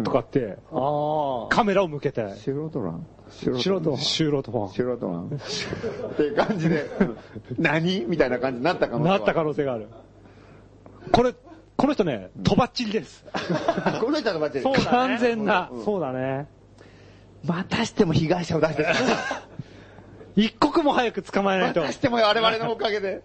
っとかって、
あ
カメラを向けて、
素人なん素
素人、就労と版。
素人なん っていう感じで、何みたいな感じになったかも。
なった可能性がある。これ、この人ね、とばっちりです。
この人のバッチリ。
完全な。
あ、そうだね。
またしても被害者を出してる。
一刻も早く捕まえな
ま
いと。
たしても我々のおかげで。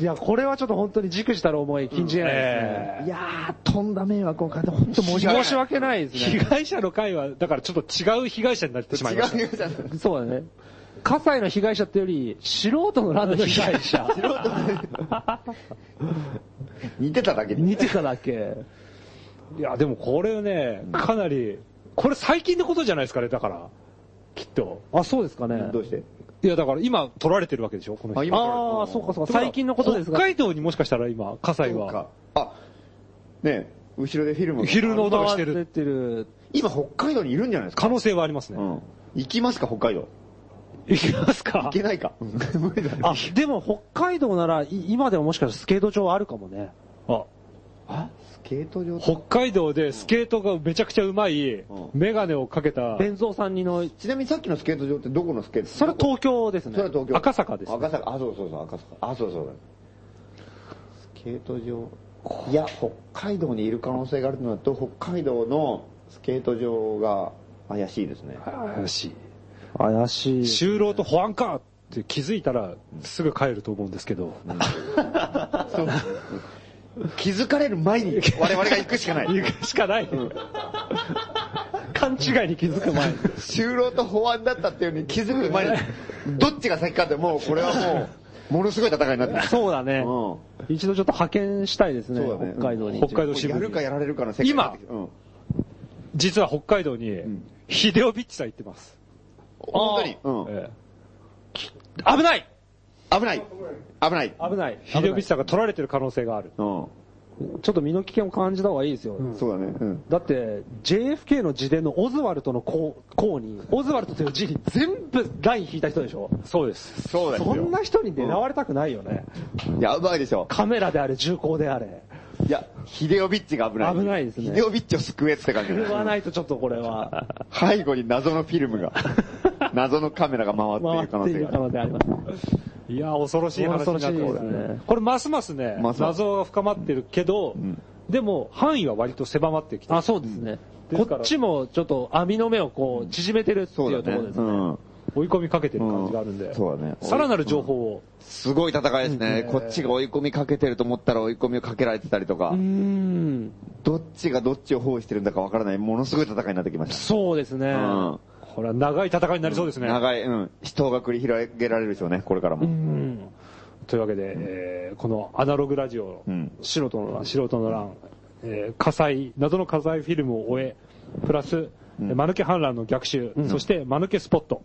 いや、これはちょっと本当に軸したる思い、禁じ得ないですね。
いやー、とんだ迷惑をかけて、本当申し
申
訳
し訳ないですね
被。害者の会は、だからちょっと違う被害者になってしま
ないい。
ました。
違う被害者なんです
そうだね。葛西の被害者ってより、素人の乱の被害 者。
似てただけに。
似てただけ。
いや、でもこれね、かなり、これ最近のことじゃないですかね、だから。きっと。
あ、そうですかね。
どうして
いや、だから今撮られてるわけでしょ、この人。
今
ああ、そうかそうか。最近のことです
北
が。
海道にもしかしたら今、葛西
そう
は、
か。あ、ねえ後ろでフィルムが
昼の音がして
回っ
る
てる。
今北海道にいるんじゃないですか
可能性はありますね。
ん。行きますか、北海道。
いきますか
行けないか。 無理だね
あ、でも北海道なら、い今でももしかしたらスケート場あるかもね。
あ
スケート場
北海道でスケートがめちゃくちゃうまい
ん、
メガネをかけた、
弁蔵さんにの、
ちなみにさっきのスケート場ってどこのスケート
それは
どこ
東京です
そ
ね
れは。東京。
赤坂ですね
赤坂。あ、そうそうそう、赤坂。あ、そうそうだ。スケート場。いや、北海道にいる可能性があるのだと、北海道のスケート場が怪しいですね。
怪しい。
怪しい。
就労と保安かって気づいたら、すぐ帰ると思うんですけど。
気づかれる前に我々が行くしかない。
行くしかない。勘違いに気づく前に。
就労と法案だったっていうのに気づく前に、どっちが先かってもうこれはもう、ものすごい戦いになってる。
そうだね。
うん
一度ちょっと派遣したいですね
そうだね。
北海道に。
北海道支
や
部
る
に
かやられるかの世界
今
うん。
実は北海道に、ヒデオビッチさん行ってます。
本当に。うん。
ええ危ない
危ない。危ない。
危ない。
ヒデオビッチさんが取られてる可能性がある。
うん。
ちょっと身の危険を感じた方がいいですよ。
そうだね。うん。
だって、JFK の自伝のオズワルトの項項に、オズワルトという字に全部ライン引いた人でしょ
そうです。
そうです
そん
よ。
な人に狙われたくないよね。
やばいでしょ。
カメラであれ、銃口であれ。
いや、ヒデオビッチが危ない。
危ないですね
ヒデオビッチを救えって感じ
言わないとちょっとこれは、
背後に謎のフィル ムが、謎のカメラが回ってい
回
る可
っ
能
てい
性
る
があ
可
る。
能性あります。
いや、恐ろしい話になってます
恐ろしいです
ね
ね。
これますますね、
ますます
謎が深まってるけど、でも範囲は割と狭まってきてる
あ、そうですね。
ですか
こっ
ら
ちもちょっと網の目をこう、縮めてるって
そ
いううと
だ
こ
ね。
ろです
う
ね。
ん。
追い込みかけてる感じがあるんで、
そうだね。
さらなる情報を、
すごい戦いですね。こっちが追い込みかけてると思ったら追い込みをかけられてたりとか
うー、ん、
どっちがどっちを包囲してるんだかわからない、ものすごい戦いになってきまし
そうですね。
た。うん。
これは長い戦いになりそうですね。
長い、うん。死闘が繰り広げられるでしょうね、これからも。
というわけで、えーこのアナログラジオ、
うん
素人の欄、素人の欄、えー火災、謎の火災フィルムを終え、プラス、マヌケ反乱の逆襲、そしてマヌケスポット、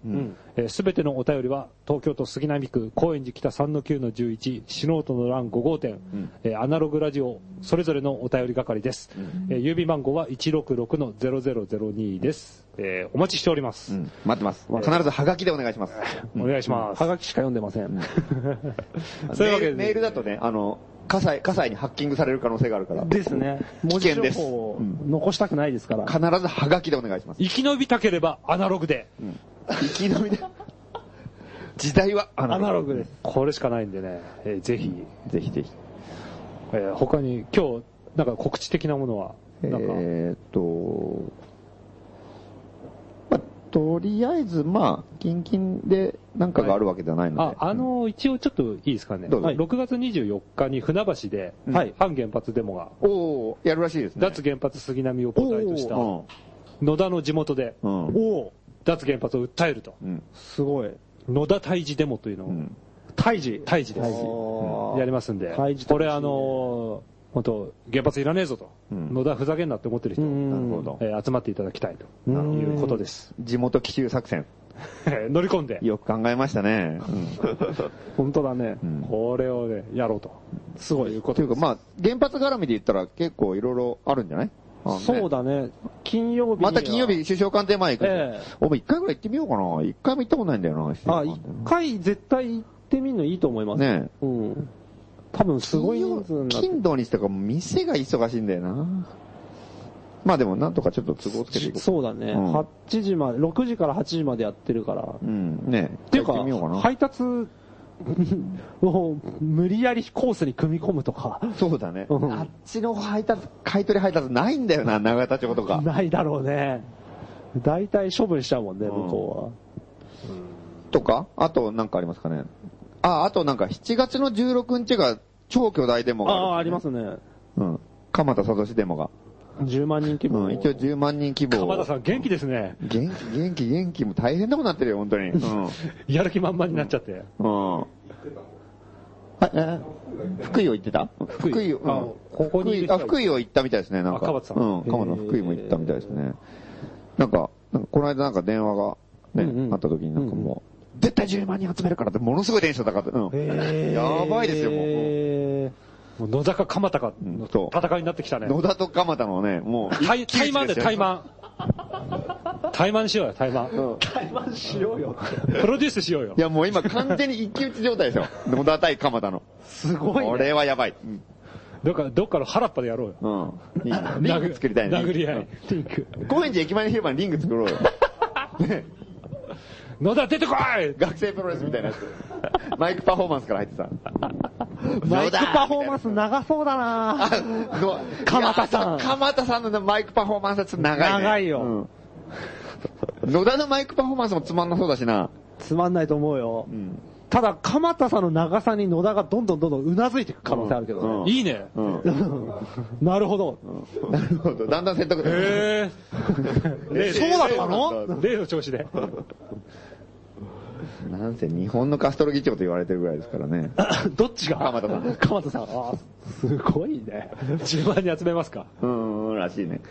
す、べ、全てのお便りは、東京都杉並区高円寺北3の9の11、素人の欄5号店、えーアナログラジオ、それぞれのお便り係です。えー郵便番号は166の0002です。えーお待ちしております。
うん待ってます。必ずハガキでお願いします。
お願いします。
はがきしか読んでません。
そういうわけ
メー
で
ルメールだとね、あの、火災、火災にハッキングされる可能性があるから。
ですね。
危
文字
険
情
です
報を残したくないですから。
必ずハガキでお願いします。
生き延びたければアナログで。
生き延びで。 時代はア
アナ
ナロ
ロ
グ。
グです。
これしかないんでね、えーぜひ、
ぜひぜひ。
えー他に今日、なんか告知的なものは、なんか、
えーっと、まあ、とりあえず、まあ、キンキンでなんかがあるわけではないの
あ
で。、
あの、一応ちょっといいですかね。
どうぞ
はい6月24日に船橋で、
はい
反原発デモが、
うん、おおやるらしいですね。
脱原発杉並を舞台とした、
お
野田の地元で、
ーうん。うん。
おお
脱原発を訴えると。
うん。
すごい。
野田退治デモというの
う
を、
ん。
胎児。
退治で
胎
す。
児。
やりますんで
開示、
これ
楽しいね
あのー、本当原発いらねえぞと、
うん
野田ふざけんなって思ってる
う
人、
なんるほど。
えー集まっていただきたいと
うん
いうことです。
地元奇襲作戦。
乗り込んで、
よく考えましたね。
本当だね
う。ん。うん
これをね、やろうと。
すごい。
というか、まあ、原発絡みで言ったら結構いろいろあるんじゃないあのね
そうだね。金曜日には
また金曜日首相官邸前行く。
ええ
お前一回ぐらい行ってみようかな。一回も行ったことないんだよな。
あ、一回絶対行ってみるのいいと思います。
ねえ
うん。多分すごい人数になって
金土にしてか店が忙しいんだよな。まあでもなんとかちょっと都合つけていこう。
そうだね。
うん
8時まで、6時から8時までやってるから。っ
うん。ねえ。
ていう
行
か
ってみようか、な。
配達 を無理やりコースに組み込むとか、
そうだね。
うん
あっちの配達、買い取り配達ないんだよな、長田町とか。
ないだろうね。大体処分しちゃうもんね、
うん
向こ
とか、あとなんかありますかね。あ、あとなんか7月の16日が超巨大デモ
うは。
がある、
ああー、ありますね。
うん。鎌田聡デモが。
10万人規
う
模。
ん。一応10万人規模。
鎌田さん元気ですね。
元気、元気、元気もう大変なことになってるよ、本当に。うん。
やる気満々になっちゃって。
うん。あえ福井を行ってた福井を、うん
あここにいる
福井
人
あ、福井を行ったみたいですね、なんか。
あ鎌田さん
うん、鎌田さん、福井も行ったみたいですね。なんか、なんかこの間なんか電話がね、
うんうん
あった時になんかもう、絶対10万人集めるからって、ものすごいテンション高かった。うん。やばいですよ、もうも
え
もう野坂鎌田か
うん
の
そう
戦いになってきたね
う。。野田と鎌田のね、もう、
対対マンで対マン。対マンしようよ、対マ ン。
しようよ。
プロデュースしようよ
い。やもう今完全に一騎打ち状態ですよ。野田対鎌田の。
すごい、
こ
ね。
れはやばい。うん
どっか、どっかの原っぱでやろうよ。
うん。リングリング作りたいね。
殴り合い。
高円寺駅前の広場にリング作ろう よ。
野田出てこい
学生プロレスみたいなやつ。マイクパフォーマンスから入ってた。
マイクパフォーマンス長そうだな
の
鎌田さん
いや鎌田さんのマイクパフォーマンスはちょっと長いね。
長いよ
うん。野田のマイクパフォーマンスもつまんなそうだしな。
つまんないと思うよ。
ん
ただ、鎌田さんの長さに野田がどんどんどんどんうなずいていく可能性あるけどね。
うん
いいね。
うん。
なるほど。
なるほど。だんだん説得
へ ぇ
そうだったの
例の調子で。
なんせ日本のカストロ議長と言われてるぐらいですからね。
どっちが
鎌田さん
鎌田さん。あーすごいね。
10万人集めますか。
うん、うんらしいね。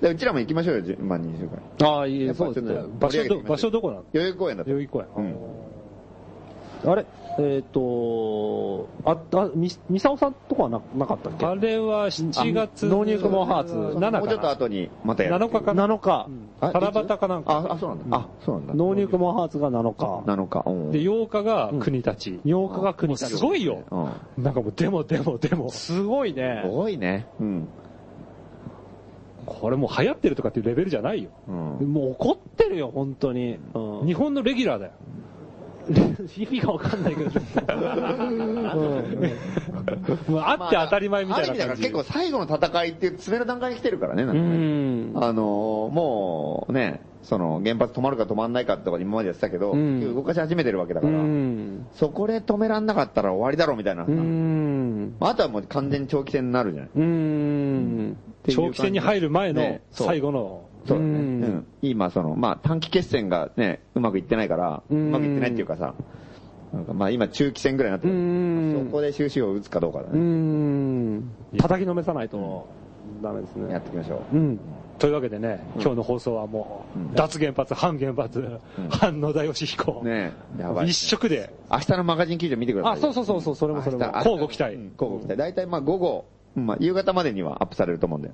でうちらも行きましょうよ、10万人集会。
ああ、いい
やっぱそうですねちょっと
場所
盛り上げてい
ど、
きましょう
場所どこなの
代々木公園だと
代。々木公園。
うん。
あれえっ、と、あ、あ、み、みさおさんとかはななかったっけ
あれは7月
ノーニュークモンハーツ
7
もうちょっ
日か
と
な。
後にまたやる。
7日かな。
?7 日。
あいつ
七夕かなんか
あ、あ、そうなんだ。あ、そうなんだ。
納入クモンハーツが7日。
7日。うん
で、8日が国立。
8日が国
もう
立。
すごいよ。
うん。
なんかもう、でもでもでも。
すごいね
す。ごいね。うん。
これもう流行ってるとかっていうレベルじゃないよ。
うん。
もう怒ってるよ、本当に。うん
日本のレギュラーだよ。
意味がわかんないけど。
もうあって当たり前みたい
ある意味だか
な感
ら
じ。
結構最後の戦いっていう詰める段階に来てるからね、なん
う
かね
ん。
あのー、もうね、その原発止まるか止まんないかとか今までやってたけど、
うん
結局動かし始めてるわけだ
う
から、
ん。
そこで止めらんなかったら終わりだろうみたいな。
うん。
あとはもう完全に長期戦になるじゃない。
うん。
長期戦に入る前の
ねそう
最後の、
そうだね。う
うん
ん。今その、まあ短期決戦がね、うまくいってないから、う
うん
まくいってないっていうかさ、なんかまあ今中期戦ぐらいになって
う
る
ん。
そこで終止符を打つかどうかだ
う
ね。
ん。叩きのめさないとダメです
やっ
ね。
ていきましょう。
うん。
というわけでね、今日の放送はも
うん
う、脱原発、反原発、反野田義彦。
ねえ、やばい。
一色で。
明日のマガジン記事見てください。
あ、そうそうそう、そうそれもそれも
明。日
交互期待
うん交互期待。大体まあ午後、まあ夕方までにはアップされると思うんで。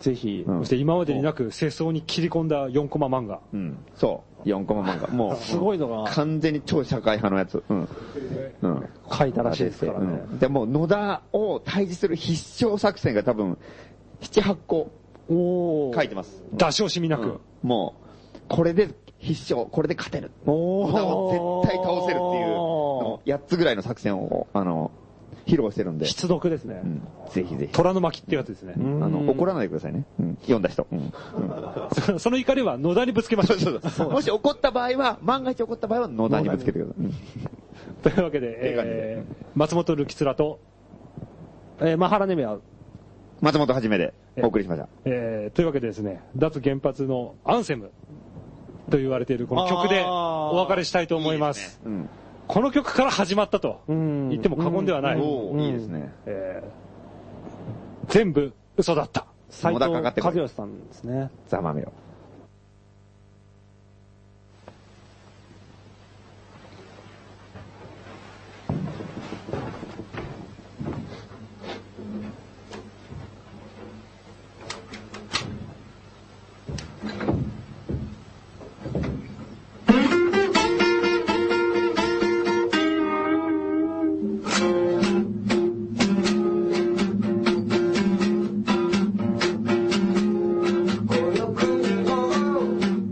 ぜひ、
うん
そして今までになく世相に切り込んだ4コマ漫画。
うん。そう。4コ マ漫画。もう。
すごいのが
完全に超社会派のやつ。うん。うん。
書いたらしいですからね。
うんでも、野田を退治する必勝作戦が多分、7、8個
おお。
書いてます。
出し惜しみなく。
もう、これで必勝、これで勝てる。
お
野田を絶対倒せるっていうのを、8つぐらいの作戦を、あの、披露してるんで、
出読ですね。
うん、ぜひぜひ。
虎の巻ってやつですね。
あの、怒らないでくださいね。うん、読んだ人。うんうん
そその怒りは野田にぶつけましょ
そう
う。
そうそうもし怒った場合は、万が一怒った場合は野田にぶつけてください。うん
というわけで、
映画にね
えー、松本るきつらと、
えー、マハラネメは、
松本はじめでお送りしました。
えー、というわけでですね、脱原発のアンセムと言われているこの曲で
あー
お別れしたいと思います。
うん。
この曲から始まったと
ん
言っても過言ではない。
おーいいですね。
えー全部嘘だった。
斎
野
藤
田かか
和
ってこい
義さんですね。
ざまみろ。
「この国を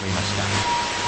思いました。